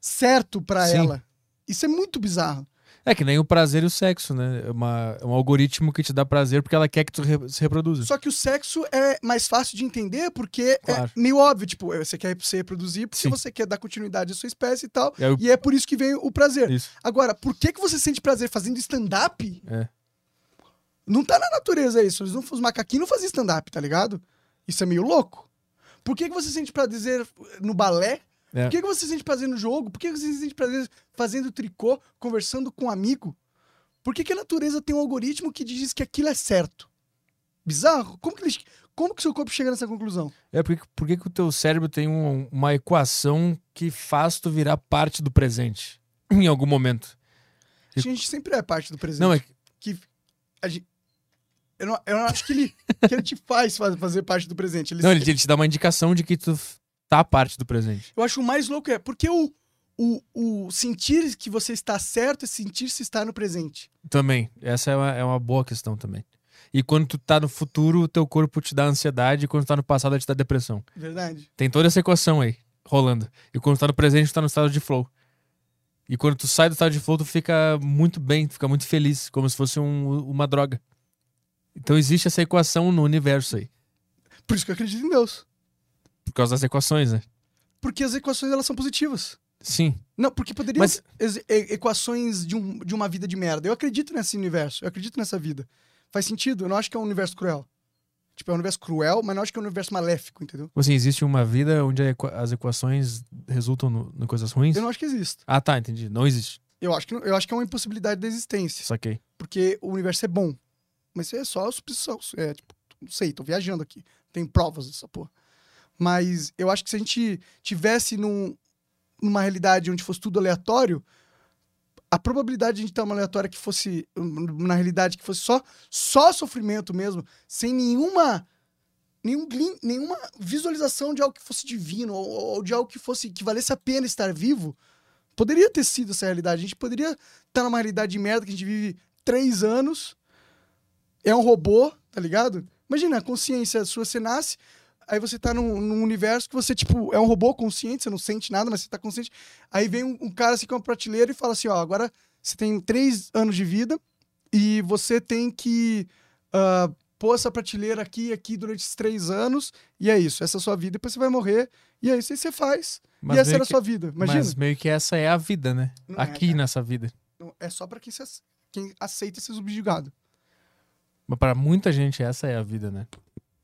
certo para
Sim.
ela. Isso é muito bizarro.
É que nem o prazer e o sexo, né? É uma- é um algoritmo que te dá prazer porque ela quer que tu re- se reproduza.
Só que o sexo é mais fácil de entender porque
Claro.
é meio óbvio. Tipo, você quer se reproduzir porque
Sim.
você quer dar continuidade à sua espécie e tal.
E aí o-
E é por isso que vem o prazer.
Isso.
Agora, por que, que você sente prazer fazendo stand-up?
É.
Não tá na natureza isso. Eles não, os macaquinhos não faziam stand-up, tá ligado? Isso é meio louco. Por que, que você sente prazer no balé?
É.
Por que, que você sente prazer no jogo? Por que, que você sente prazer fazendo tricô, conversando com um amigo? Por que, que a natureza tem um algoritmo que diz que aquilo é certo? Bizarro? Como que, eles, como que seu corpo chega nessa conclusão?
É porque por que que o teu cérebro tem um- uma equação que faz tu virar parte do presente em algum momento?
Acho que A gente sempre é parte do presente.
Não, é que-
que a gente, Eu não, eu não acho que ele, que ele te faz faz- fazer parte do presente. Ele-
Não, ele, ele te dá uma indicação de que tu f- tá parte do presente.
Eu acho o mais louco é porque o, o, o sentir que você está certo é sentir-se estar no presente.
Também. Essa é uma, é uma boa questão também. E quando tu tá no futuro, o teu corpo te dá ansiedade, e quando tu tá no passado, ele te dá depressão.
Verdade.
Tem toda essa equação aí, rolando. E quando tu tá no presente, tu tá no estado de flow. E quando tu sai do estado de flow, tu fica muito bem, tu fica muito feliz, como se fosse um- uma droga. Então existe essa equação no universo aí.
Por isso que eu acredito em Deus.
Por causa das equações, né?
Porque as equações elas são positivas.
Sim.
Não, porque poderiam
Mas-
ser ex- e- equações de, um, de uma vida de merda. Eu acredito nesse universo, eu acredito nessa vida. Faz sentido, eu não acho que é um universo cruel. Tipo, é um universo cruel, mas não acho que é um universo maléfico, entendeu?
Tipo Assim, existe uma vida onde a equa- as equações resultam no, em coisas ruins?
Eu não acho que existe.
Ah, tá, entendi. Não existe.
Eu acho que, não- eu acho que é uma impossibilidade da existência.
Saquei.
Porque o universo é bom. Mas isso é só suposição. É, tipo, não sei, tô viajando aqui. Tem provas dessa porra. Mas eu acho que se a gente tivesse num- numa realidade onde fosse tudo aleatório, a probabilidade de a gente ter uma aleatória que fosse, hum, na realidade, que fosse só, só sofrimento mesmo, sem nenhuma. Nenhum glin, nenhuma visualização de algo que fosse divino ou, ou de algo que fosse que valesse a pena estar vivo poderia ter sido essa realidade a gente poderia estar numa realidade de merda que a gente vive três anos, é um robô, tá ligado? Imagina, a consciência sua, você nasce, aí você tá num, num universo que você, tipo, é um robô consciente, você não sente nada, mas você tá consciente. Aí vem um, um cara assim com uma prateleira e fala assim: ó, agora você tem três anos de vida e você tem que. ah, pôr essa prateleira aqui e aqui durante esses três anos, e é isso. Essa é a sua vida, depois você vai morrer, e é isso aí você faz.
Mas
e essa
meio
era a
que-
sua vida. Imagina.
Mas meio que essa é a vida, né?
Não é,
Aqui
cara.
nessa vida.
Não, É só pra quem, se ace- quem aceita ser subjugado.
Mas pra muita gente essa é a vida, né?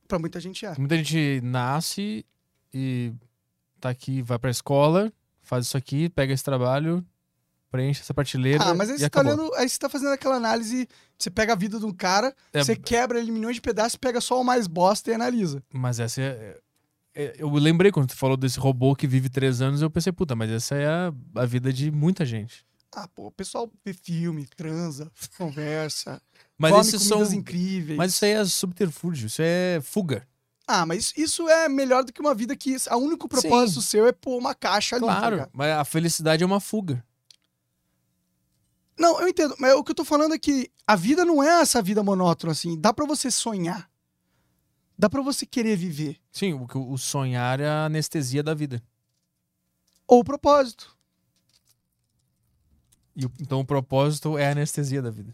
Pra muita gente é.
Muita gente nasce e tá aqui, vai pra escola, faz isso aqui, pega esse trabalho, preenche essa prateleira
Ah, mas aí
e
você, tá
acabou.
olhando, aí você tá fazendo aquela análise. Você pega a vida de um cara,
É,
você quebra ele em milhões de pedaços, pega só o mais bosta e analisa.
Mas essa é... é- Eu lembrei quando tu falou desse robô que vive três anos, eu pensei, puta, mas essa é a, a vida de muita gente.
Ah, pô, o pessoal vê filme, transa, conversa,
Mas
come
isso são...
comidas incríveis.
Mas isso aí é subterfúgio, isso é fuga.
Ah, mas isso, isso é melhor do que uma vida que... O único propósito seu é pôr uma caixa ali. tá
Claro,
ligado?
mas a felicidade é uma fuga.
Não, eu entendo. Mas o que eu tô falando é que a vida não é essa vida monótona, assim. Dá pra você sonhar. Dá pra você querer viver.
Sim, o, que- o sonhar é a anestesia da vida.
Ou o propósito.
E o- então o propósito é a anestesia da vida.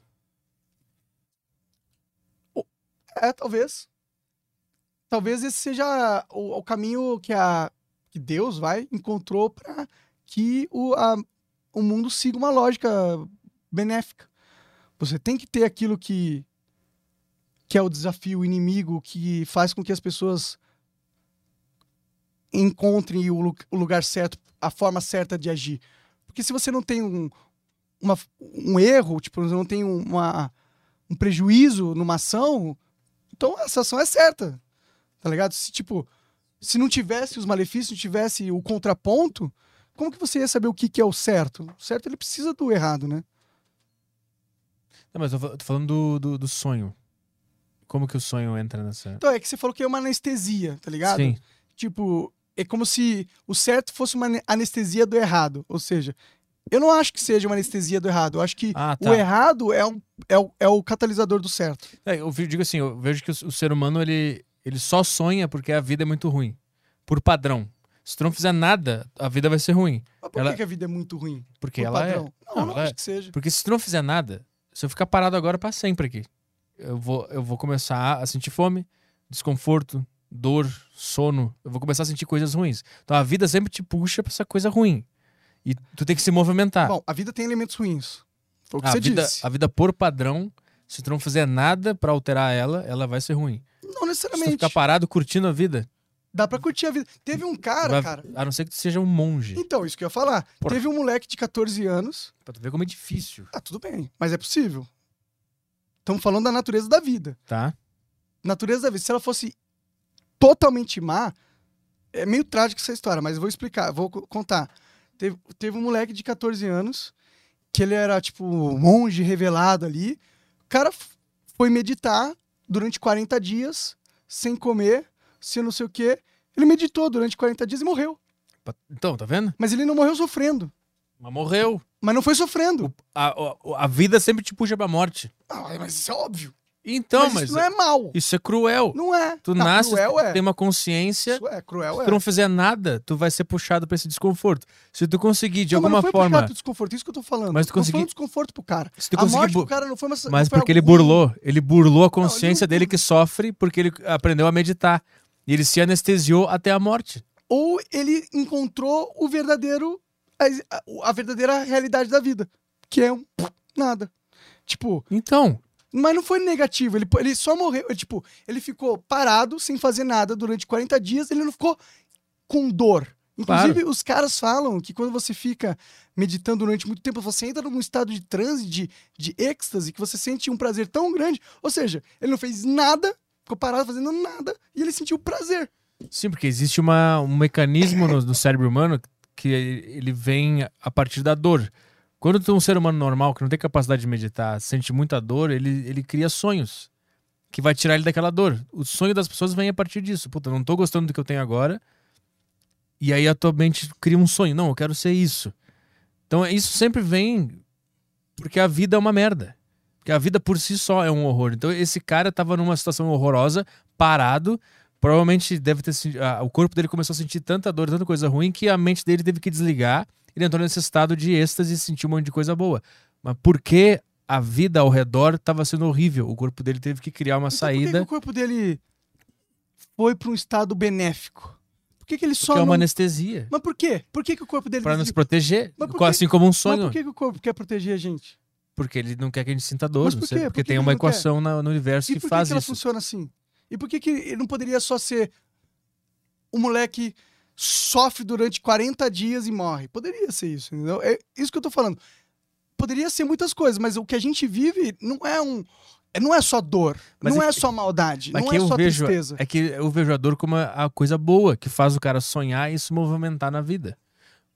É, talvez. Talvez esse seja o, o caminho que, a, que Deus vai encontrou para que o, a- o mundo siga uma lógica benéfica. Você tem que ter aquilo que, que é o desafio, o inimigo, que faz com que as pessoas encontrem o, lu- o lugar certo, a forma certa de agir. Porque se você não tem um, uma- um erro, tipo, você não tem uma, um prejuízo numa ação, então essa ação é certa. Tá ligado? Se, tipo, se não tivesse os malefícios, não tivesse o contraponto, como que você ia saber o que, que é o certo? O certo ele precisa do errado, né?
Não, mas eu fa- tô falando do, do, do sonho. Como que o sonho entra nessa.
Então é que você falou que é uma anestesia, tá ligado?
Sim.
Tipo, é como se o certo fosse uma ane- anestesia do errado. Ou seja, eu não acho que seja uma anestesia do errado. Eu acho que
Ah,
o
tá.
errado é, um, é, o, é o catalisador do certo.
É, eu vi- digo assim, eu vejo que o, o ser humano ele, ele só sonha porque a vida é muito ruim. Por padrão. Se tu não fizer nada, a vida vai ser ruim.
Mas por
Ela-
que que a vida é muito ruim?
Porque
por
ela é.
padrão? Não, eu
Não,
não
ela
acho
é.
que seja.
Porque se tu não fizer nada, se eu ficar parado agora pra sempre aqui, eu vou, eu vou começar a sentir fome, desconforto, dor, sono. Eu vou começar a sentir coisas ruins. Então a vida sempre te puxa pra essa coisa ruim. E tu tem que se movimentar.
Bom, a vida tem elementos ruins. Foi o que
Ah. a,
você
vida,
disse.
a vida por padrão, se tu não fizer nada pra alterar ela, ela vai ser ruim.
Não
Se tu
necessariamente.
ficar parado curtindo a vida,
Dá pra curtir a vida. Teve um cara,
vai-
cara.
a não ser que tu seja um monge.
Então, isso que eu ia falar.
Porra.
Teve um moleque de 14 anos.
Pra tu ver como é difícil,
Tá tudo bem, mas é possível. Estamos falando da natureza da vida.
tá?
Natureza da vida. Se ela fosse totalmente má, é meio trágica essa história, mas eu vou explicar, vou co- contar. Teve, teve um moleque de 14 anos, que ele era tipo um monge revelado ali. O cara f- foi meditar durante 40 dias, sem comer, sem não sei o quê. Ele meditou durante 40 dias e morreu.
Pa- Então, tá vendo?
Mas ele não morreu sofrendo.
Mas morreu.
Mas não foi sofrendo.
A, a, a vida sempre te puxa pra morte.
Ah, mas isso é óbvio.
Então,
mas
mas,
isso não é mal.
isso é cruel.
Não é.
Tu
não,
nasce,
cruel é.
tem uma consciência.
Isso é, cruel
se
é.
tu não fizer nada, tu vai ser puxado pra esse desconforto. Se tu conseguir, de
Não, mas
alguma
não foi
forma.
puxado pro desconforto, isso que eu tô falando.
Mas tu
Não foi
consegui-
um desconforto pro cara.
Se tu
a morte
conseguir. bu-
do cara não foi uma
Mas
foi
porque ele
algo ruim.
burlou. Ele burlou a consciência
não-
dele que sofre porque ele aprendeu a meditar. E ele se anestesiou até a morte.
Ou ele encontrou o verdadeiro. A, a- a verdadeira realidade da vida. Que é um nada. Tipo,
Então,
Mas não foi negativo, ele, ele só morreu. Ele, tipo, ele ficou parado, sem fazer nada durante 40 dias, ele não ficou com dor. Inclusive, os caras falam que quando você fica meditando durante muito tempo, você entra num estado de transe, de, de êxtase, que você sente um prazer tão grande. Ou seja, ele não fez nada, ficou parado fazendo nada, e ele sentiu prazer. Então,
sim, porque existe uma, um mecanismo no, no cérebro humano que ele vem a partir da dor. Quando tem um ser humano normal que não tem capacidade de meditar, sente muita dor, ele, ele cria sonhos que vai tirar ele daquela dor. O sonho das pessoas vem a partir disso. Puta, eu não tô gostando do que eu tenho agora. E aí a tua mente cria um sonho. Não, eu quero ser isso. Então isso sempre vem porque a vida é uma merda. Porque a vida por si só é um horror. Então esse cara tava numa situação horrorosa, parado. Provavelmente deve ter se- ah, o corpo dele começou a sentir tanta dor, tanta coisa ruim que a mente dele teve que desligar. Ele entrou nesse estado de êxtase e sentiu um monte de coisa boa. Mas por que a vida ao redor tava sendo horrível? O corpo dele teve que criar uma
Então, Por que que
saída
o corpo dele foi para um estado benéfico? Por que, que ele só.
que é uma
não...
anestesia
Mas por quê? Por que, que o corpo dele.
Pra nos
desligou?
proteger,
Mas por
co-
que-
assim como um
Mas
sonho,
por que, que o corpo quer proteger a gente?
porque ele não quer que a gente sinta dor,
Mas
não
por
sei,
quê?
porque
Por que
tem
ele
uma
não quer?
equação na- no universo
E
que
por
faz
que, que ela
isso.
funciona assim? E por que, que ele não poderia só ser o moleque sofre durante 40 dias e morre? Poderia ser isso, entendeu? É isso que eu tô falando. Poderia ser muitas coisas, mas o que a gente vive não é um. é- Não é só dor,
Mas
não
é
é
que-
só maldade,
mas
não
que
é
eu
só
vejo-
tristeza.
É que eu vejo a dor como é a a coisa boa que faz o cara sonhar e se movimentar na vida.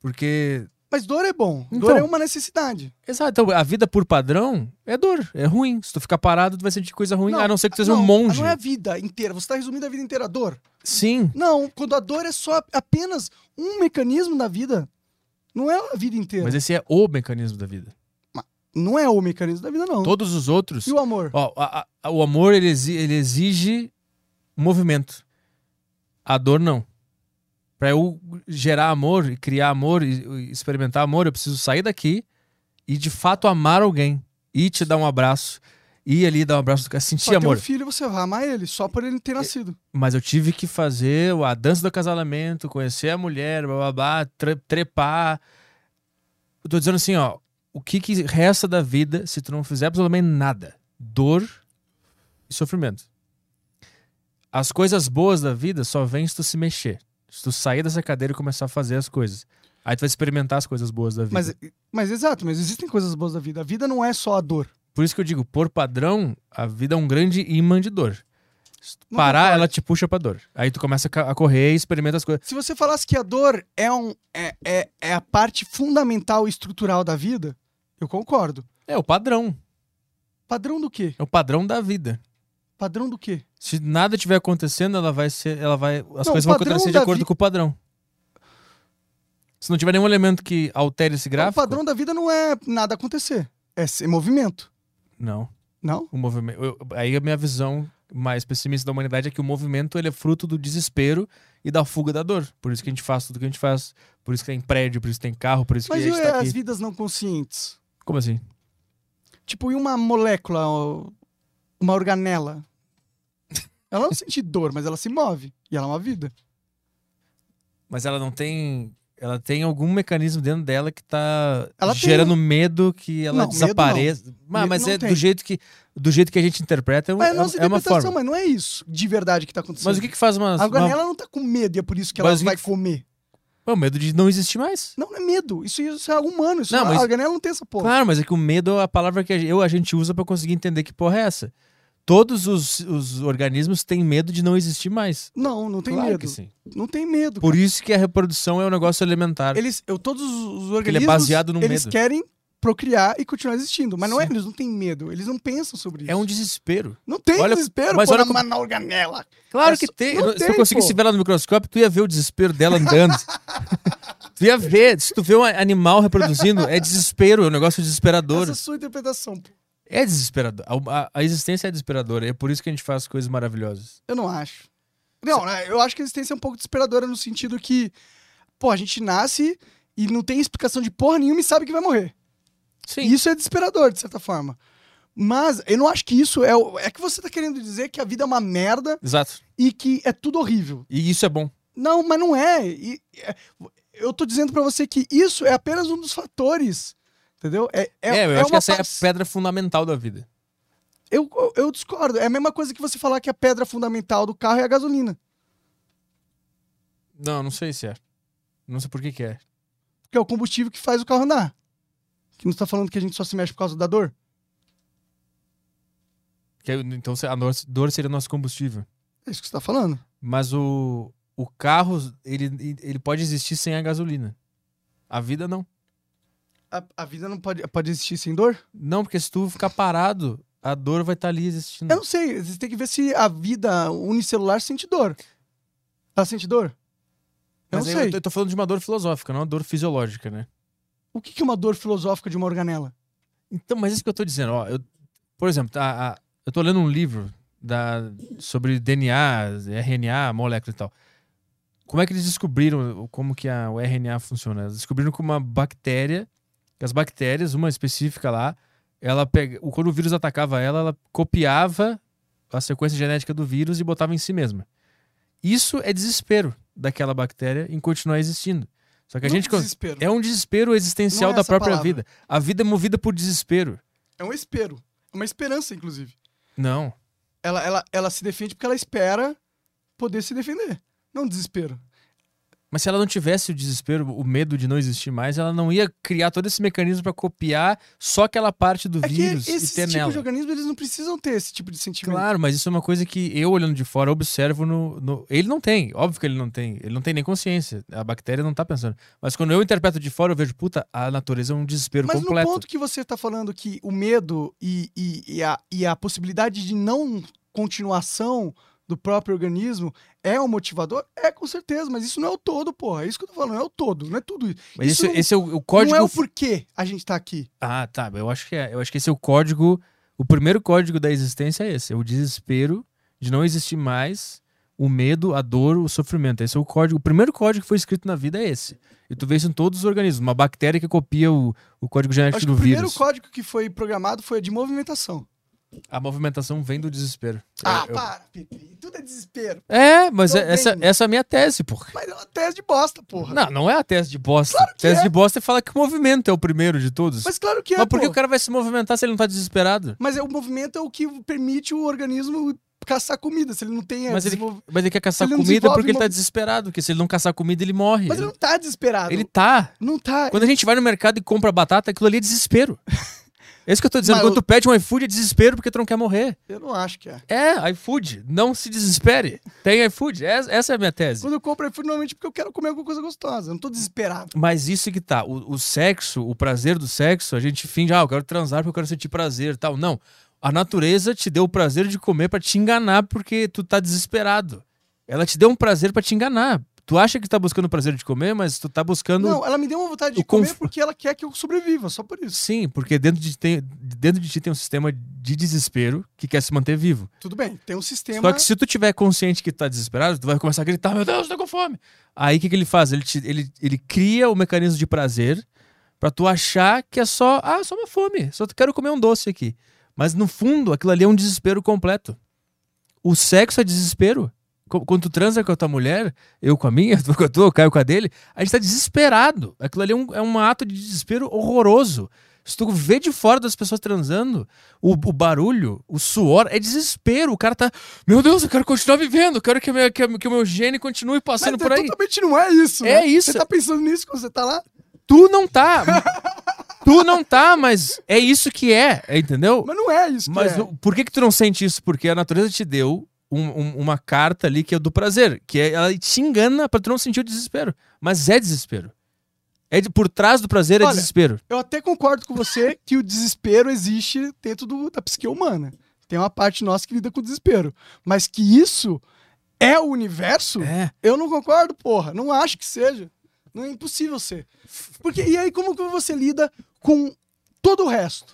Porque
Mas dor é bom,
Então.
dor é uma necessidade.
Exato, então, a vida por padrão é dor, é ruim. Se tu ficar parado, tu vai sentir coisa ruim, a não ser que tu seja
não,
um monge.
Não é a vida inteira, você tá resumindo a vida inteira a dor.
Sim,
Não, quando a dor é só apenas um mecanismo da vida, não é a vida inteira.
mas esse é o mecanismo da vida.
Não é o mecanismo da vida, não.
Todos os outros.
E o amor?
Ó, a- a- o amor ele exi- ele exige, movimento. A dor não. Pra eu gerar amor e criar amor e e experimentar amor, eu preciso sair daqui e de fato amar alguém. E te dar um abraço. Ir ali dar um abraço do cara, sentir
Só
amor. É,
Ter um filho, você vai amar ele, só por ele ter nascido.
Mas eu tive que fazer a dança do acasalamento, conhecer a mulher, bababá, tre- trepar. Eu tô dizendo assim, ó, o que, que resta da vida se tu não fizer absolutamente nada? Dor e sofrimento. As coisas boas da vida só vêm se tu se mexer. Se tu sair dessa cadeira e começar a fazer as coisas. Aí tu vai experimentar as coisas boas da vida.
Mas, mas exato, mas existem coisas boas da vida. A vida não é só a dor.
Por isso que eu digo, por padrão, a vida é um grande imã de dor. Se tu
Não
parar,
concordo.
ela te puxa pra dor. Aí tu começa a ca- a correr e experimenta as coisas.
Se você falasse que a dor é, um, é, é, é a parte fundamental e estrutural da vida, eu concordo.
É o padrão.
Padrão do quê?
É o padrão da vida.
Padrão do quê? Então,
Se nada tiver acontecendo, ela vai ser. Ela vai, as
Não,
coisas vão
o padrão
acontecer de
da
acordo
vi-
com o padrão. Se não tiver nenhum elemento que altere esse
Não,
gráfico.
O padrão da vida não é nada acontecer. É ser movimento.
Não.
Não?
O movimento. eu- aí a minha visão mais pessimista da humanidade é que o movimento ele é fruto do desespero e da fuga da dor. Por isso que a gente faz tudo que a gente faz. Por isso que tem prédio, por isso que tem carro, por isso
Mas
que a
e
gente tá
as
aqui.
vidas não conscientes?
Como assim?
Tipo, e uma molécula, ó, uma organela? Ela não sente dor, mas ela se move. E ela é uma vida.
Mas ela não tem. Ela tem algum mecanismo dentro dela que tá
Ela tem um-
gerando medo que ela
Não, medo
desapareça. Mas,
Medo
mas
não
é
tem.
do jeito, que, do jeito que a gente interpreta, é, um-
Mas é
é-
nossa
é uma
interpretação,
forma. Mas,
mas não é isso de verdade que tá acontecendo.
o que, que faz uma.
Agora
uma-
ela não tá com medo e é por isso que ela
Mas o que
vai
que-
comer.
É o medo de não existir mais.
Não, não é medo. Isso, isso é algo humano. Isso
Não,
não,
mas-
A organela não tem essa porra.
Claro, mas é que o medo é a palavra que a- eu, a gente usa pra conseguir entender que porra é essa. Todos os, os organismos têm medo de não existir mais.
Não, não tem
claro
medo.
que sim.
Não tem medo.
Por isso que a reprodução é um negócio elementar.
Eles, eu, todos os
ele é
organismos,
baseado no
eles
medo.
querem procriar e continuar existindo. Mas não é,
Sim.
eles não têm medo, eles não pensam sobre isso.
É um desespero.
Não tem
Olha-
desespero,
mas
pô,
olha
na
como-
Manolganela.
Claro
É
que
só-
tem.
não
Eu- Se eu
tem,
conseguisse
pô.
ver ela no microscópio, tu ia ver o desespero dela andando. tu ia ver. Se tu vê um animal reproduzindo, é desespero, é um negócio desesperador.
Essa é a sua interpretação, pô.
É desesperador. A, a- a existência é desesperadora. e É por isso que a gente faz coisas maravilhosas.
Eu não acho. Não, né, eu acho que a existência é um pouco desesperadora no sentido que, pô, a gente nasce e não tem explicação de porra nenhuma e sabe que vai morrer.
Sim.
E isso é desesperador, de certa forma. Mas eu não acho que isso é. o- É que você tá querendo dizer que a vida é uma merda
Exato.
e que é tudo horrível.
E isso é bom.
Não, mas não é. E- é- eu tô dizendo pra você que isso é apenas um dos fatores. Entendeu? É, é,
É, eu
é
acho que
uma
essa é
parte-
a pedra fundamental da vida.
eu, eu- eu discordo. É a mesma coisa que você falar que a pedra fundamental do carro é a gasolina.
Não, não sei se é. Não sei por que que é.
Que é o combustível que faz o carro andar. Que não está falando que a gente só se mexe por causa da dor?
Que, é- então se- a dor, dor seria o nosso combustível.
É isso que você tá falando.
Mas o, o carro, ele, ele pode existir sem a gasolina. A vida não.
A, a vida não pode, pode existir sem dor?
Não, porque se tu ficar parado, a dor vai estar ali existindo.
Eu não sei. Você tem que ver se a vida unicelular sente dor. Ela sente dor? Eu
Mas
não
aí
sei.
Eu, tô- eu tô falando de uma dor filosófica, não uma dor fisiológica, né?
O que que é uma dor filosófica de uma organela?
Então, mas isso que eu tô dizendo, ó. eu- por exemplo, tá, a- eu tô lendo um livro da, sobre DNA, RNA, molécula e tal. Como é que eles descobriram o- como que a, o RNA funciona? Eles descobriram que uma bactéria, que as bactérias, uma específica lá, ela pega, o- quando o vírus atacava ela, ela copiava a sequência genética do vírus e botava em si mesma. Isso é desespero daquela bactéria em continuar existindo. Só que a
Não
gente con-
desespero.
é um desespero existencial
Não é
da
essa
própria
palavra.
vida. A vida é movida por desespero.
É um espero. É uma esperança, inclusive.
Não.
Ela, ela, ela se defende porque ela espera poder se defender. Não um desespero.
Mas se ela não tivesse o desespero, o medo de não existir mais, ela não ia criar todo esse mecanismo pra copiar só aquela parte do
É que
vírus
esses
e ter
tipos
nela.
de organismos, eles não precisam ter esse tipo de sentimento.
Claro, mas isso é uma coisa que eu, olhando de fora, observo no, no- Ele não tem, óbvio que ele não tem. Ele não tem nem consciência. A bactéria não tá pensando. Mas quando eu interpreto de fora, eu vejo, puta, a natureza é um desespero
Mas
completo.
no ponto que você tá falando que o medo e, e, e a, e a possibilidade de não continuação do próprio organismo é um motivador? É, com certeza, mas isso não é o todo, porra. É isso que eu tô falando, não é o todo, não é tudo isso.
Mas esse,
isso
esse é o, o código.
Não é o porquê a gente tá aqui.
Ah, tá. Eu acho que é. Eu acho que esse é o código. O primeiro código da existência é esse: é o desespero de não existir mais, o medo, a dor, o sofrimento. Esse é o código. O primeiro código que foi escrito na vida é esse. E tu vê isso em todos os organismos. Uma bactéria que copia o, o código genético
Acho que
do
o primeiro
vírus.
código que foi programado foi de movimentação.
A movimentação vem do desespero.
ah,
É, Eu- eu-
para, Pepe. Tudo é desespero.
É, mas
Tô
é- essa,
vendo.
essa é a minha tese, porra.
Mas é uma tese de bosta, porra.
Não, não é a tese de bosta. tese
é.
de bosta é falar que o movimento é o primeiro de todos. Mas,
Mas claro que é,
por que
pô.
o cara vai se movimentar se ele não tá desesperado?
Mas é, o movimento é o que permite o organismo caçar comida. Se ele não tem... é,
Mas ele-
desenvolve-
Mas ele quer caçar
ele não
comida
desenvolve
porque ele
uma-
tá desesperado. Porque se ele não caçar comida, ele morre.
Mas ele não tá desesperado.
Ele tá.
Não tá.
Quando a gente vai no mercado e compra batata, aquilo ali é desespero. É isso que eu tô dizendo.
Mas
Quando
eu-
tu pede um iFood, é desespero porque tu não quer morrer.
Eu não acho que é.
É, iFood. Não se desespere. Tem iFood. Es- Essa é a minha tese.
Quando eu compro iFood, normalmente é porque eu quero comer alguma coisa gostosa. Eu não tô desesperado.
Mas isso que tá. O, o sexo, o prazer do sexo, a gente finge, ah, eu quero transar porque eu quero sentir prazer e tal. Não. A natureza te deu o prazer de comer pra te enganar porque tu tá desesperado. Ela te deu um prazer pra te enganar. Tu acha que tá buscando o prazer de comer, mas tu tá buscando
Não, ela me deu uma vontade de
O
comer
conf-
porque ela quer que eu sobreviva, só por isso.
Sim, porque dentro de, tem, dentro de ti tem um sistema de desespero que quer se manter vivo.
Tudo bem, tem um sistema.
Só que se tu tiver consciente que tu tá desesperado, tu vai começar a gritar, meu Deus, tô com fome. Aí o que, que ele faz? Ele, te- ele, ele cria o mecanismo de prazer pra tu achar que é só, ah, só uma fome, só quero comer um doce aqui. Mas no fundo, aquilo ali é um desespero completo. O sexo é desespero. Qu- Quando tu transa com a tua mulher, eu com a minha, tu com a tua, o Caio com a dele, a gente tá desesperado. Aquilo ali é um, é um ato de desespero horroroso. Se tu vê de fora das pessoas transando, o, o barulho, o suor, é desespero. O cara tá, meu Deus, eu quero continuar vivendo, eu quero que, a minha- que, a- que o meu gene continue
Mas
passando por aí.
totalmente não é isso.
É
né?
isso.
Você tá pensando nisso quando você tá lá?
Tu não tá. tu não tá, mas é isso que é, entendeu?
Mas não é isso. que
Mas
é.
o- por que que tu não sente isso? Porque a natureza te deu um- um- uma carta ali que é do prazer, que é, ela te engana pra tu não sentir o desespero. Mas é desespero. É de, por trás do prazer é
Olha,
desespero.
Eu até concordo com você que o desespero existe dentro do- da psique humana. Tem uma parte nossa que lida com o desespero. Mas que isso é o universo,
É.
eu não concordo, porra. Não acho que seja. Não é impossível ser. Porque, e aí, como que você lida com todo o resto?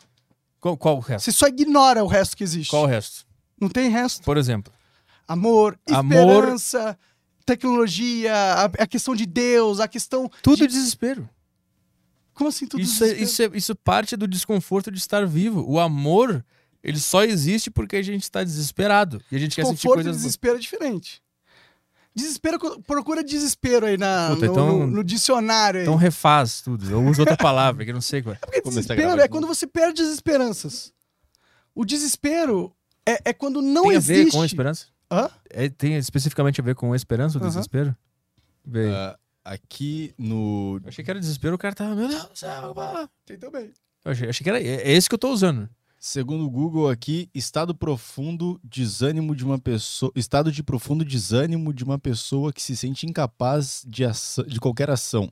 Qual, qual o resto?
Você só ignora o resto que existe.
Qual o resto?
Não tem resto.
Por exemplo.
Amor,
Amor.
esperança, tecnologia, a, a questão de Deus, a questão.
Tudo é desespero.
Como assim tudo
isso, é-
desespero?
isso, é- isso parte do desconforto de estar vivo. O amor, ele só existe porque a gente está desesperado. E a gente quer sentir
Conforto e
coisas boas.
desespero é diferente. Desespero, é co- procura desespero aí na,
Puta,
no,
então-
no- no dicionário aí.
Então refaz tudo. Eu uso outra palavra, que eu não sei qual é.
Porque
Começa a
desespero
gravar
é
de
quando você perde as esperanças. O desespero é, é quando não
Tem a ver
existe.
com a esperança?
Hã?
É, tem especificamente a ver com a esperança, o
Aham.
desespero? Bem,
Ah, aqui no.
eu achei que era desespero, o cara tava, meu Deus do céu, pá."
Tem também.
eu achei, achei que era. É é esse que eu tô usando.
Segundo o Google aqui, estado profundo desânimo de uma pessoa. Estado de profundo desânimo de uma pessoa que se sente incapaz de, aça- de qualquer ação.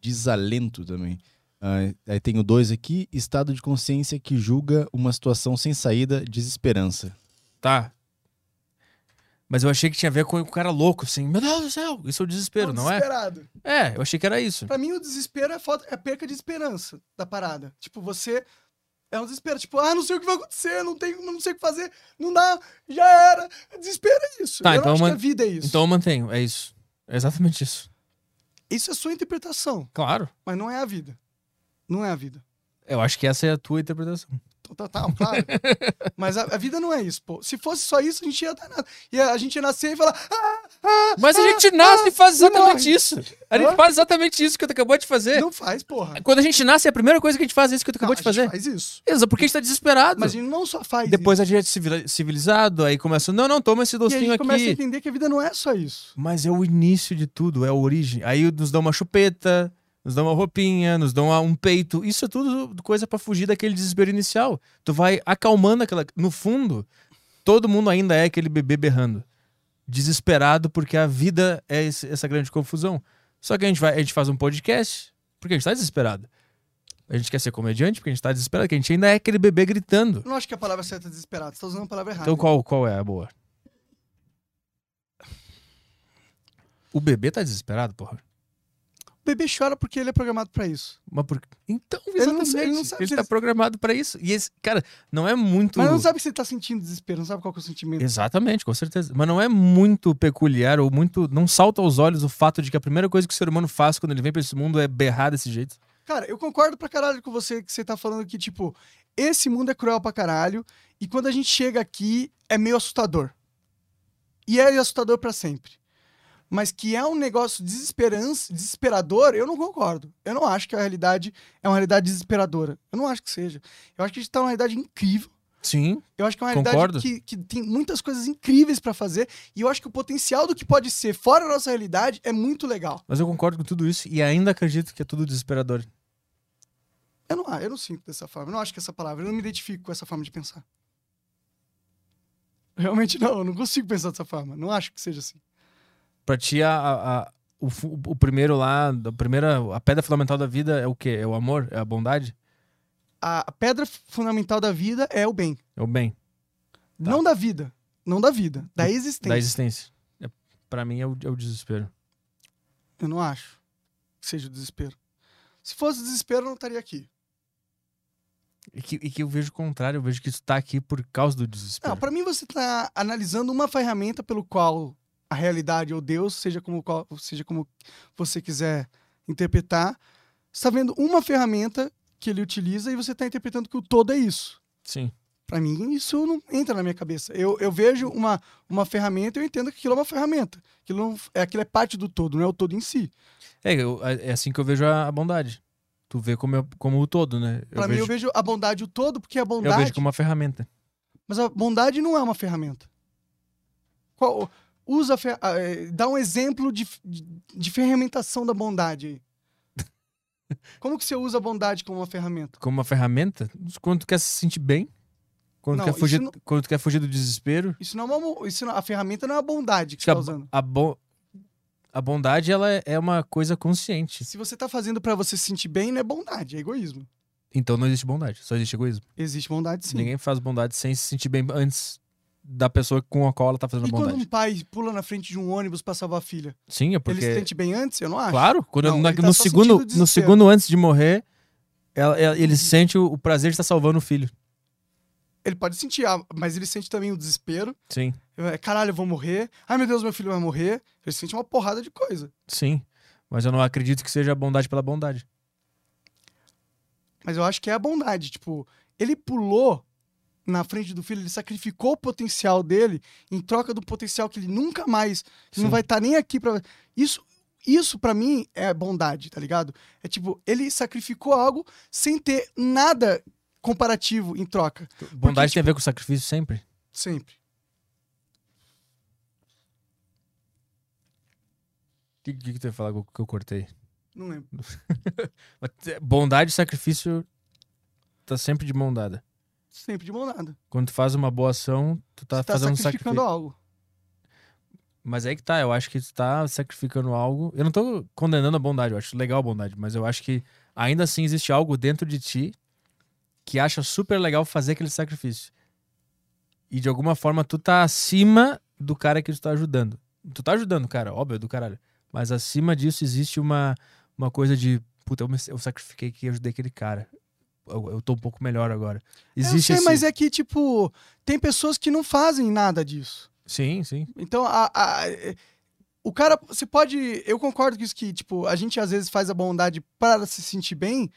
Desalento também. Ah, aí tenho dois aqui. Estado de consciência que julga uma situação sem saída, desesperança.
Tá. Mas eu achei que tinha a ver com o cara louco, assim, meu Deus do céu, isso é o desespero, não é?
Desesperado.
É, eu achei que era isso.
Pra mim, o desespero é, falta, é perca de esperança da parada. Tipo, você. É um desespero. Tipo, ah, não sei o que vai acontecer, não, tem, não sei o que fazer, não dá, já era. Desespero é isso.
Tá,
eu
então
não acho
man-
que a vida é isso.
Então eu mantenho, é isso. É exatamente isso.
Isso é sua interpretação,
Claro.
mas não é a vida. Não é a vida.
Eu acho que essa é a tua interpretação.
Total, claro. mas a, a vida não é isso, pô. Se fosse só isso, a gente ia dar nada. E a, a gente ia nascer e falar, ah, ah,
Mas a
ah,
gente nasce e faz
e
exatamente
morre.
isso. A gente
Hã?
faz exatamente isso que tu acabou de fazer.
não faz, porra.
Quando a gente nasce, a primeira coisa que a gente faz é isso que tu acabou
Não,
de
a
fazer.
gente faz isso.
Exato, porque a gente tá desesperado.
Mas a gente não só faz
Depois a gente é civili- civilizado, aí começa, não, não, toma esse
isso. E a
docinho
gente começa a
aqui.
entender que a vida não é só isso.
Mas é o início de tudo, é a origem. Aí nos dão uma chupeta, nos dão uma roupinha, nos dão um peito. Isso é tudo coisa pra fugir daquele desespero inicial. Tu vai acalmando aquela. No fundo, todo mundo ainda é aquele bebê berrando. Desesperado, porque a vida é esse- essa grande confusão. Só que a gente, vai, a gente faz um podcast porque a gente tá desesperado. A gente quer ser comediante porque a gente tá desesperado, que a gente ainda é aquele bebê gritando.
Eu não acho que a palavra certa é desesperado, você tá usando a palavra errada.
Então qual, qual é a boa? O bebê tá desesperado, porra.
O bebê chora porque ele é programado pra isso.
Mas por... Então,
Ele não-
exatamente. Ele,
ele não sabe se
tá
ele-
programado pra isso. E esse, cara, não é muito.
Mas não sabe que você tá sentindo desespero, não sabe qual que é o sentimento.
Exatamente, com certeza. Mas não é muito peculiar ou muito. Não salta aos olhos o fato de que a primeira coisa que o ser humano faz quando ele vem pra esse mundo é berrar desse jeito.
Cara, eu concordo pra caralho com você que você tá falando que, tipo, esse mundo é cruel pra caralho e quando a gente chega aqui é meio assustador. E é assustador pra sempre. Mas que é um negócio desesperança, desesperador, eu não concordo. Eu não acho que a realidade é uma realidade desesperadora. Eu não acho que seja. Eu acho que a gente tá numa realidade incrível.
Sim.
Eu acho que é uma realidade
Concordo.
que, que tem muitas coisas incríveis pra fazer. E eu acho que o potencial do que pode ser fora da nossa realidade é muito legal.
Mas eu concordo com tudo isso e ainda acredito que é tudo desesperador.
Eu não, ah, eu não sinto dessa forma. Eu não acho que essa palavra. Eu não me identifico com essa forma de pensar. Realmente não. Eu não consigo pensar dessa forma. Não acho que seja assim.
Pra ti, a, a- a- o, fu- o primeiro lá, a primeira, a pedra fundamental da vida é o quê? É o amor? É a bondade?
A a pedra fundamental da vida é o bem.
É o bem?
Não da vida. Não da vida. Da existência.
Da existência. É, pra mim é o, é o desespero.
Eu não acho que seja o desespero. Se fosse o desespero, eu não estaria aqui.
E que, e que eu vejo o contrário, eu vejo que isso tá aqui por causa do desespero.
Não, pra mim você tá analisando uma ferramenta pelo qual a realidade ou Deus, seja como, qual, seja como você quiser interpretar, você tá vendo uma ferramenta que ele utiliza e você tá interpretando que o todo é isso.
Sim.
Pra mim, isso não entra na minha cabeça. Eu, eu vejo uma, uma ferramenta e eu entendo que aquilo é uma ferramenta. Aquilo, não, é, aquilo é parte do todo, não é o todo em si.
É, eu- é assim que eu vejo a, a bondade. Tu vê como, eu- como o todo, né? Eu
Pra mim,
vejo,
eu vejo a bondade o todo, porque a
eu
bondade.
vejo como uma ferramenta.
Mas a bondade não é uma ferramenta. Qual- usa a fer- ah, eh, dá um exemplo de, f- de, de ferramentação da bondade aí. Como que você usa a bondade como uma ferramenta?
Como uma ferramenta, quando tu quer se sentir bem, quando,
Não,
tu, quer
isso
fugir,
não-
quando tu quer fugir do desespero.
Isso não é uma, isso não- a ferramenta não é a bondade que
Acho que
você está
a,
usando.
a, bo- a a bondade ela é- é uma coisa consciente.
Se você tá fazendo pra você se sentir bem, não é bondade, é egoísmo.
Então não existe bondade, só existe egoísmo.
Existe bondade sim.
Ninguém faz bondade sem se sentir bem antes da pessoa com a qual ela tá fazendo a
E quando
bondade.
um pai pula na frente de um ônibus pra salvar a filha,
Sim, é
ele se
porque.
sente bem antes? Eu não acho.
Claro, quando
Não,
na-
ele tá
no,
só
segundo,
sentindo
no
desespero.
segundo antes de morrer, ela- ela- ele sente o, o prazer de estar salvando o filho.
Ele pode sentir, ah, mas ele sente também o desespero.
Sim,
É, Caralho, eu vou morrer. Ai, meu Deus, meu filho vai morrer. Ele sente uma porrada de coisa.
sim. Mas eu não acredito que seja a bondade pela bondade.
Mas eu acho que é a bondade. Tipo, ele pulou na frente do filho, ele sacrificou o potencial dele em troca do potencial que ele nunca mais que
Sim.
não vai estar nem aqui pra. Isso, isso para mim é bondade, tá ligado? É tipo, ele sacrificou algo sem ter nada comparativo em troca,
Bondade
tipo
tem a ver com sacrifício sempre.
sempre.
O que, que, que tu ia falar que eu cortei?
Não lembro.
Mas, é, Bondade e sacrifício tá sempre de mão dada.
Sempre de bondade.
Quando tu faz uma boa ação, tu tá,
Você tá
fazendo um
sacrificando
sacrifício.
algo.
Mas aí que tá, eu acho que tu tá sacrificando algo. Eu não tô condenando a bondade, eu acho legal a bondade, mas eu acho que ainda assim existe algo dentro de ti que acha super legal fazer aquele sacrifício. E de alguma forma tu tá acima do cara que tu tá ajudando. Tu tá ajudando, o cara, óbvio, do caralho. Mas acima disso existe uma, uma coisa de, puta, eu, me- eu sacrifiquei que ajudei aquele cara. Eu, eu tô um pouco melhor agora. Existe
eu sei,
esse...
mas é que, tipo, tem pessoas que não fazem nada disso.
Sim, sim.
Então, a, a- é- o cara, você pode. Eu concordo com isso que, tipo, a gente às vezes faz a bondade para se sentir bem,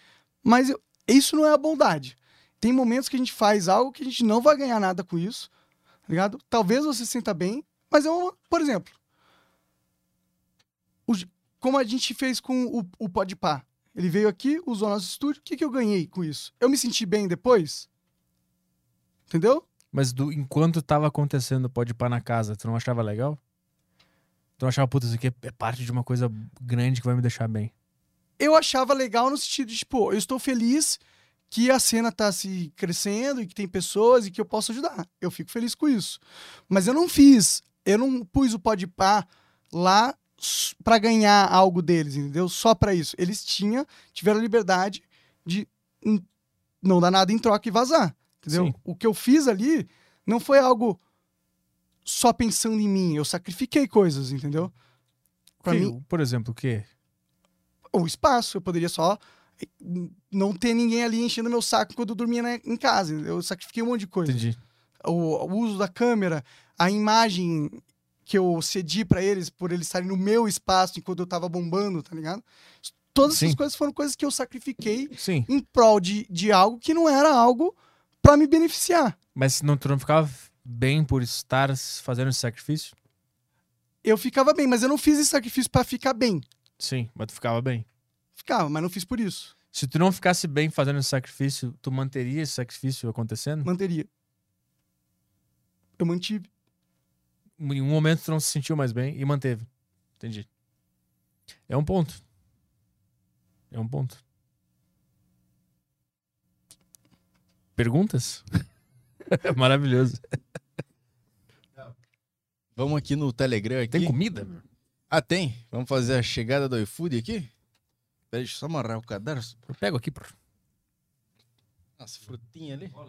mas eu- isso não é a bondade. Tem momentos que a gente faz algo que a gente não vai ganhar nada com isso, tá ligado? Talvez você se sinta bem, mas é uma. Por exemplo, o J- como a gente fez com o, o Podpah. Ele veio aqui, usou nosso estúdio, o que, que eu ganhei com isso? Eu me senti bem depois? Entendeu?
Mas do, enquanto tava acontecendo o pode pá na casa, tu não achava legal? Tu não achava, puta, isso aqui é, é parte de uma coisa grande que vai me deixar bem.
eu achava legal no sentido de, tipo, eu estou feliz que a cena tá se crescendo e que tem pessoas e que eu posso ajudar. Eu fico feliz com isso. Mas eu não fiz, eu não pus o Podpah lá s- pra ganhar algo deles, entendeu? Só pra isso. Eles tinham, tiveram a liberdade de hum, não dar nada em troca e vazar, entendeu?
Sim.
O que eu fiz ali não foi algo só pensando em mim, eu sacrifiquei coisas, entendeu? Pra
Que-
mim,
Por exemplo, o quê?
o espaço. Eu poderia só eh, não ter ninguém ali enchendo meu saco quando eu dormia na- em casa. entendeu? Eu sacrifiquei um monte de coisa.
Entendi.
O, o uso da câmera, a imagem que eu cedi pra eles por eles estarem no meu espaço enquanto eu tava bombando, tá ligado? Todas essas
Sim.
coisas foram coisas que eu sacrifiquei
é. Sim.
em prol de, de algo que não era algo pra me beneficiar.
Mas não, tu não ficava bem por estar s- fazendo esse sacrifício?
Eu ficava bem, mas eu não fiz esse sacrifício pra ficar bem.
Sim, mas tu ficava bem.
Ficava, mas não fiz por isso.
Se tu não ficasse bem fazendo esse sacrifício, tu manteria esse sacrifício acontecendo?
Manteria. Eu mantive.
Em um momento tu não se sentiu mais bem e manteve. Entendi. É um ponto. É um ponto. Perguntas? É Maravilhoso.
Vamos aqui no Telegram aqui.
Tem comida?
Ah, tem. Vamos fazer a chegada do iFood aqui? Peraí, deixa eu só amarrar o cadarço.
Eu pego aqui. pô.
Nossa, frutinha ali.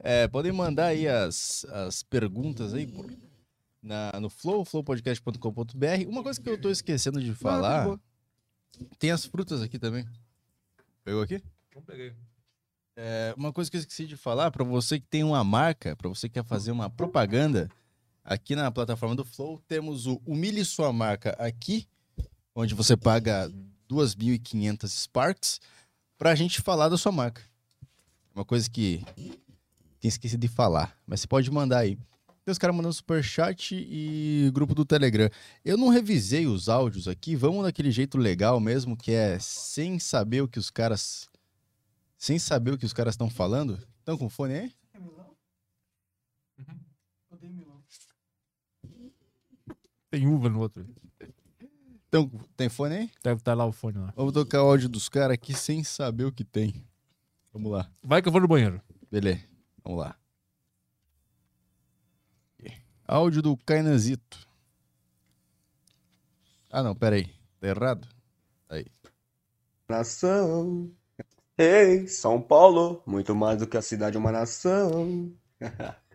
É, podem mandar aí as, as perguntas aí, pô. Na, no flow, flowpodcast.com.br. Uma coisa que eu tô esquecendo de
Ah, de
falar,
boa.
tem as frutas aqui também. Pegou aqui? É, uma coisa que eu esqueci de falar, para você que tem uma marca, para você que quer fazer uma propaganda, aqui na plataforma do Flow temos o Humilhe Sua Marca aqui, onde você paga 2.500 Sparks para a gente falar da sua marca. Uma coisa que tinha esquecido de falar, mas você pode mandar aí. Tem os caras mandando superchat e grupo do Telegram. Eu não revisei os áudios aqui, vamos daquele jeito legal mesmo, que é sem saber o que os caras sem saber o que os caras estão falando? Estão com fone aí?
É Milão? Odeio Milão.
Tem uva no outro.
Tão, tem fone aí?
Deve estar lá o fone lá.
Vamos tocar o áudio dos caras aqui sem saber o que tem. Vamos lá.
Vai que eu vou no banheiro.
Beleza. Vamos lá. Áudio do Kainanzito. Ah, não, peraí. Tá errado?
Nação. Ei, São Paulo, muito mais do que a cidade, é uma nação.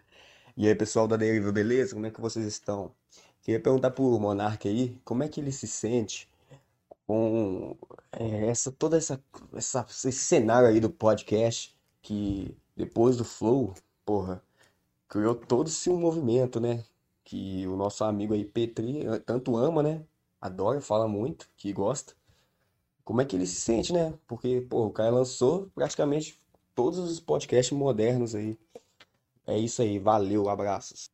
E aí, pessoal da Deriva, beleza? Como é que vocês estão? Queria perguntar pro Monark aí, como é que ele se sente com é, essa, toda essa, essa- esse cenário aí do podcast que depois do Flow, porra, criou todo esse um movimento, né? Que o nosso amigo aí Petri eh, tanto ama, né? Adora, fala muito, que gosta como é que ele se sente, né? Porque, pô, o cara lançou praticamente todos os podcasts modernos aí. É isso aí, valeu, abraços.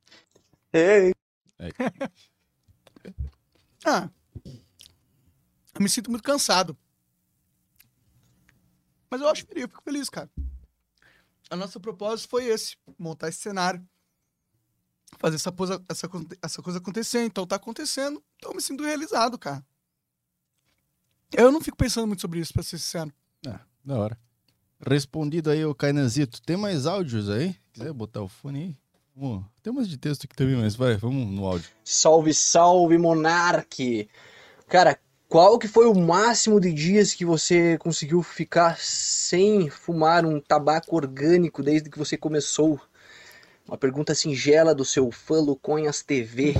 Ei!
Ah, eu me sinto muito cansado. Mas eu acho feliz, eu fico feliz, cara. A nossa propósito foi esse, montar esse cenário. Fazer essa, posa- essa, con- essa coisa acontecer, então tá acontecendo, então eu me sinto realizado, cara. Eu não fico pensando muito sobre isso, pra ser sincero.
Ah, da hora. Respondido aí, ô Kainanzito. Tem mais áudios aí? Quiser botar o fone aí? Vamos. Tem umas de texto aqui também, mas vai, vamos no áudio.
Salve, salve, Monark! Cara, qual que foi o máximo de dias que você conseguiu ficar sem fumar um tabaco orgânico desde que você começou? Uma pergunta singela do seu fã Luconhas TV.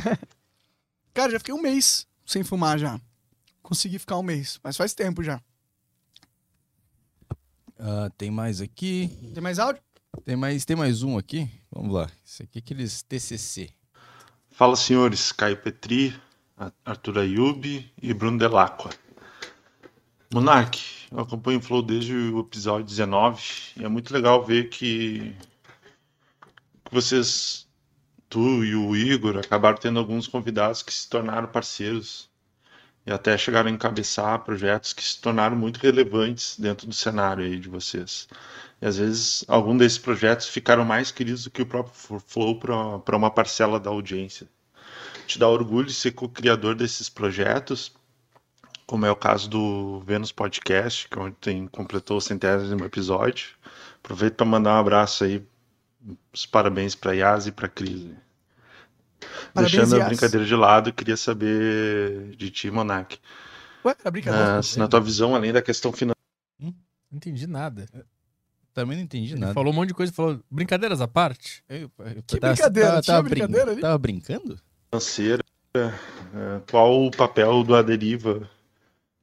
Cara, já fiquei um mês sem fumar já. Consegui ficar um mês, mas faz tempo já.
Ah, tem mais aqui.
Tem mais áudio?
Tem mais, tem mais um aqui. Vamos lá. Isso aqui é aqueles TCC.
Fala, senhores. Caio Petri, Ar- Arthur Ayub e Bruno Delacqua. Monark, eu acompanho o Flow desde o episódio 19 e é muito legal ver que, que vocês, tu e o Igor, acabaram tendo alguns convidados que se tornaram parceiros e até chegaram a encabeçar projetos que se tornaram muito relevantes dentro do cenário aí de vocês. E às vezes algum desses projetos ficaram mais queridos do que o próprio F- Flow para uma parcela da audiência. Te dá orgulho de ser co-criador desses projetos, como é o caso do Vênus Podcast, que ontem completou o centésimo episódio. Aproveito para mandar um abraço aí, os parabéns para Yas e para Cris. né?
Parabéns,
Deixando a
Yas.
brincadeira de lado, queria saber de ti, Monark.
Ué, era brincadeira.
Ah, se na tua visão, além da questão financeira,
Não entendi nada.
Também não entendi
Ele
nada.
falou um monte de coisa, falou brincadeiras à parte.
Eu- eu-
Que
tava-
brincadeira,
tava-
tinha
tava brin-
brincadeira ali?
Tava brincando?
financeira, eh, qual o papel do Aderiva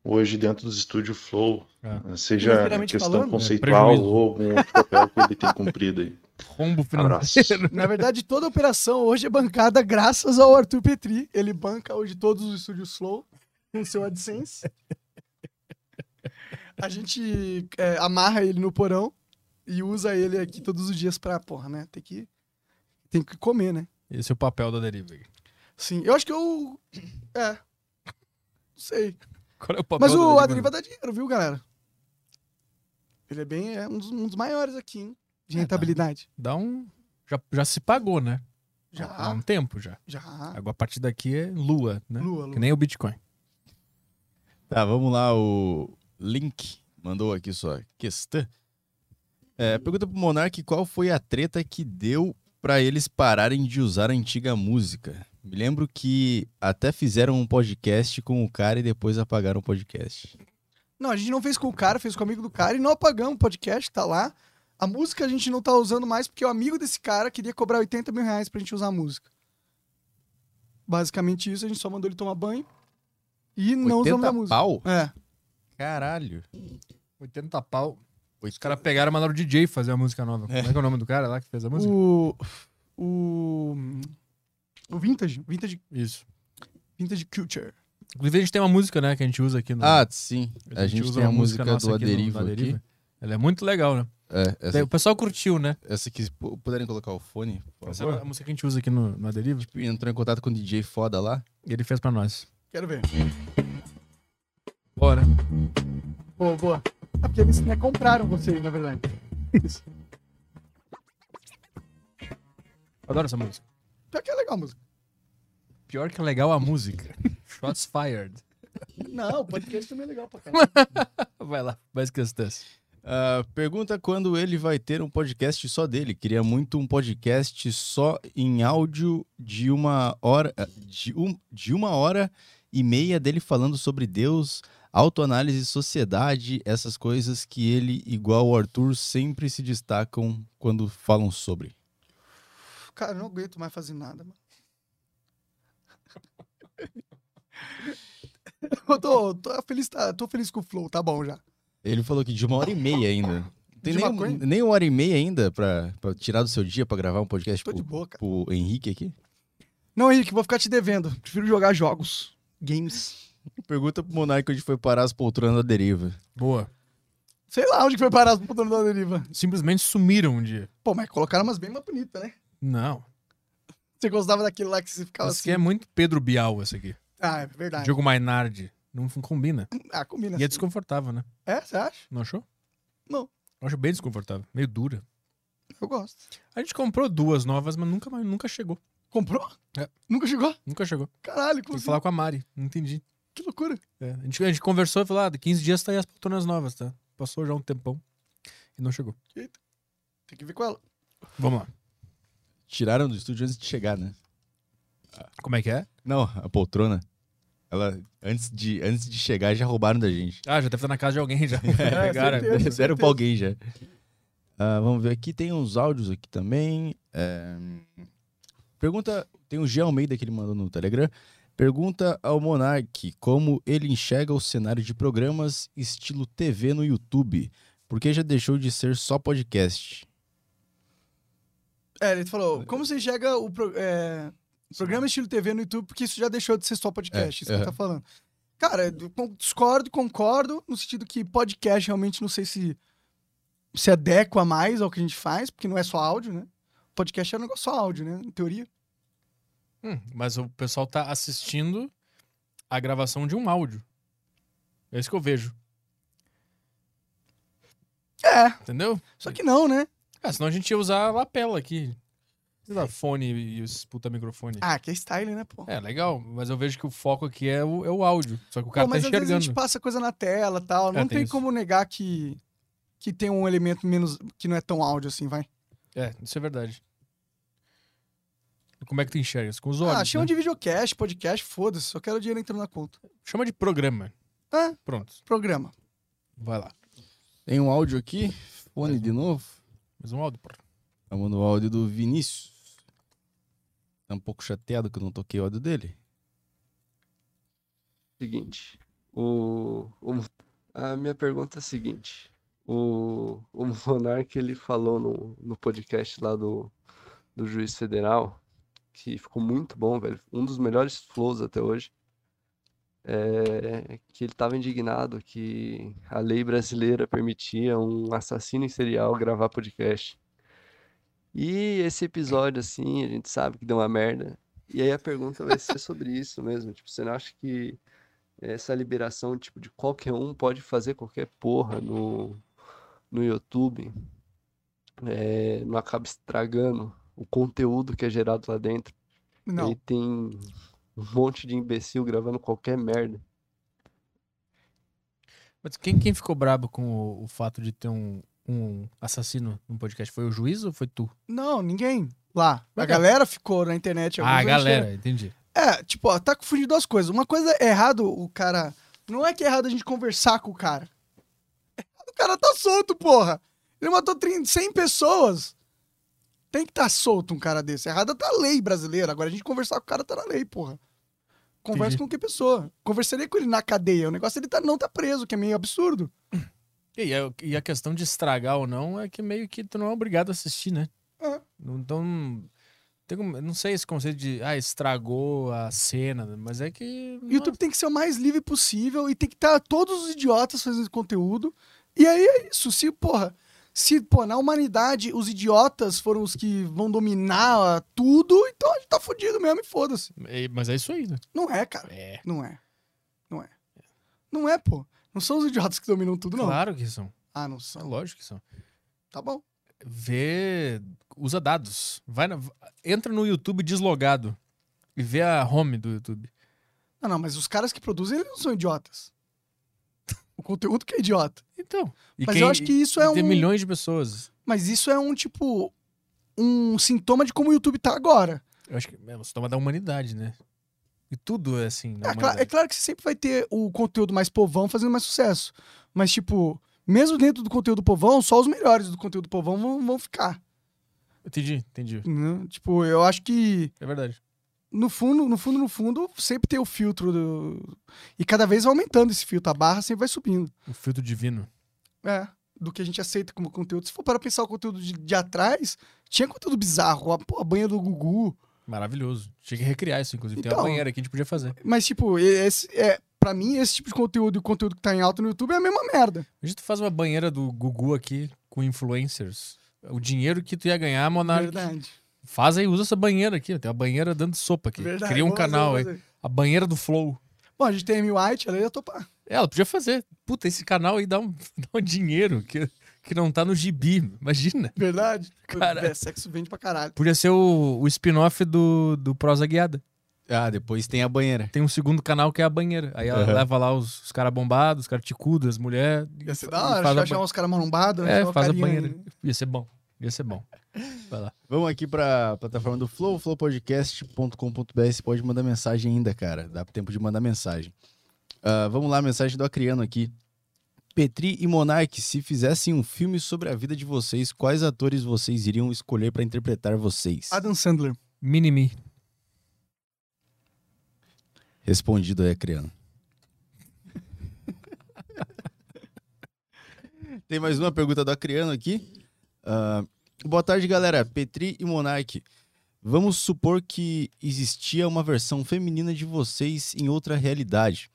hoje dentro dos estúdios Flow,
Ah.
eh, seja
Financeiramente
questão
falando, né?
conceitual
Prejuízo.
ou algum outro papel que ele tem cumprido aí.
Rombo
Abraço.
financeiro.
Na verdade, toda a operação hoje é bancada graças ao Arthur Petri. Ele banca hoje todos os estúdios Flow com seu AdSense. A gente é, amarra ele no porão e usa ele aqui todos os dias pra, porra, né? Tem que, tem que comer, né?
Esse é o papel da deriva.
Sim, eu acho que eu. É. Não sei.
Qual é o papel
Mas
da
o A
deriva?
Deriva dá dinheiro, viu, galera? Ele é bem. É um dos, um dos maiores aqui, hein? De
É, tá.
rentabilidade.
Dá um. Já, já se pagou, né? Há
Já,
um tempo já.
já.
Agora a partir daqui é lua, né?
Lua,
Que
lua.
nem o Bitcoin.
Tá, vamos lá. O Link mandou aqui sua questão. É, pergunta pro Monark qual foi a treta que deu pra eles pararem de usar a antiga música. Me lembro que até fizeram um podcast com o cara e depois apagaram o podcast.
Não, a gente não fez com o cara, fez com o amigo do cara e não apagamos o podcast, tá lá. A música a gente não tá usando mais porque o amigo desse cara queria cobrar 80 mil reais pra gente usar a música. Basicamente isso, a gente só mandou ele tomar banho e não usamos
80
a música.
pau?
É,
Caralho.
80 pau. Os caras pegaram e mandaram o DJ fazer a música nova. Como é que é o nome do cara lá que fez a música?
o, o. O Vintage, Vintage,
Isso.
Vintage Culture.
Inclusive, a gente tem uma música, né, que a gente usa aqui no.
Ah, sim. A, gente,
usa
tem a
uma
música,
nossa
do
aqui no-
Aderivo
da
aqui.
Deriva. Ela é muito legal, né?
É,
Daí
essa,
O pessoal curtiu, né?
essa aqui, se pu- puderem colocar o fone, por
Essa é
favor.
a música que a gente usa aqui no, no Aderiva.
Tipo, entrou em contato com o DJ foda lá.
E ele fez pra nós.
Quero ver.
Bora.
Boa, boa. É porque eles né, compraram vocês, na verdade.
Adoro essa música.
Pior que é legal a música.
Pior que é legal a música. Shots fired.
Não, o podcast também é legal pra caralho.
Vai lá, mais questões.
Ah, pergunta quando ele vai ter um podcast só dele. Queria muito um podcast só em áudio de uma hora, ah, de, um, de uma hora e meia dele falando sobre Deus, autoanálise, sociedade, essas coisas que ele, igual o Arthur, sempre se destacam quando falam sobre.
Cara, eu não aguento mais fazer nada, mano. Eu tô, tô feliz, tá- tô feliz com o flow, tá bom já.
Ele falou que de uma hora e meia ainda. Não Tem
De
nem, um,
maconha?
nem uma hora e meia ainda pra, pra tirar do seu dia pra gravar um podcast
Tô de
pro,
boa, cara.
pro Henrique aqui?
Não, Henrique, vou ficar te devendo. Prefiro jogar jogos. Games.
Pergunta pro Monarca onde foi parar as poltronas da deriva.
Boa.
Sei lá onde que foi parar as pontas da deriva.
Simplesmente sumiram um dia.
Pô, mas colocaram umas bem mais bonitas, né?
Não.
Você gostava daquilo lá que você ficava
Essa aqui é
assim.
muito Pedro Bial, essa aqui.
Ah, é verdade.
Diogo Mainardi. Não combina.
Ah, combina.
E é
assim.
desconfortável, né?
É, você acha?
Não achou?
Não.
Eu acho bem desconfortável. Meio dura.
Eu gosto.
A gente comprou duas novas, mas nunca, mais- nunca chegou.
Comprou?
É.
Nunca chegou?
Nunca chegou.
Caralho, como
Tem que
assim?
falar com a Mari. Não entendi.
Que loucura.
É, a, gente, a gente conversou e falou, ah, 15 dias tá aí as poltronas novas, tá? Passou já um tempão e não chegou.
Tem que ver com ela.
Vamos lá.
Tiraram do estúdio antes de chegar, né?
Como é que é?
Não, a poltrona. Ela, antes de, antes de chegar, já roubaram da gente.
Ah, já deve estar na casa de alguém já.
É,
Pegaram.
certeza.
Deram pra alguém já. Ah, vamos ver aqui, tem uns áudios aqui também. É, Pergunta, tem o G Almeida que ele mandou no Telegram. Pergunta ao Monark como ele enxerga o cenário de programas estilo TV no YouTube. Por que já deixou de ser só podcast?
É, ele falou, como você enxerga o pro- é, programa estilo TV no YouTube, porque isso já deixou de ser só podcast,
É,
isso que
é.
ele tá falando. Cara, eu con- discordo, concordo, no sentido que podcast realmente não sei se se adequa mais ao que a gente faz, porque não é só áudio, né? Podcast é um negócio só áudio, né? Em teoria.
Hum, mas o pessoal tá assistindo a gravação de um áudio. É isso que eu vejo.
É,
Entendeu?
só que não, né?
Ah, senão a gente ia usar a lapela aqui. Sei lá, fone e os puta microfone.
Ah, que é style, né, pô?
É, legal, mas eu vejo que o foco aqui é o, é o áudio. Só que o cara
Pô,
tá
mas às vezes a
enxergando.
gente passa coisa na tela e tal.
É,
Não
tem
tem,
isso.
como negar que, que tem um elemento menos. que não é tão áudio assim, vai.
É, isso é verdade. Como é que tu enxerga isso? Com os olhos.
Ah, chama
né?
de videocast, podcast, foda-se, só quero dinheiro entrando na conta.
Chama de programa.
É.
Pronto,
Programa.
vai lá.
Tem um áudio aqui, fone de novo.
Mais um áudio, porra.
Vamos no áudio do Vinícius. Tá um pouco chateado que eu não toquei o áudio dele.
Seguinte, o, o- a minha pergunta é a seguinte. O, o Monark ele falou no, no podcast lá do, do juiz federal, que ficou muito bom, velho. Um dos melhores flows até hoje. É, que ele estava indignado que a lei brasileira permitia um assassino em serial gravar podcast. E esse episódio, assim, a gente sabe que deu uma merda. E aí a pergunta vai ser sobre isso mesmo. Tipo, você não acha que essa liberação tipo de qualquer um pode fazer qualquer porra no, no YouTube, é, não acaba estragando o conteúdo que é gerado lá dentro.
Não.
E tem um monte de imbecil gravando qualquer merda.
Mas quem, quem ficou brabo com o, o fato de ter um, um assassino no podcast? Foi o juiz ou foi tu?
Não, ninguém lá.
Mas
a
é.
galera ficou na internet.
Ah,
alguns
a
anos
galera, entendi.
É, tipo, ó, tá confundindo duas coisas. Uma coisa é errado o cara. Não é que é errado a gente conversar com o cara. O cara tá solto, porra. Ele matou 30, 100 pessoas. Tem que tá solto um cara desse. Errada tá a lei brasileira. Agora a gente conversar com o cara tá na lei, porra. Conversa
Entendi.
com qualquer pessoa. Conversaria com ele na cadeia. O negócio é ele tá, não tá preso, que é meio absurdo.
E, a- e a questão de estragar ou não é que meio que tu não é obrigado a assistir, né?
É.
Não- Então, não tem como- eu não sei esse conceito de, ah, estragou a cena, mas é que... não é-
YouTube tem que ser o mais livre possível e tem que estar todos os idiotas fazendo conteúdo. E aí é isso. Se, porra, se, pô, na humanidade os idiotas foram os que vão dominar ah, tudo, então a gente tá fudido mesmo e foda-se.
é- mas é isso aí, né?
Não é, cara.
É.
Não é. Não é. Não é, pô. Não são os idiotas que dominam tudo, não.
Claro que são.
Ah, não
É
são.
lógico que são.
Tá bom.
vê. Usa dados. Vai na- entra no YouTube deslogado e vê a home do YouTube.
Não, não, mas os caras que produzem, eles não são idiotas. O conteúdo que é idiota.
Então. E
Mas eu acho que isso é
Tem
um-
milhões de pessoas.
Mas isso é um, tipo, um sintoma de como o YouTube tá agora.
Eu acho que é um sintoma da humanidade, né? E tudo é assim. Na
É, cla- é
humanidade.
claro que você sempre vai ter o conteúdo mais povão fazendo mais sucesso. Mas, tipo, mesmo dentro do conteúdo povão, só os melhores do conteúdo povão vão, vão ficar.
Entendi, entendi.
né? Tipo, eu acho que,
É verdade.
no fundo, no fundo, no fundo, sempre tem o filtro do... E cada vez vai aumentando esse filtro. A barra sempre vai subindo.
O Um filtro divino.
É. Do que a gente aceita como conteúdo. Se for para pensar o conteúdo de, de atrás, tinha conteúdo bizarro. A, pô, a banha do Gugu.
Maravilhoso. Tinha que recriar isso, inclusive. Tem
Então.
uma banheira aqui que a gente podia fazer.
Mas, tipo, esse, é, pra mim, esse tipo de conteúdo e o conteúdo que tá em alta no YouTube é a mesma merda.
A gente faz uma banheira do Gugu aqui com influencers. O dinheiro que tu ia ganhar, Monark.
Verdade.
Faz aí, usa essa banheira aqui. ó. Tem uma banheira dando sopa aqui.
Verdade.
Cria um
Vou fazer,
canal
vou
aí.
fazer.
A banheira do Flow.
Bom, a gente tem a Amy White, ela ia topar.
É, ela podia fazer. Puta, esse canal aí dá um, dá um dinheiro que, que não tá no gibi. Imagina.
Verdade?
Cara.
É, sexo vende pra caralho.
Podia ser o, o spin-off do, do Prosa Guiada.
Ah, depois tem a banheira.
Tem um segundo canal que é a banheira. Aí ela
Aham.
leva lá os, os caras bombados, os caras ticudos, as mulheres.
Ia ser da hora, um-
faz
acho que
a
achar uns caras marombados.
É,
achar uma
faz a
carinha
banheira.
aí.
Ia ser bom. Ia ser bom. Vai lá.
Vamos aqui pra plataforma do Flow, flowpodcast.com.br. Você pode mandar mensagem ainda, cara. Dá tempo de mandar mensagem. Ah, vamos lá, mensagem do Acriano aqui. Petri e Monark, se fizessem um filme sobre a vida de vocês, quais atores vocês iriam escolher pra interpretar vocês?
Adam Sandler.
Minimi.
Respondido aí, Acriano. Tem mais uma pergunta do Acriano aqui. Ah, boa tarde, galera. Petri e Monark. Vamos supor que existia uma versão feminina de vocês em outra realidade.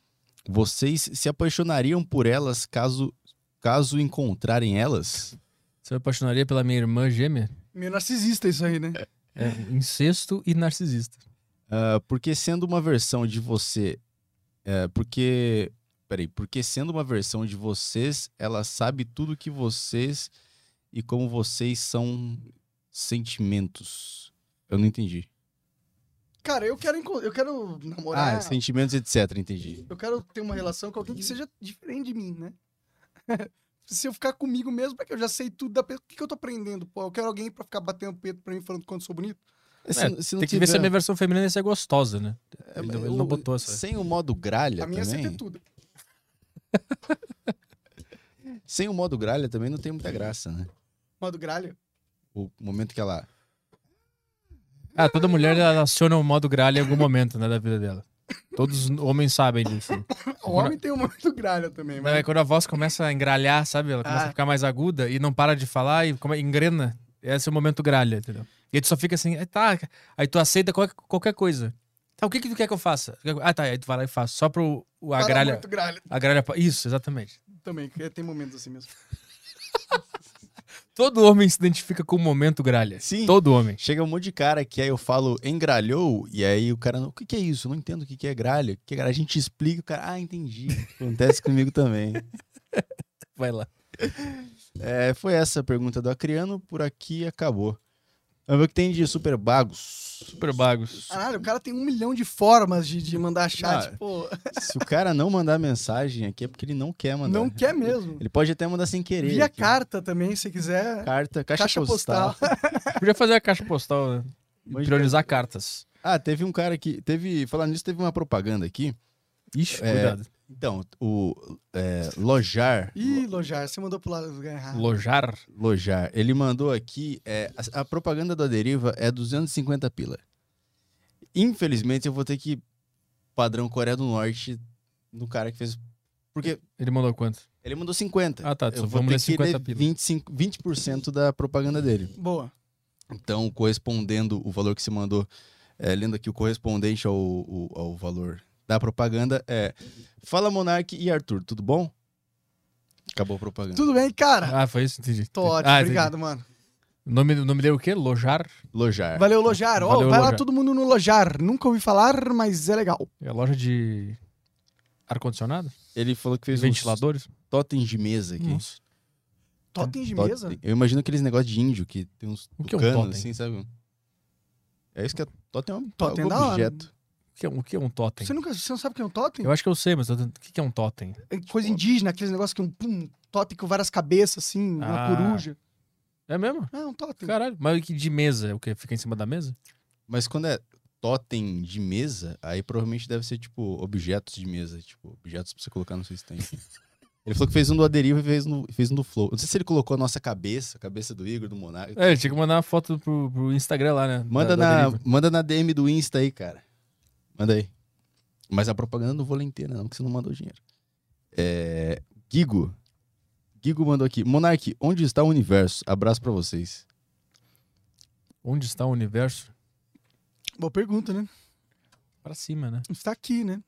Vocês se apaixonariam por elas caso caso encontrarem elas?
Você me apaixonaria pela minha irmã gêmea?
Meio narcisista isso aí, né?
É, incesto e narcisista.
Ah, porque sendo uma versão de você, é, porque peraí, porque sendo uma versão de vocês, ela sabe tudo que vocês e como vocês são sentimentos. Eu não entendi.
Cara, eu quero, enco- eu quero
Ah,
namorar.
sentimentos, etc. Entendi.
Eu quero ter uma relação com alguém que seja diferente de mim, né? Se eu ficar comigo mesmo, porque eu já sei tudo da pessoa. O que, que eu tô aprendendo? Pô, eu quero alguém pra ficar batendo peito pra mim falando quando sou bonito.
Se- se não
É, Tem que ver se a
tiver-
minha versão feminina ia ser gostosa, né?
é,
Ele, não-
mas
ele não
o-
botou essa.
Sem o modo gralha
a minha é
também.
sempre tudo.
Sem o modo gralha também não tem muita graça, né?
Modo gralha.
O momento que ela.
Ah, toda mulher ela aciona o modo gralha em algum momento, né, da vida dela. Todos os homens sabem disso.
O homem tem um momento gralha também,
Não, é
mas.
quando a voz começa a engralhar, sabe? Ela começa
Ah.
a ficar mais aguda e não para de falar e come- engrena. Esse é o momento gralha, entendeu? E aí tu só fica assim, "Ah, tá. Aí tu aceita qualquer, qualquer coisa. Tá, o que que tu quer que eu faça? Ah, tá. Aí tu vai lá e faz. Só pro o- a
Para
gralha.
Muito gralha
A gralha. pa- Isso, exatamente.
também, que tem momentos assim mesmo.
Todo homem se identifica com o momento gralha.
Sim.
Todo homem.
Chega um monte de cara que aí eu falo engralhou, e aí o cara, não, o que, que é isso? Eu não entendo o que, que é gralha. O que é gralha? A gente explica, o cara, ah, entendi. Acontece comigo também.
Vai lá.
É, foi essa a pergunta do Acriano, por aqui acabou. Vamos ver o que tem de super bagos.
Super bagos.
Caralho, o cara tem um milhão de formas de, de mandar chat.
Ah,
Não,
pô,
Se o cara não mandar mensagem aqui é porque ele não quer mandar.
não quer mesmo.
Ele pode até mandar sem querer.
Via
aqui.
carta também, se quiser.
Carta, caixa,
Caixa
postal.
postal.
Podia fazer a caixa postal, né? E
é.
Mas-
Priorizar cartas.
Ah, teve um cara que. Teve, falando nisso, teve uma propaganda aqui.
Ixi,
É.
cuidado.
Então, o é, Lojar.
Ih, Lojar, você mandou pro lado do lugar errado.
Lojar.
Lojar. Ele mandou aqui. é, a, a propaganda da deriva é 250 pila. Infelizmente, eu vou ter que padrão Coreia do Norte no cara que fez. Porque
Ele mandou quanto?
ele mandou 50.
Ah, tá.
eu
Só
vou
vamos
ter
ler
que
50
ler
pila.
25, 20% da propaganda dele.
Boa.
Então, correspondendo o valor que você mandou, é, lendo aqui o correspondente ao, ao- ao valor da propaganda, é. Fala Monark e Arthur, tudo bom? Acabou a propaganda.
Tudo bem, cara?
Ah, foi isso? Entendi.
Tô ótimo,
Ah, entendi.
obrigado, mano.
O nome, o nome dele é o quê? Lojar?
Lojar.
Valeu, Lojar. Ó,
É. Valeu,
vai
Lojar.
lá todo mundo no Lojar. Nunca ouvi falar, mas é legal.
É a loja de ar-condicionado?
Ele falou que fez um uns
Ventiladores?
totens de mesa aqui.
Nossa.
Totem de
Totem.
mesa?
Eu imagino aqueles negócios de índio que tem uns
O que é um
tucano,
totem?
assim, sabe? É isso que é totem, é um
Totem
algum
é da hora.
objeto.
O que é, um- o que é um totem?
Você, nunca, você não sabe o que é um totem?
Eu acho que eu sei, mas eu tô tentando- o que que é um totem?
É Coisa indígena, aqueles negócios que é um pum, totem com várias cabeças, assim, uma
Ah.
coruja.
É mesmo?
É um totem.
Caralho. Mas o que de mesa? É o que? Fica em cima da mesa?
Mas quando é totem de mesa, aí provavelmente deve ser, tipo, objetos de mesa. Tipo, objetos pra você colocar no seu stand. ele falou que fez um do Aderiva e fez, no, fez um do Flow. Não sei se ele colocou a nossa cabeça, a cabeça do Igor, do Monarca.
É, tinha que mandar uma foto pro, pro Instagram lá, né? Da-
Manda,
da
na,
deriva.
manda na DM do Insta aí, cara. Manda aí. Mas a propaganda eu não vou ler inteira, não, porque você não mandou dinheiro. É... Gigo. Gigo mandou aqui. Monark, onde está o universo? Abraço pra vocês.
Onde está o universo?
Boa pergunta, né?
Pra cima, né?
Está aqui, né?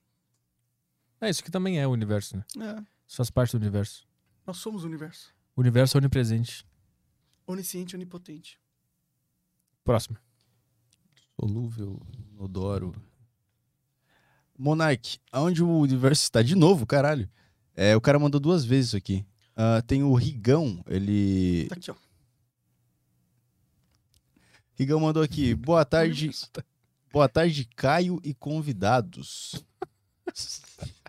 É, isso aqui também é o universo, né?
É.
Isso faz parte do universo.
Nós somos o universo.
O universo é onipresente.
Onisciente, onipotente.
Próximo.
Solúvel, Odoro. Monark, aonde o universo está? De novo, caralho. É, o cara mandou duas vezes isso aqui. Ah, tem o Rigão, ele.
Tá aqui, ó.
Rigão mandou aqui. Boa tarde.
tá?
Boa tarde, Caio e convidados.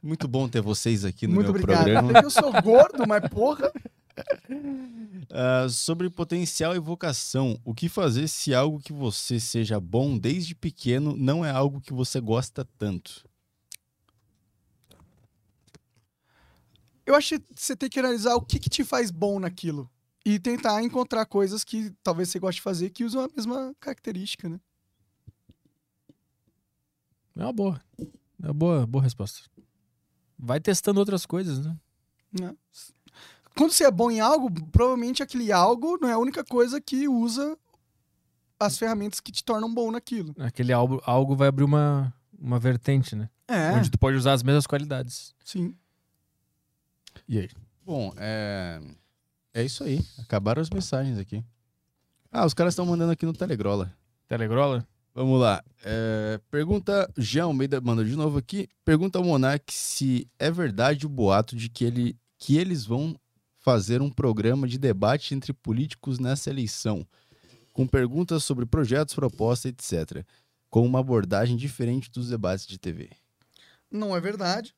Muito bom ter vocês aqui no
Muito
meu
obrigado.
programa.
Até que eu sou gordo, mas porra.
Ah, sobre potencial e vocação, o que fazer se algo que você seja bom desde pequeno não é algo que você gosta tanto?
Eu acho que você tem que analisar o que, que te faz bom naquilo. E tentar encontrar coisas que talvez você goste de fazer que usam a mesma característica, né?
É uma boa. É uma boa, boa resposta. Vai testando outras coisas, né?
Né? Quando você é bom em algo, provavelmente aquele algo não é a única coisa que usa as ferramentas que te tornam bom naquilo.
Aquele algo, algo vai abrir uma, uma vertente, né?
É,
Onde tu pode usar as mesmas qualidades.
sim.
Bom, é. É isso aí. Acabaram as mensagens aqui. Ah, os caras estão mandando aqui no Telegrola.
Telegrola?
Vamos lá. É, pergunta. Jean Almeida mandou de novo aqui. Pergunta ao Monark se é verdade o boato de que, ele, que eles vão fazer um programa de debate entre políticos nessa eleição, com perguntas sobre projetos, propostas, etc., com uma abordagem diferente dos debates de TV.
Não é verdade.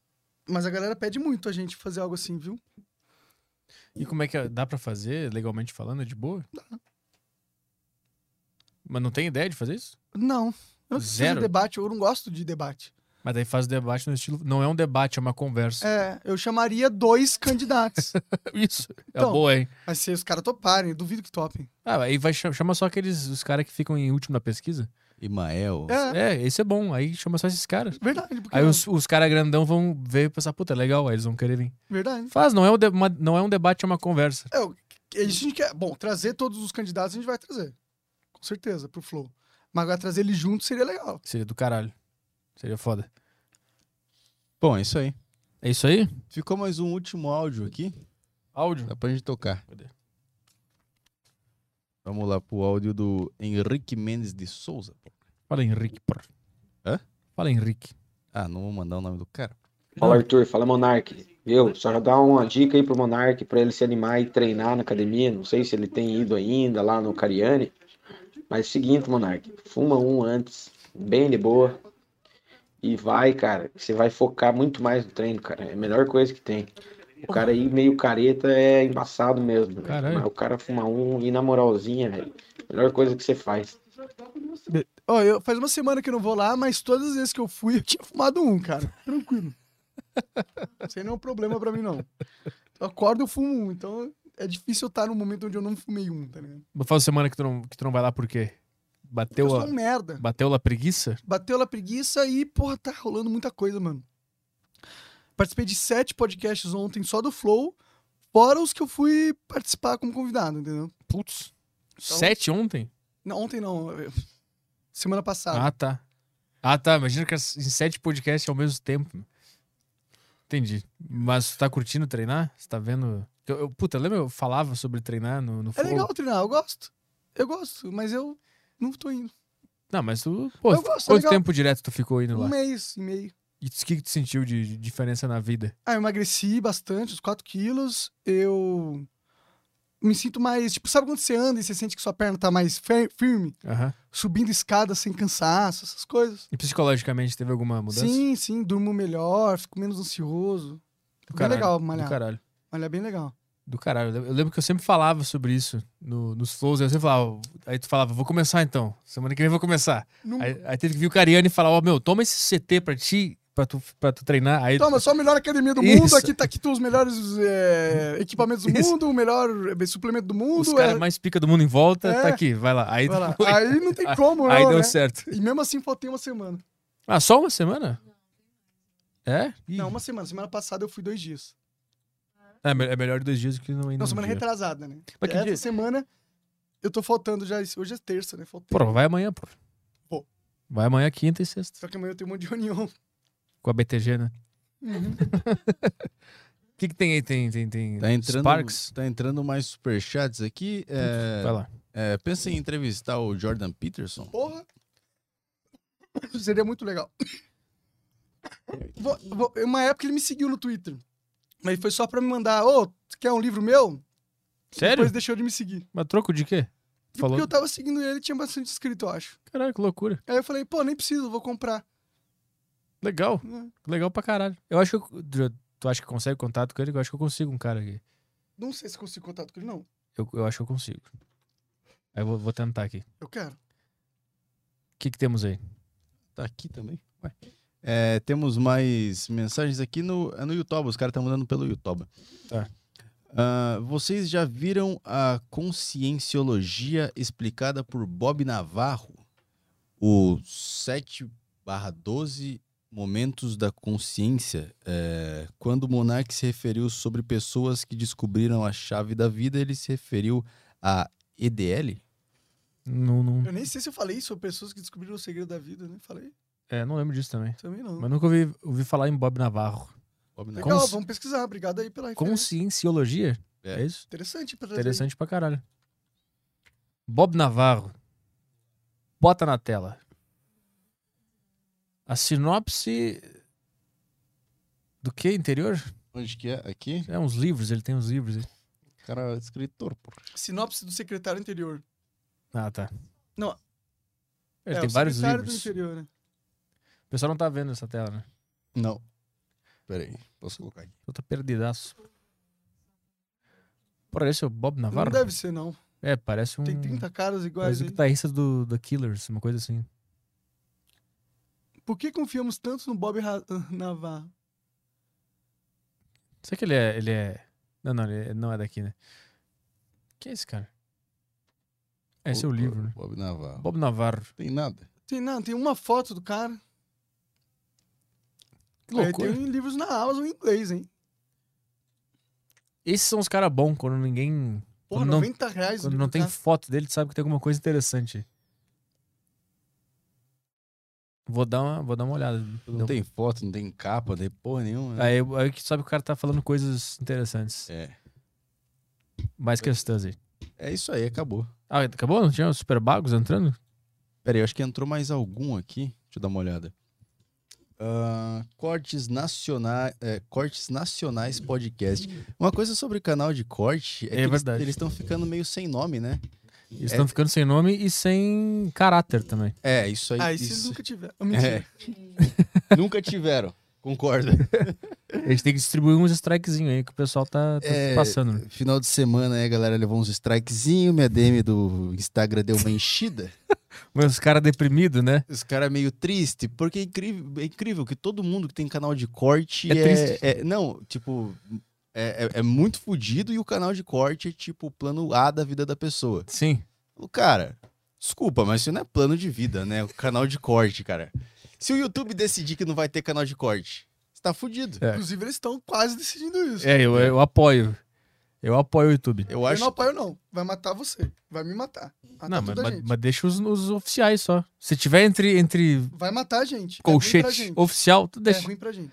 Mas a galera pede muito a gente fazer algo assim, viu?
E como é que é? dá pra fazer, legalmente falando, é de boa? Mas não tem ideia de fazer isso?
Não. Eu não preciso
Zero.
de debate, eu não gosto de debate.
Mas daí faz o debate no estilo. Não é um debate, é uma conversa.
É, eu chamaria dois candidatos.
Isso. é
Então.
boa, hein?
Mas se os caras toparem, eu duvido que topem.
Ah, aí vai cha- chama só aqueles os caras que ficam em último na pesquisa.
Imael.
É,
É, esse é bom. Aí chama só esses caras.
verdade. porque
Aí
não-
os, os caras grandão vão ver e pensar, puta, é legal, aí eles vão querer vir.
Verdade.
Faz, não é um, de- uma- não é um debate, é uma conversa.
É, o que- isso a gente quer. Bom, trazer todos os candidatos a gente vai trazer. Com certeza, pro Flow. Mas agora trazer eles juntos seria legal.
Seria do caralho. Seria foda.
Bom, é isso aí.
É isso aí?
Ficou mais um último áudio aqui.
Áudio?
Dá pra gente tocar.
Cadê?
Vamos lá pro áudio do Henrique Mendes de Souza.
Fala, Henrique. porra.
Hã?
Fala, Henrique.
Ah, não vou mandar o nome do cara.
Fala Arthur, fala Monark. Viu? Só dá uma dica aí pro Monark pra ele se animar e treinar na academia. Não sei se ele tem ido ainda lá no Cariani. Mas seguinte, Monark, fuma um antes, bem de boa. E vai, cara. Você vai focar muito mais no treino, cara. É a melhor coisa que tem. O cara aí meio careta é embaçado mesmo. velho.
Caralho.
Mas o cara fuma um e na moralzinha, velho. Melhor coisa que você faz.
Ó, eu faz uma semana que eu não vou lá, mas todas as vezes que eu fui, eu tinha fumado um, cara. Tranquilo. Sem nenhum problema pra mim, não. Eu acordo, eu fumo um. Então é difícil eu estar num momento onde eu não fumei um, tá ligado?
Mas Faz semana que tu, não, que tu não vai lá por quê?
Eu
Bateu
sou
a,
um merda.
bateu a preguiça?
Bateu lá preguiça e, porra, tá rolando muita coisa, mano. Participei de sete podcasts ontem só do Flow, fora os que eu fui participar como convidado, entendeu?
Putz.
um
Sete ontem?
Não, ontem não. eu- Semana passada.
Ah, tá. Ah, tá. Imagina que as- em sete podcasts ao mesmo tempo. Entendi. Mas tu tá curtindo treinar? Você tá vendo. Eu, eu- puta, lembra eu falava sobre treinar no, no
é
Flow?
legal treinar, eu gosto. Eu gosto, mas eu não tô indo.
Não, mas tu. Pô,
Eu gosto, é
quanto
legal.
tempo direto tu ficou indo lá?
Um mês e meio.
E o que, que tu sentiu de, de diferença na vida?
Ah, eu emagreci bastante, uns 4 quilos. Eu me sinto mais. Tipo, sabe quando você anda e você sente que sua perna tá mais fer- firme?
Aham.
Subindo escada sem cansaço, essas coisas.
E psicologicamente teve alguma mudança?
Sim, sim, durmo melhor, fico menos ansioso. É
Do
Bem
caralho,
legal
Do
malhar.
caralho.
Malhar é bem legal.
Do caralho. Eu lembro que eu sempre falava sobre isso no- nos flows. Eu sempre falava. Aí tu falava, vou começar então. Semana que vem eu vou começar.
Não-
Aí, aí teve que vir o Cariani e falar, ó, meu, toma esse CT pra ti, pra tu, pra tu treinar. Aí,
Toma, só a melhor academia do
Isso.
mundo, aqui tá aqui tu, os melhores é, equipamentos do
Isso.
mundo, o melhor é, suplemento do
os
mundo.
caras
é-
mais pica do mundo em volta,
É.
tá aqui, vai lá. Aí,
Vai lá.
foi.
Aí não tem como,
Aí
não,
deu
né?
certo.
E mesmo assim faltei uma semana.
Ah, só uma semana? É? Ih,
Não, uma semana. Semana passada eu fui dois dias.
É, me- é melhor dois dias do que não ainda.
Não, semana retrasada, né?
Mas que
Essa
dia?
semana eu tô faltando já. esse- Hoje é terça, né? Faltei.
Pô, vai amanhã, pô.
Pô.
Vai amanhã, quinta e sexta.
Só que amanhã eu tenho um monte de reunião.
Com a BTG, né?
Uhum.
O que, que tem aí? Tem, tem, tem.
Tá entrando,
Sparks?
tá entrando mais superchats aqui. É,
Vai lá.
é, pensa em entrevistar o Jordan Peterson.
Porra! Seria muito legal. Vou- vou- uma época ele me seguiu no Twitter. Mas foi só pra me mandar, ô, tu quer um livro meu?
Sério?
Depois deixou de me seguir.
Mas troco de quê?
E
Falou.
Porque eu tava seguindo ele, tinha bastante inscrito, eu acho.
Caralho, que loucura.
Aí eu falei, pô, nem preciso, vou comprar.
Legal. Legal pra caralho. Eu acho que. eu- tu acha que consegue contato com ele? Eu acho que eu consigo um cara aqui.
Não sei se consigo contato com ele, não.
Eu, eu acho que eu consigo. Aí eu vou, vou tentar aqui. O
Eu quero.
que, que temos aí?
Tá aqui também. Ué. É, temos mais mensagens aqui no, é no YouTube. Os caras estão mandando pelo YouTube.
Tá.
Ah, vocês já viram a conscienciologia explicada por Bob Navarro? O 7 barra 12 momentos da consciência. É, quando o Monark se referiu sobre pessoas que descobriram a chave da vida, ele se referiu a EDL?
Não, não,
Eu nem sei se eu falei sobre pessoas que descobriram o segredo da vida, né? Falei?
é, não lembro disso também.
Também não.
Mas nunca ouvi, ouvi falar em Bob Navarro.
Bob Navarro.
Legal,
Cons-
vamos pesquisar. Obrigado aí pela referência.
Conscienciologia?
É.
É, isso?
Interessante. Pra trazer.
Interessante pra caralho. Bob Navarro. Bota na tela. A sinopse. Do que interior?
Onde que é? Aqui?
É uns livros, ele tem uns livros. aí.
O cara é escritor, pô.
Sinopse do secretário interior.
Ah, tá.
Não.
Ele
é,
tem
o
vários
secretário
livros.
do interior, né?
O pessoal não tá vendo essa tela, né?
Não. Peraí, posso colocar aqui.
Eu tô perdidaço. Porra, esse é o Bob Navarro?
Não deve ser, não.
É, parece um.
Tem 30 caras iguais
Parece o tá
aí.
guitarrista do, do Killers, uma coisa assim.
Por que confiamos tanto no Bob Ra- Navarro?
Será que ele é. Ele é... Não, não, ele é- não é daqui, né? Quem é esse cara? Esse é o
Autor,
livro, né?
Bob Navarro.
Bob Navarro.
Tem nada.
Tem, não, tem uma foto do cara.
Que
Aí
loucura.
tem livros na Amazon em inglês, hein?
Esses são os caras bons, quando ninguém.
Porra,
Quando não-
90 reais. o
Quando
livro
não
do
tem
cara.
foto dele, tu sabe que tem alguma coisa interessante. Vou dar uma, vou dar uma olhada.
Não,
Não.
tem foto, não tem capa, não tem porra nenhuma. né?
Aí, aí que sabe que o cara tá falando coisas interessantes.
É.
Mais questões aí.
É isso aí, acabou.
Ah, acabou? Não tinha os super bagos entrando?
Peraí, eu acho que entrou mais algum aqui. Deixa eu dar uma olhada. Ah, cortes, nacionais, cortes Nacionais Podcast. Uma coisa sobre o canal de corte é, que eles-
verdade.
eles estão ficando meio sem nome, né?
Eles
É.
estão ficando sem nome e sem caráter também.
É, isso aí.
Ah, isso, eles
isso.
nunca tiveram. Ah, mentira.
É.
nunca tiveram. Concordo.
A gente tem que distribuir uns strikezinhos aí que o pessoal tá, tá
É,
passando. né?
Final de semana aí, a galera levou uns strikezinho, minha DM do Instagram deu uma enchida.
Mas os caras deprimidos, né?
Os caras meio triste, porque é incrível, é incrível que todo mundo que tem canal de corte
É
é,
triste.
é- não, tipo, é, é- é muito fodido e o canal de corte é tipo o plano A da vida da pessoa.
Sim.
O cara, desculpa, mas isso não é plano de vida, né? O canal de corte, cara. Se o YouTube decidir que não vai ter canal de corte, você tá fudido.
É.
Inclusive, eles estão quase decidindo isso.
É, eu, eu apoio. Eu apoio o YouTube.
Eu
Eu não
acho.
apoio, não. Vai matar você. Vai me matar. Matar
Não, mas,
toda a
mas,
Tá gente.
mas deixa os, os oficiais só. Se tiver entre, entre
Vai matar a gente. é
colchete
ruim pra gente.
oficial, tu
É
deixa.
ruim pra gente.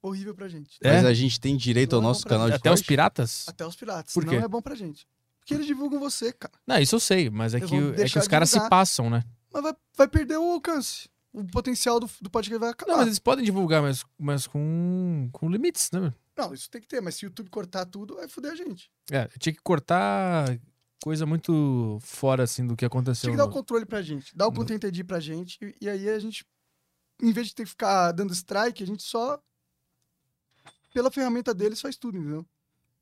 Horrível pra gente.
É?
Mas a gente tem direito ao
Não é
nosso
bom pra
canal de
Até os
corte.
piratas?
Até os piratas.
Por quê?
Não é bom pra gente. Porque eles divulgam você, cara.
Não, isso eu sei, mas é
Eles
que,
vão
é que
deixar
os caras se
divulgar.
passam, né?
Mas vai, vai perder o alcance. O potencial do, do podcast vai acabar.
Não,
Não,
mas eles podem divulgar, mas, mas com, com limites, né?
isso tem que ter. Mas se o YouTube cortar tudo, vai foder a gente.
É, eu tinha que cortar coisa muito fora, assim, do que aconteceu.
Tem que dar o
no-
controle pra gente. Dá o Content ID pra gente. E, e aí a gente, em vez de ter que ficar dando strike, a gente só, pela ferramenta deles, faz tudo, entendeu?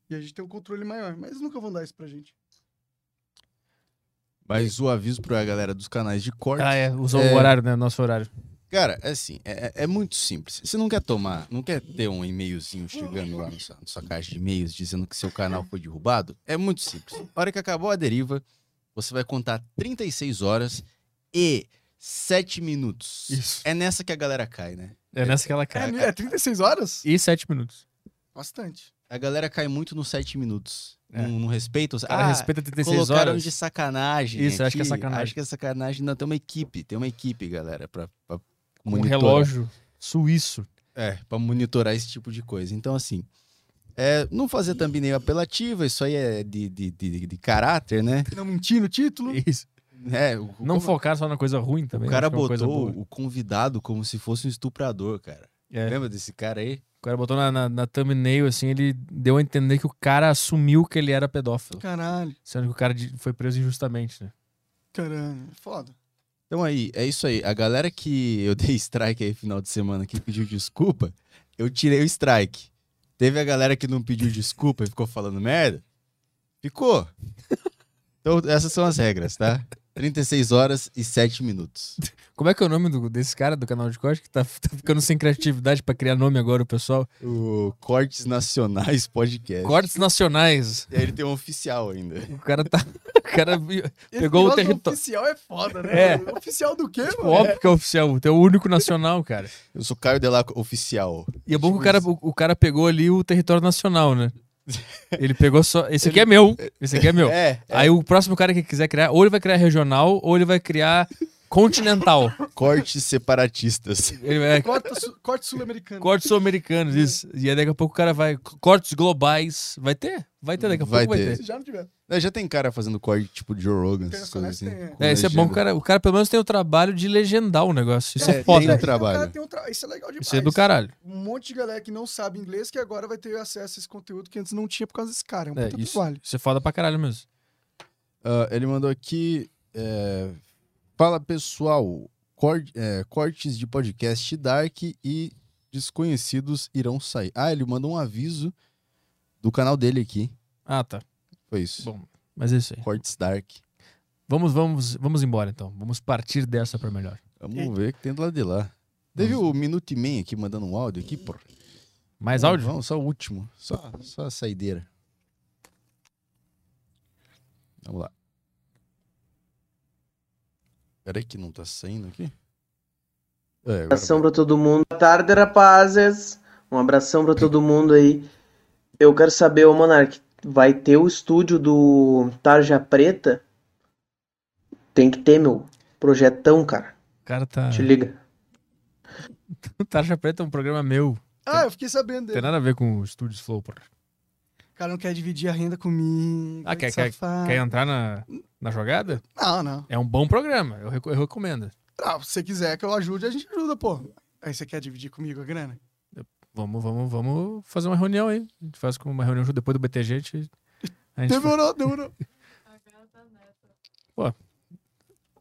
E a gente tem um controle maior, mas eles nunca vão dar isso pra gente.
Mas o aviso pra galera dos canais de corte.
Ah, é, usou
É.
o horário, né? Nosso horário.
Cara, é assim, é, é- é muito simples. Você não quer tomar, não quer ter um e-mailzinho chegando lá na sua, na sua caixa de e-mails dizendo que seu canal foi derrubado? É muito simples. A hora que acabou a deriva, você vai contar 36 horas e 7 minutos.
Isso.
É nessa que a galera cai, né?
É nessa que ela cai.
É, é 36 horas?
E sete minutos.
Bastante.
A galera cai muito nos 7 minutos.
É.
Não, não respeita os.
O cara
Ah,
respeita 36
colocaram
horas.
de sacanagem.
Isso, acho que é
aqui.
sacanagem.
Acho que é sacanagem. Não, tem uma equipe, tem uma equipe, galera, pra, pra
Um
monitorar.
relógio suíço.
É, pra monitorar esse tipo de coisa. Então, assim, é, não fazer thumbnail apelativa, isso aí é de, de, de, de caráter, né?
Não mentir no título?
Isso.
É, o,
Não
como-
focar só na coisa ruim também. acho
o cara
que é uma coisa
botou
boa.
o convidado como se fosse um estuprador, cara.
É.
Lembra desse cara aí?
O cara botou na, na, na thumbnail, assim, ele deu a entender que o cara assumiu que ele era pedófilo.
Caralho,
Sendo que o cara de- foi preso injustamente, né?
caralho. é Foda.
Então aí, é isso aí. A galera que eu dei strike aí final de semana que pediu desculpa, eu tirei o strike. Teve a galera que não pediu desculpa e ficou falando merda? Ficou. Então, essas são as regras, tá? 36 horas e 7 minutos.
Como é que é o nome do- desse cara do canal de corte que tá, tá ficando sem criatividade pra criar nome agora, o pessoal?
O Cortes Nacionais Podcast.
Cortes Nacionais.
E aí ele tem um oficial ainda.
O cara tá. O cara Pegou o
negócio do
território.
oficial é foda, né?
É.
Oficial do quê, mano?
Óbvio que é oficial, tu é o único nacional, cara.
Tipo, Eu sou Caio Delaco Oficial.
E é bom que o cara, o, o cara pegou ali o território nacional, né? Ele pegou só. Esse aqui é meu. Esse aqui é meu.
É,
Aí o próximo cara que quiser criar, ou ele vai criar regional, ou ele vai criar continental.
Cortes Separatistas.
Ele vai
Corta su- Corte sul-americano.
cortes sul-americanos, isso. E aí daqui a pouco o cara vai. Cortes globais. Vai ter? Vai ter, daqui a
Vai
pouco vai ter.
ter.
Se já não tiver.
Né, Já tem cara fazendo corte tipo Joe Rogan, essas coisas
Internacionais
assim.
tem, é.
com
É, isso é bom que o
legenda.
cara, o cara pelo menos tem o trabalho de legendar o negócio. Isso é,
É,
foda.
tem-
Aí o
trabalho.
cara tem um tra- Isso é legal demais.
Isso é do caralho.
Um monte de galera que não sabe inglês que agora vai ter acesso a esse conteúdo que antes não tinha por causa desse cara. É um
É,
puta
isso,
trabalho.
isso é foda pra caralho mesmo.
Ah, ele mandou aqui. é, Fala pessoal, cor- é, cortes de podcast Dark e desconhecidos irão sair. Ah, ele mandou um aviso do canal dele aqui.
Ah, tá.
Foi isso.
Bom. Mas é isso aí.
Cortes Dark.
Vamos, vamos, vamos embora então. Vamos partir dessa pra melhor.
Vamos ver o que tem do lado de lá. Teve o Minuto e Meio aqui mandando um áudio aqui, porra.
Mais áudio?
Vamos, só o último. Só, só a saideira. Vamos lá. Peraí que não tá saindo aqui?
Um
É,
Tá
agora
abração pra todo mundo. Boa tarde, rapazes. Um abração pra todo mundo aí. Eu quero saber, ô Monark, vai ter o estúdio do Tarja Preta? Tem que ter, meu. Projetão, cara.
O cara tá.
Te liga.
Tarja Preta é um programa meu.
Ah, eu fiquei
Não
sabendo
tem
dele.
nada a ver com o Studios Flow, porra.
O cara não quer dividir a renda comigo.
Ah, quer- quer-
safado.
Quer entrar na, na jogada?
Não, não.
É um bom programa. Eu, reco- eu recomendo.
Ah, se você quiser que eu ajude, a gente ajuda, pô. Aí você quer dividir comigo a grana?
Vamos, vamos, vamos fazer uma reunião aí. A gente faz com uma reunião junto depois do BTG. A gente, a gente
Demorou, demorou.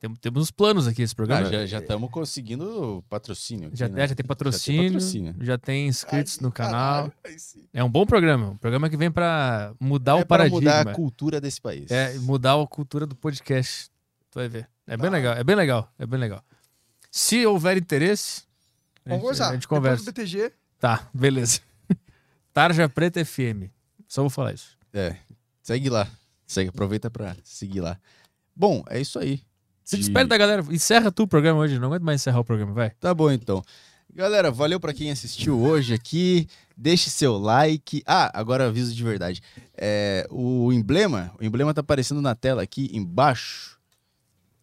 tem- temos uns planos aqui esse
Ah,
programa.
já estamos conseguindo patrocínio. Aqui,
Já,
né?
é, já tem patrocínio, já tem,
patrocínio.
inscritos
Aí,
no canal.
caralho, aí sim.
É um bom programa, um programa que vem pra mudar
é
o um paradigma.
Para mudar a cultura desse país.
É, mudar a cultura do podcast. Tu vai ver. É bem legal, é bem legal, é bem legal. Se houver interesse, a
Vamos
gente,
conversar.
a gente
Depois
conversa.
do BTG,
Tá, beleza. Tarja Preta FM. Só vou falar isso.
É, segue lá. Segue, aproveita pra seguir lá. Bom, é isso aí.
Se
De-
despede da galera. Encerra tu o programa hoje. Não aguento mais encerrar o programa, vai.
Tá bom, então. Galera, valeu pra quem assistiu hoje aqui. Deixe seu like. Ah, agora aviso de verdade. É, o emblema, o emblema tá aparecendo na tela aqui embaixo.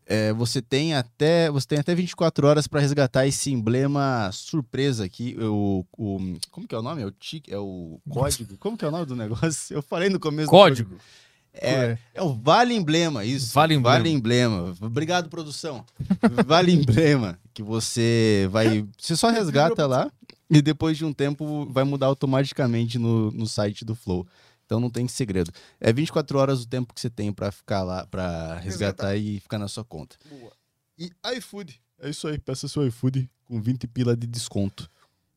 É, você tem até, você tem até 24 horas pra resgatar esse emblema surpresa aqui. O, o- como que é o nome? É o tic, é o código. Como que é o nome do negócio? Eu falei no começo. do
Código.
programa. É, é o Vale Emblema, isso.
Vale Emblema.
Vale Emblema. Obrigado, produção. Vale Emblema, que você vai. Você só resgata lá e depois de um tempo vai mudar automaticamente no, no site do Flow. Então não tem segredo. É 24 horas o tempo que você tem pra ficar lá, pra resgatar, e ficar na sua conta. E iFood. É isso aí, peça seu iFood com 20 pila de desconto.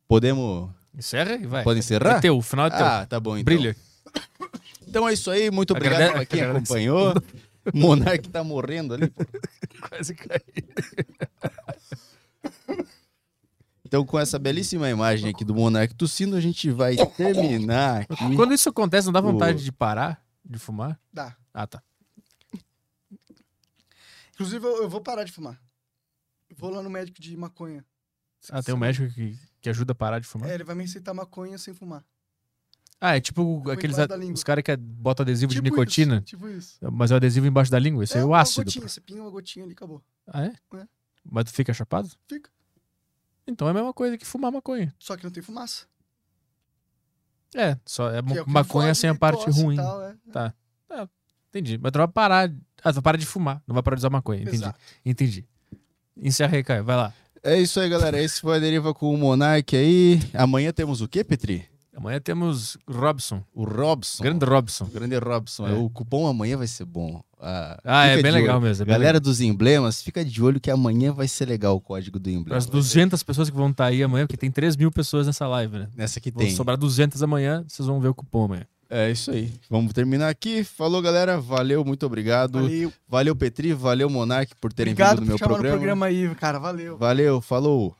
Podemos.
Encerra e vai.
Pode
É
encerrar?
teu, o final é teu.
Ah, tá bom então.
Brilha.
Então é isso aí, muito obrigado
Agrade-
pra quem
agradece.
acompanhou. Monark tá morrendo ali. pô.
Quase caí.
Então, com essa belíssima imagem aqui do Monark tossindo, a gente vai terminar aqui.
Quando isso acontece, não dá vontade
O-
de parar de fumar?
Dá.
Ah, tá.
Inclusive, eu, eu vou parar de fumar. Vou lá no médico de maconha.
Ah, tem um médico que, que ajuda a parar de fumar?
É, ele vai me aceitar maconha sem fumar.
Ah, é tipo aqueles
embaixo
a-
da língua.
os caras que botam adesivo
tipo
de nicotina,
Isso, tipo isso.
mas é o adesivo embaixo da língua, isso é, o
uma
ácido.
Gotinha, você pinga uma gotinha ali, acabou.
Ah, é?
É.
Mas tu fica chapado?
Fica.
Então é a mesma coisa que fumar maconha.
Só que não tem fumaça.
É, só é,
que é o que
maconha
foge
sem a
de
parte
tosse e
ruim.
tal, é.
Entendi. Mas tu vai parar. Ah, tu vai parar de fumar, não vai parar de usar maconha. Entendi.
Exato.
Entendi. Encerra aí, Caio. Vai lá.
É isso aí, galera. Esse foi a deriva com o Monark aí. Amanhã temos o quê, Petri?
Amanhã temos Robson.
O Robson.
Grande Robson.
O grande Robson.
É.
O cupom amanhã vai ser bom. Ah,
Ah,
fica
é bem
de
legal
olho.
mesmo. é bem
Galera dos emblemas, fica de olho que amanhã vai ser legal o código do
Para
emblema.
as 200 pessoas que vão estar aí amanhã, porque tem 3 mil pessoas nessa live, né?
Nessa que
Vão
tem.
sobrar 200 amanhã, vocês vão ver o cupom amanhã.
É isso aí. Vamos terminar aqui. Falou, galera. Valeu, muito obrigado. Valeu,
Valeu.
Petri. Valeu, Monark, por terem vindo
Obrigado por
no meu
chamar no
programa.
programa aí, cara. Valeu.
Valeu, falou.